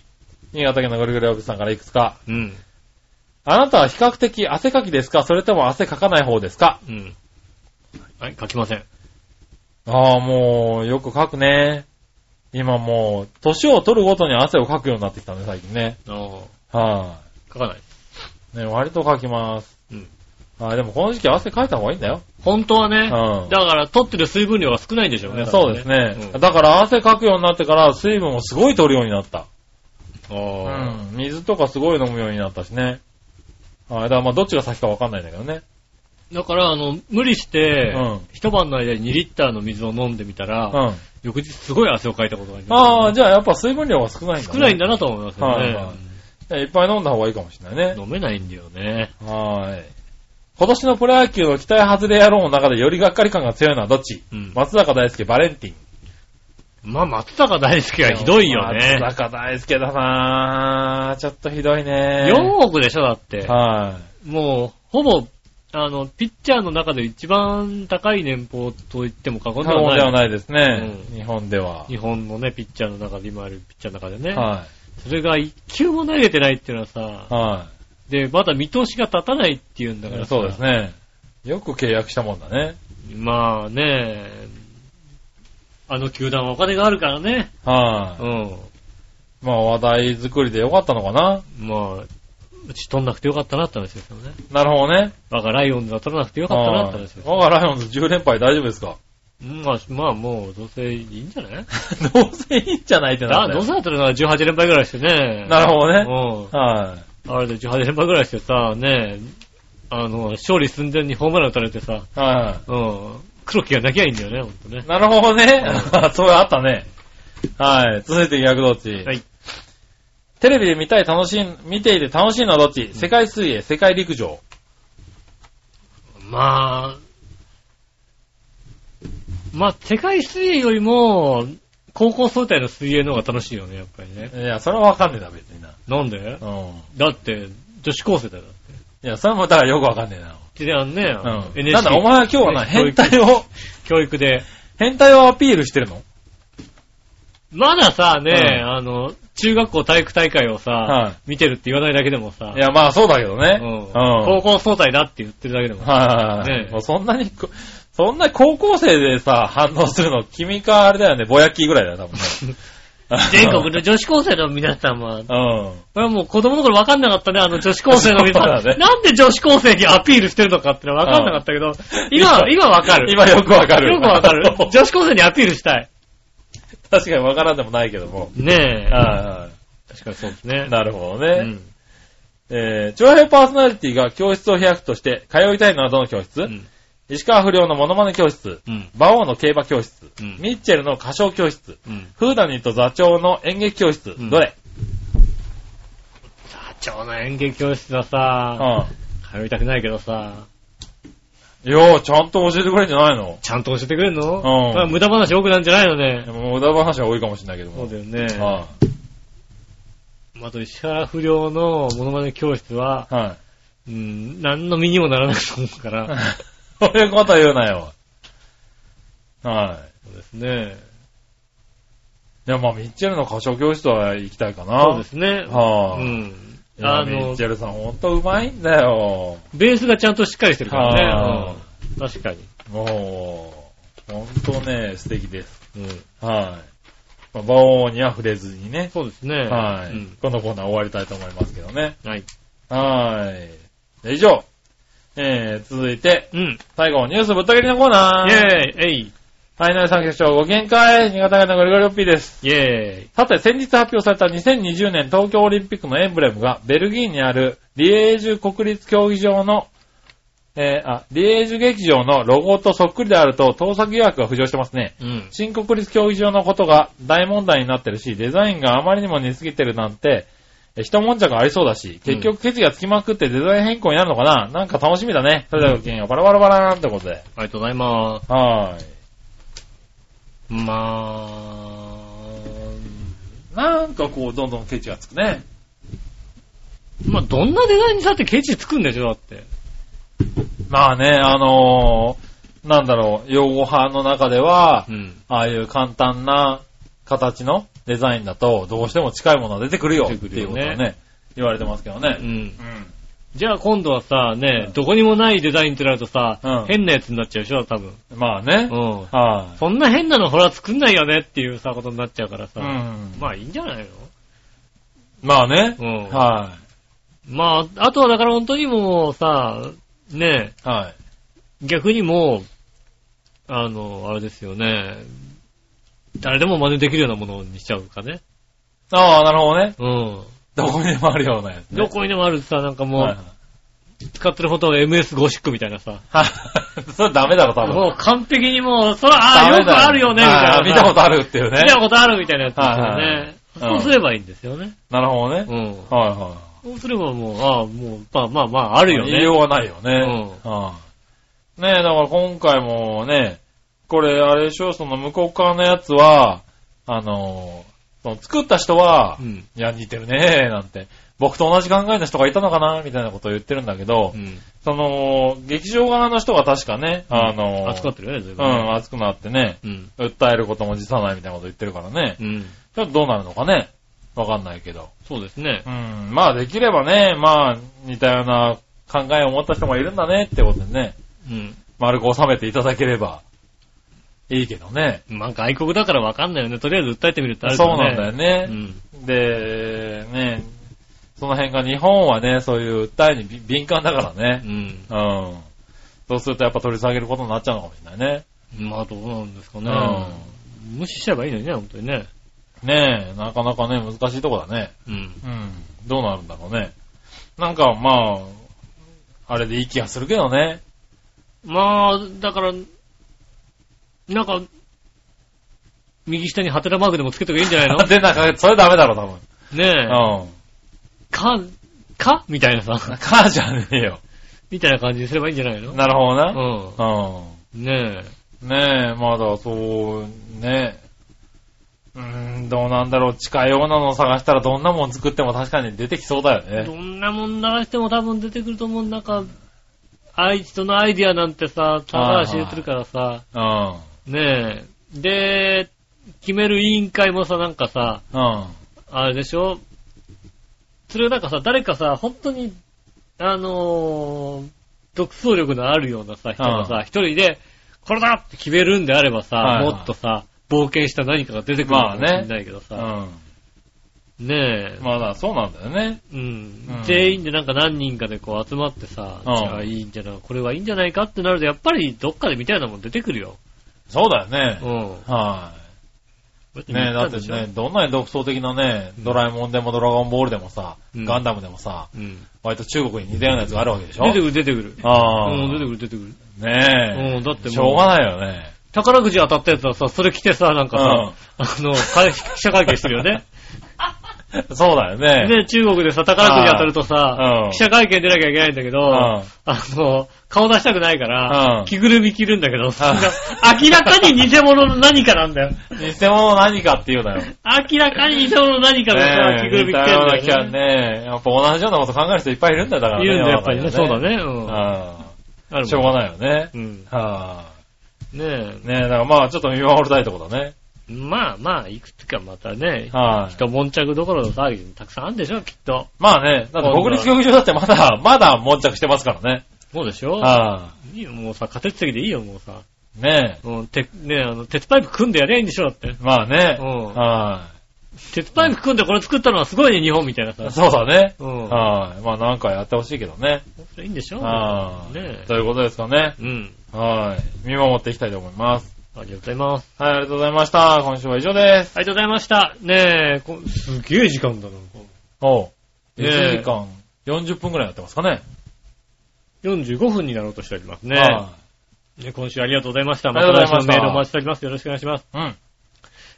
[SPEAKER 3] 新潟県のぐるぐるおじさんからいくつか。
[SPEAKER 2] うん。
[SPEAKER 3] あなたは比較的汗かきですかそれとも汗かかない方ですか
[SPEAKER 2] うん。はい、書きません。
[SPEAKER 3] ああ、もう、よくかくね。今もう、年を取るごとに汗をかくようになってきたね、最近ね。
[SPEAKER 2] ああ、
[SPEAKER 3] は
[SPEAKER 2] 書かない。
[SPEAKER 3] い、ね、割とかきます。
[SPEAKER 2] うん。
[SPEAKER 3] はい、でもこの時期汗かいた方がいいんだよ。
[SPEAKER 2] 本当はね、
[SPEAKER 3] うん
[SPEAKER 2] だから取ってる水分量が少ないんでしょうね。
[SPEAKER 3] そうですね。
[SPEAKER 2] 多分
[SPEAKER 3] だから汗かくようになってから水分をすごい取るようになった。
[SPEAKER 2] うんああ、
[SPEAKER 3] うん。水とかすごい飲むようになったしね。はい。だからまあどっちが先かわかんないんだけどね。
[SPEAKER 2] だから、あの、無理して、
[SPEAKER 3] うん
[SPEAKER 2] 一晩の間に2リッターの水を飲んでみたら、
[SPEAKER 3] うん。
[SPEAKER 2] 翌日すごい汗をかいたことがあり
[SPEAKER 3] ああ、
[SPEAKER 2] ます、
[SPEAKER 3] じゃあやっぱ水分量が少ないんだ、ね。
[SPEAKER 2] 少ないんだなと思いますよね。
[SPEAKER 3] はいはいいっぱい飲んだ方がいいかもしれないね。
[SPEAKER 2] 飲めないんだよね。
[SPEAKER 3] はい。今年のプロ野球の期待外れ野郎の中でよりがっかり感が強いのはどっち、
[SPEAKER 2] うん
[SPEAKER 3] 松坂大輔、バレンティン。
[SPEAKER 2] まあ、松坂大輔はひどいよね。
[SPEAKER 3] 松坂大輔だなぁ。ちょっとひどいね
[SPEAKER 2] 4億でしょ、だって。
[SPEAKER 3] は
[SPEAKER 2] もう、ほぼ、あの、ピッチャーの中で一番高い年俸と言っても過
[SPEAKER 3] い。
[SPEAKER 2] 言
[SPEAKER 3] 日
[SPEAKER 2] では
[SPEAKER 3] 本で
[SPEAKER 2] な。
[SPEAKER 3] はいないですね。
[SPEAKER 2] うん
[SPEAKER 3] 日本では。
[SPEAKER 2] 日本のね、ピッチャーの中で、今あるピッチャーの中でね。
[SPEAKER 3] は
[SPEAKER 2] それが一球も投げてないっていうのはさ、
[SPEAKER 3] い。は
[SPEAKER 2] で、まだ見通しが立たないっていうんだから
[SPEAKER 3] い。
[SPEAKER 2] さ
[SPEAKER 3] そうです。ね。よく契約したもんだね。
[SPEAKER 2] まあね、あの球団はお金があるからね。
[SPEAKER 3] は
[SPEAKER 2] う
[SPEAKER 3] い。
[SPEAKER 2] ん。
[SPEAKER 3] まあ話題作りでよかったのかな。
[SPEAKER 2] まあ、うち取んなくてよかったなって話ですよね。
[SPEAKER 3] なるほどね。
[SPEAKER 2] 我がライオンズは取らなくてよかったなって話ですよ。
[SPEAKER 3] 我がライオンズ10連敗大丈夫ですか
[SPEAKER 2] うんまあ、まあもう、どうせいいんじゃない
[SPEAKER 3] <laughs> どうせいいんじゃないってな
[SPEAKER 2] だ
[SPEAKER 3] んだ
[SPEAKER 2] ど
[SPEAKER 3] よ
[SPEAKER 2] うせだったら18連敗ぐらいしてね。
[SPEAKER 3] なるほどね。
[SPEAKER 2] ほ
[SPEAKER 3] は
[SPEAKER 2] うん。あれで18連敗ぐらいしてさ、ね、あの、勝利寸前にホームラン打たれてさ、
[SPEAKER 3] い。は
[SPEAKER 2] うん。黒木が泣きゃいいんだよね、ほんとね
[SPEAKER 3] い。。なるほどね
[SPEAKER 2] う。
[SPEAKER 3] <laughs> そうあったね。はい。続いて逆どっち。
[SPEAKER 2] はい。
[SPEAKER 3] テレビで見たい楽しい、見ていて楽しいのはどっち世界水泳、世界陸上。
[SPEAKER 2] まあ、まあ、世界水泳よりも、高校総体の水泳の方が楽しいよね、やっぱりね
[SPEAKER 3] い。や、それはわかんねえな、別にな。
[SPEAKER 2] なんで
[SPEAKER 3] うん。
[SPEAKER 2] だって、女子高生だよ。
[SPEAKER 3] いや、それもだからよくわかんねえな。
[SPEAKER 2] で、あのね、あの
[SPEAKER 3] うん。なんだ、お前は今日はな、
[SPEAKER 2] 教
[SPEAKER 3] 変
[SPEAKER 2] 育
[SPEAKER 3] 態を、
[SPEAKER 2] 教育で。
[SPEAKER 3] 変態をアピールしてるの
[SPEAKER 2] まださ、ね、
[SPEAKER 3] うん
[SPEAKER 2] あの、中学校体育大会をさ、
[SPEAKER 3] は
[SPEAKER 2] 見てるって言わないだけでもさ、
[SPEAKER 3] いや、まあそうだけどね。
[SPEAKER 2] うん
[SPEAKER 3] うん。
[SPEAKER 2] 高校総体だって言ってるだけでもさ、
[SPEAKER 3] はいはいはい
[SPEAKER 2] ねえ。
[SPEAKER 3] もうそんなにこ、そんな高校生でさ、反応するの、君かあれだよね、ぼやきぐらいだよ、多分ね <laughs>
[SPEAKER 2] 全国の女子高生の皆様、
[SPEAKER 3] の。
[SPEAKER 2] これはもう子供の頃分かんなかったね、あの女子高生の皆
[SPEAKER 3] <laughs> そうだ
[SPEAKER 2] 様。
[SPEAKER 3] ね
[SPEAKER 2] なんで女子高生にアピールしてるのかってのは分かんなかったけど、今、今分か
[SPEAKER 3] うん。
[SPEAKER 2] る。
[SPEAKER 3] 今よくわかる。
[SPEAKER 2] よく分か
[SPEAKER 3] <laughs>
[SPEAKER 2] る
[SPEAKER 3] そう。
[SPEAKER 2] 女子高生にアピールしたい。
[SPEAKER 3] <laughs> 確かにわからんでもないけども。
[SPEAKER 2] ねえ。
[SPEAKER 3] は
[SPEAKER 2] 確かにそうですね。
[SPEAKER 3] いはい。なるほどね。
[SPEAKER 2] うん
[SPEAKER 3] えー、長平パーソナリティが教室を開くとして、通いたいのはどの教室、
[SPEAKER 2] うん。
[SPEAKER 3] 石川不良のモノマネ教室、
[SPEAKER 2] うん。
[SPEAKER 3] 馬王の競馬教室、
[SPEAKER 2] うん
[SPEAKER 3] ミッチェルの歌唱教室、
[SPEAKER 2] うん。
[SPEAKER 3] フーダニーと座長の演劇教室、
[SPEAKER 2] うん
[SPEAKER 3] どれ、
[SPEAKER 2] 座長の演劇教室は
[SPEAKER 3] う
[SPEAKER 2] さ、
[SPEAKER 3] ん、
[SPEAKER 2] 通いたくないけどさ、
[SPEAKER 3] いやー、ちゃんと教えてくれんじゃないの
[SPEAKER 2] ちゃんと教えてくれんの
[SPEAKER 3] うん
[SPEAKER 2] まあ無駄話多くなんじゃないの
[SPEAKER 3] で
[SPEAKER 2] ね。
[SPEAKER 3] も無駄話は多いかもしれないけど
[SPEAKER 2] そ
[SPEAKER 3] も。
[SPEAKER 2] うだよね。
[SPEAKER 3] は
[SPEAKER 2] あと石原不良のモノマネ教室は、
[SPEAKER 3] い。 <laughs> はい。
[SPEAKER 2] うん、何の身にもならないと思うから、
[SPEAKER 3] そういうこと言うなよ。は
[SPEAKER 2] そうですね。
[SPEAKER 3] い。でもまあ、ミッチェルの歌唱教室は行きたいかな。
[SPEAKER 2] そうですね。
[SPEAKER 3] はあ
[SPEAKER 2] うん。
[SPEAKER 3] いや
[SPEAKER 2] あ
[SPEAKER 3] ミッ
[SPEAKER 2] の
[SPEAKER 3] チ、ェルさんほんとうまいんだよ。
[SPEAKER 2] ベースがちゃんとしっかりしてるから
[SPEAKER 3] は
[SPEAKER 2] ね。うん確かに。
[SPEAKER 3] もう、ほんとね、素敵です。
[SPEAKER 2] うん。
[SPEAKER 3] はい。まあ、馬王には触れずにね。
[SPEAKER 2] そうですね。
[SPEAKER 3] はい、
[SPEAKER 2] うん
[SPEAKER 3] このコーナー終わりたいと思いますけどね。
[SPEAKER 2] はい。
[SPEAKER 3] はい。で以上。えー、続いて、
[SPEAKER 2] うん。
[SPEAKER 3] 最後、ニュースぶった切りのコーナー。
[SPEAKER 2] イェーイえい
[SPEAKER 3] はい、ナイさん局長、ご見解、新潟県のゴリゴリオッピーです。
[SPEAKER 2] イェーイ
[SPEAKER 3] さて、先日発表された2020年東京オリンピックのエンブレムが、ベルギーにあるリエージュ国立競技場の、えーあ、リエージュ劇場のロゴとそっくりであると、盗作疑惑が浮上してますね。
[SPEAKER 2] うん。
[SPEAKER 3] 新国立競技場のことが大問題になってるし、デザインがあまりにも似すぎてるなんて、えー一悶着ありそうだし、結局ケチがつきまくってデザイン変更になるのかななんか楽しみだね。それではごきげんよう、バラバラバラーンってことで。
[SPEAKER 2] ありがとうございます。
[SPEAKER 3] はーい。
[SPEAKER 2] まあ、
[SPEAKER 3] なんかこう、どんどんケチがつくね。
[SPEAKER 2] まあ、どんなデザインにしたってケチつくんでしょ、だって。
[SPEAKER 3] まあね、あのーなんだろう、用語派の中では、
[SPEAKER 2] ん。
[SPEAKER 3] ああいう簡単な形のデザインだと、どうしても近いものが出てくるよっ
[SPEAKER 2] 出
[SPEAKER 3] て
[SPEAKER 2] てくる
[SPEAKER 3] いう
[SPEAKER 2] よ
[SPEAKER 3] こ
[SPEAKER 2] ね
[SPEAKER 3] とはね、言われてますけど
[SPEAKER 2] う
[SPEAKER 3] ね。
[SPEAKER 2] ん。
[SPEAKER 3] うん。
[SPEAKER 2] じゃあ今度はさ、ね
[SPEAKER 3] う、ん
[SPEAKER 2] どこにもないデザインってなるとさ、
[SPEAKER 3] うん
[SPEAKER 2] 変なやつになっちゃうでしょ、多分。
[SPEAKER 3] まあね、
[SPEAKER 2] うん。
[SPEAKER 3] は
[SPEAKER 2] そんな変なのほら作んないよねっていうさ、ことになっちゃうから
[SPEAKER 3] い。
[SPEAKER 2] さ。
[SPEAKER 3] うん。
[SPEAKER 2] まあいいんじゃないの
[SPEAKER 3] まあね、
[SPEAKER 2] うん
[SPEAKER 3] は
[SPEAKER 2] まあ、あとはだから本当にもうさ、ね、
[SPEAKER 3] い。はい。
[SPEAKER 2] 逆にもう、あの、あれですよね、誰でも真似できるようなものにしちゃうかね。
[SPEAKER 3] ああ、なるほどね。
[SPEAKER 2] うん。
[SPEAKER 3] どこにでもあるようなやつね。
[SPEAKER 2] どこにでもあるさ、なんかも、
[SPEAKER 3] はいう
[SPEAKER 2] 使ってるフォトは MS ゴシックみたいなさ。
[SPEAKER 3] はい。 <laughs> それダメだろ、多分。
[SPEAKER 2] もう完璧にもう、そら、ああ、よくあるよね、みたいな
[SPEAKER 3] あ
[SPEAKER 2] さ。
[SPEAKER 3] あ見たことあるっていうね
[SPEAKER 2] 見。たことあるみたいなやつですよ
[SPEAKER 3] はいはい
[SPEAKER 2] ね。そうすればいいんですよね。
[SPEAKER 3] なるほどね。
[SPEAKER 2] うん。
[SPEAKER 3] はいはい。
[SPEAKER 2] そうすればもう、ああ、もう、まあまあまあ、あるよ
[SPEAKER 3] 言いよ
[SPEAKER 2] ね。
[SPEAKER 3] うがないよね。うん。ねえ、だから今回もね、これあれでしょ、その向こう側のやつは、あのーその作った人は、
[SPEAKER 2] うん。
[SPEAKER 3] いや、似てるねなんて、僕と同じ考えの人がいたのかなみたいなことを言ってるんだけど、
[SPEAKER 2] うん。
[SPEAKER 3] その、劇場側の人が確かね、あのー
[SPEAKER 2] 熱くなってるよね、随
[SPEAKER 3] う
[SPEAKER 2] 分ね
[SPEAKER 3] ん、熱くなってね、
[SPEAKER 2] うん。
[SPEAKER 3] 訴えることも辞さないみたいなこと言ってるからね、
[SPEAKER 2] うん。
[SPEAKER 3] ちょっとどうなるのかね、わかんないけど。
[SPEAKER 2] そうですね
[SPEAKER 3] う。ん、まあできればね、まあ似たような考えを持った人もいるんだねってことでね、
[SPEAKER 2] うん。
[SPEAKER 3] 丸く収めていただければいいけどね。
[SPEAKER 2] まあ外国だからわかんないよね。とりあえず訴えてみるってある
[SPEAKER 3] そ
[SPEAKER 2] か
[SPEAKER 3] う
[SPEAKER 2] ら
[SPEAKER 3] なん
[SPEAKER 2] ね。
[SPEAKER 3] だよ
[SPEAKER 2] う
[SPEAKER 3] ね。
[SPEAKER 2] ん。
[SPEAKER 3] で、ね、その辺が日本はね、そういう訴えにび敏感だから
[SPEAKER 2] う
[SPEAKER 3] ね。
[SPEAKER 2] ん。
[SPEAKER 3] うん。そうするとやっぱ取り下げることになっちゃうのかもしれないね。
[SPEAKER 2] まあどうなんですかね。
[SPEAKER 3] う
[SPEAKER 2] 無視しちゃえばいいのにね、本当にね。
[SPEAKER 3] ねえ、なかなかね、難しいとこだね。
[SPEAKER 2] うん。
[SPEAKER 3] うん。どうなるんだろうね。なんかまあ、あれでいい気がするけどね。
[SPEAKER 2] まあ、だから、なんか、右下にハテナマークでもつけとけばいいんじゃない
[SPEAKER 3] <laughs>
[SPEAKER 2] の
[SPEAKER 3] で、なんか、それダメだろ、多分。
[SPEAKER 2] ねえ。
[SPEAKER 3] うん。
[SPEAKER 2] か、かみたいな
[SPEAKER 3] <laughs>
[SPEAKER 2] さ、
[SPEAKER 3] 母じゃねえよ。
[SPEAKER 2] みたいな感じにすればいいんじゃないの
[SPEAKER 3] なるほどな。
[SPEAKER 2] う。
[SPEAKER 3] うん
[SPEAKER 2] ねえ。
[SPEAKER 3] ん。ねえ、まだそう、ねえ。うーん、どうなんだろう。近いようなのを探したらどんなもん作っても確かに出てきそうだよ
[SPEAKER 2] ど
[SPEAKER 3] ね。
[SPEAKER 2] んなもん流しても多分出てくると思う。なんか、あい人のアイディアなんてさ、ただ知れてるからさ、
[SPEAKER 3] うん。
[SPEAKER 2] ねえ。で、決める委員会もさ、なんかさ、
[SPEAKER 3] うん。
[SPEAKER 2] あれでしょそれがなんかさ、誰かさ、本当に、あのー独創力のあるようなさ、人が
[SPEAKER 3] う
[SPEAKER 2] さ、一人で、これだって決めるんであればさ、
[SPEAKER 3] はいはい
[SPEAKER 2] もっとさ、冒険した何かが出てくるかもしれないけど
[SPEAKER 3] う
[SPEAKER 2] さ、
[SPEAKER 3] ん。
[SPEAKER 2] ねえ、
[SPEAKER 3] まだそうなんだよね。
[SPEAKER 2] うん、
[SPEAKER 3] うん
[SPEAKER 2] 全員でなんか何人かでこう集まってさ、
[SPEAKER 3] うん
[SPEAKER 2] じゃあいいんじゃない、これはいいんじゃないかってなると、やっぱりどっかでみたいなもん出てくるよ。
[SPEAKER 3] そうだよね
[SPEAKER 2] う。ん。
[SPEAKER 3] は
[SPEAKER 2] だって
[SPEAKER 3] ね
[SPEAKER 2] 言
[SPEAKER 3] だ
[SPEAKER 2] た
[SPEAKER 3] っ
[SPEAKER 2] ん
[SPEAKER 3] て
[SPEAKER 2] でしょ
[SPEAKER 3] ね、どんなに独創的なね、ドラえもんでもドラゴンボールでもさ、
[SPEAKER 2] うん
[SPEAKER 3] ガンダムでもさ、
[SPEAKER 2] うん。
[SPEAKER 3] 割と中国に似たようなやつがあるわけでしょ
[SPEAKER 2] 出てくる、出てくる。
[SPEAKER 3] ああ。
[SPEAKER 2] うん、出てくる、出てくる。
[SPEAKER 3] ねえ。
[SPEAKER 2] うんだってもう
[SPEAKER 3] しょうがないよね。
[SPEAKER 2] 宝くじ当たったやつはさ、それ着てさ、なんかさ、あの、会記者会見して
[SPEAKER 3] <laughs>
[SPEAKER 2] るよね。
[SPEAKER 3] そうだよね。
[SPEAKER 2] ね、中国でさ、宝くじ当たると
[SPEAKER 3] う
[SPEAKER 2] さ
[SPEAKER 3] ん、
[SPEAKER 2] 記者会見出なきゃいけないんだけど、
[SPEAKER 3] ん
[SPEAKER 2] あの、顔出したくないから、
[SPEAKER 3] うん
[SPEAKER 2] 着ぐるみ着るんだけど、それが <laughs> 明らかに偽物の何かなんだよ。
[SPEAKER 3] 偽物何かっていうなよ。ね
[SPEAKER 2] 明らかに偽物の何かがさ、着ぐる
[SPEAKER 3] え、
[SPEAKER 2] み着
[SPEAKER 3] 似た
[SPEAKER 2] て
[SPEAKER 3] ような
[SPEAKER 2] るん
[SPEAKER 3] 気
[SPEAKER 2] だよ
[SPEAKER 3] が
[SPEAKER 2] ね。
[SPEAKER 3] ね。やっぱ同じようなこと考える人いっぱいいるんだよだからね。
[SPEAKER 2] いるんだよ、やっぱ
[SPEAKER 3] 世
[SPEAKER 2] り
[SPEAKER 3] の
[SPEAKER 2] ね。そうだね。
[SPEAKER 3] 中
[SPEAKER 2] う。
[SPEAKER 3] にはね。うんん。しょうがないよね
[SPEAKER 2] う。ん。
[SPEAKER 3] は
[SPEAKER 2] ねえ
[SPEAKER 3] い。。ねえ、だからまあちょっと見守りたいとこだね。
[SPEAKER 2] まあまあ、いくつかまたね、
[SPEAKER 3] はい。
[SPEAKER 2] 人悶着どころの騒ぎたくさんあるんでしょ、きっと。
[SPEAKER 3] まあね、だって国立競技場だってまだ、まだ悶着してますからね。
[SPEAKER 2] そうでしょ
[SPEAKER 3] はい
[SPEAKER 2] いよ、もうさ、仮鉄席でいいよ、もうさ。
[SPEAKER 3] い。ね
[SPEAKER 2] うん、て、ねあの、鉄パイプ組んでやりゃいいんでしょ、だって。
[SPEAKER 3] え。まあね。
[SPEAKER 2] うん
[SPEAKER 3] は
[SPEAKER 2] 鉄パイプ組んでこれ作ったのはすごいね、日本みたいなさ
[SPEAKER 3] い。。そうだね。
[SPEAKER 2] うん。
[SPEAKER 3] はい。まあなんかやってほしいけどね。
[SPEAKER 2] いいんでしょ
[SPEAKER 3] はい。
[SPEAKER 2] ね
[SPEAKER 3] ということですかね。
[SPEAKER 2] うん。
[SPEAKER 3] はい。見守っていきたいと思います。
[SPEAKER 2] ありがとうございます。
[SPEAKER 3] はい、ありがとうございました。今週は以上です。
[SPEAKER 2] ありがとうございました。ねえ、こすげえ時間だな、
[SPEAKER 3] おう。
[SPEAKER 2] ねえ
[SPEAKER 3] 1時間40分くらいやってますかね。
[SPEAKER 2] 45分になろうとしておりますね。
[SPEAKER 3] は
[SPEAKER 2] ね今週ありがとうございました。
[SPEAKER 3] あり
[SPEAKER 2] ま
[SPEAKER 3] が
[SPEAKER 2] た
[SPEAKER 3] とうござ
[SPEAKER 2] 来
[SPEAKER 3] い
[SPEAKER 2] 週のメ
[SPEAKER 3] ました
[SPEAKER 2] ールお待ちしております。よろしくお願いします。
[SPEAKER 3] い。うん。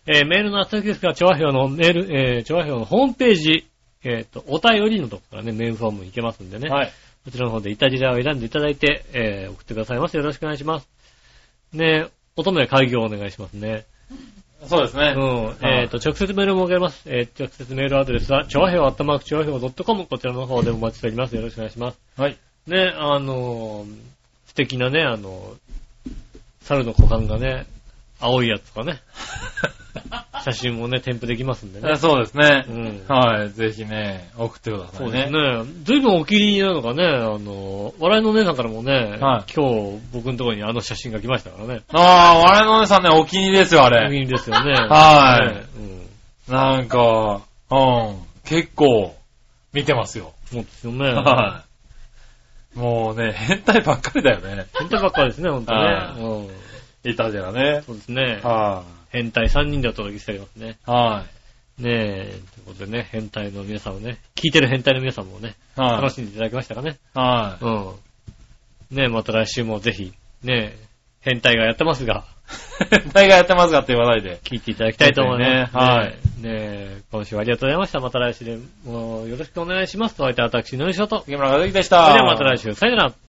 [SPEAKER 2] えーメールの宛先ですが、調和表のメール、えー、調和表のホームページ、えっ、と、お便りのとこからね、メールフォームいけますんでね。
[SPEAKER 3] はい。
[SPEAKER 2] こちらの方でイタジラを選んでいただいて、えー送ってくださいませ。よろしくお願いします。ねえ、乙女開業お願いしますね。
[SPEAKER 3] そうです
[SPEAKER 2] う
[SPEAKER 3] ね。 <laughs>
[SPEAKER 2] ん。えっ、と、直接メールも受けます。えー直接メールアドレスは、調和表、アットマーク、調和表 .com、こちらの方でお待ちしております。よろしくお願いします。
[SPEAKER 3] はい。
[SPEAKER 2] ねえ、あのー素敵なね、あのー猿の股間がね、青いやつとかね、写真もね、添付できますんでね
[SPEAKER 3] え。そうですね
[SPEAKER 2] う。ん
[SPEAKER 3] はい。ぜひね、送ってくださ
[SPEAKER 2] そ
[SPEAKER 3] いね。
[SPEAKER 2] うですね。ずいぶんお気に入りなのかね、あの、笑いのお姉さんからもね、
[SPEAKER 3] は
[SPEAKER 2] 今日僕のところにあの写真が来ましたからね。
[SPEAKER 3] ああ、我々のお姉さんね、お気に入りですよ、あ
[SPEAKER 2] お気
[SPEAKER 3] れ。
[SPEAKER 2] に入りですよね。
[SPEAKER 3] <laughs> はい
[SPEAKER 2] ねうん。
[SPEAKER 3] なんか、うん、結構、見てますよ。
[SPEAKER 2] そうですよね。
[SPEAKER 3] はい。もうね、変態ばっかりだよね。
[SPEAKER 2] 変態ばっかりですね、ほんとね。
[SPEAKER 3] はい
[SPEAKER 2] うん。
[SPEAKER 3] いたじらね。
[SPEAKER 2] そうですね。
[SPEAKER 3] は
[SPEAKER 2] 変態3人でお届けしておりますね。
[SPEAKER 3] い。は
[SPEAKER 2] ねえ、ということでね、変態の皆さんをね、聞いてる変態の皆さんもね、
[SPEAKER 3] い。は
[SPEAKER 2] 楽
[SPEAKER 3] い。
[SPEAKER 2] しんでいただきましたかね。
[SPEAKER 3] は
[SPEAKER 2] うん。ねえ、また来週もぜひ、ねえ、変態がやってますが、
[SPEAKER 3] い。変 <laughs> 態がやってますかって言わないで。
[SPEAKER 2] 聞いていただきたいと思います。
[SPEAKER 3] はい
[SPEAKER 2] ねえ今週はありがとうございました。また来週でもうよろしくお願いします。お相手は私、のりしょと。
[SPEAKER 3] 杉村和之でした。
[SPEAKER 2] それではまた来週。さよなら。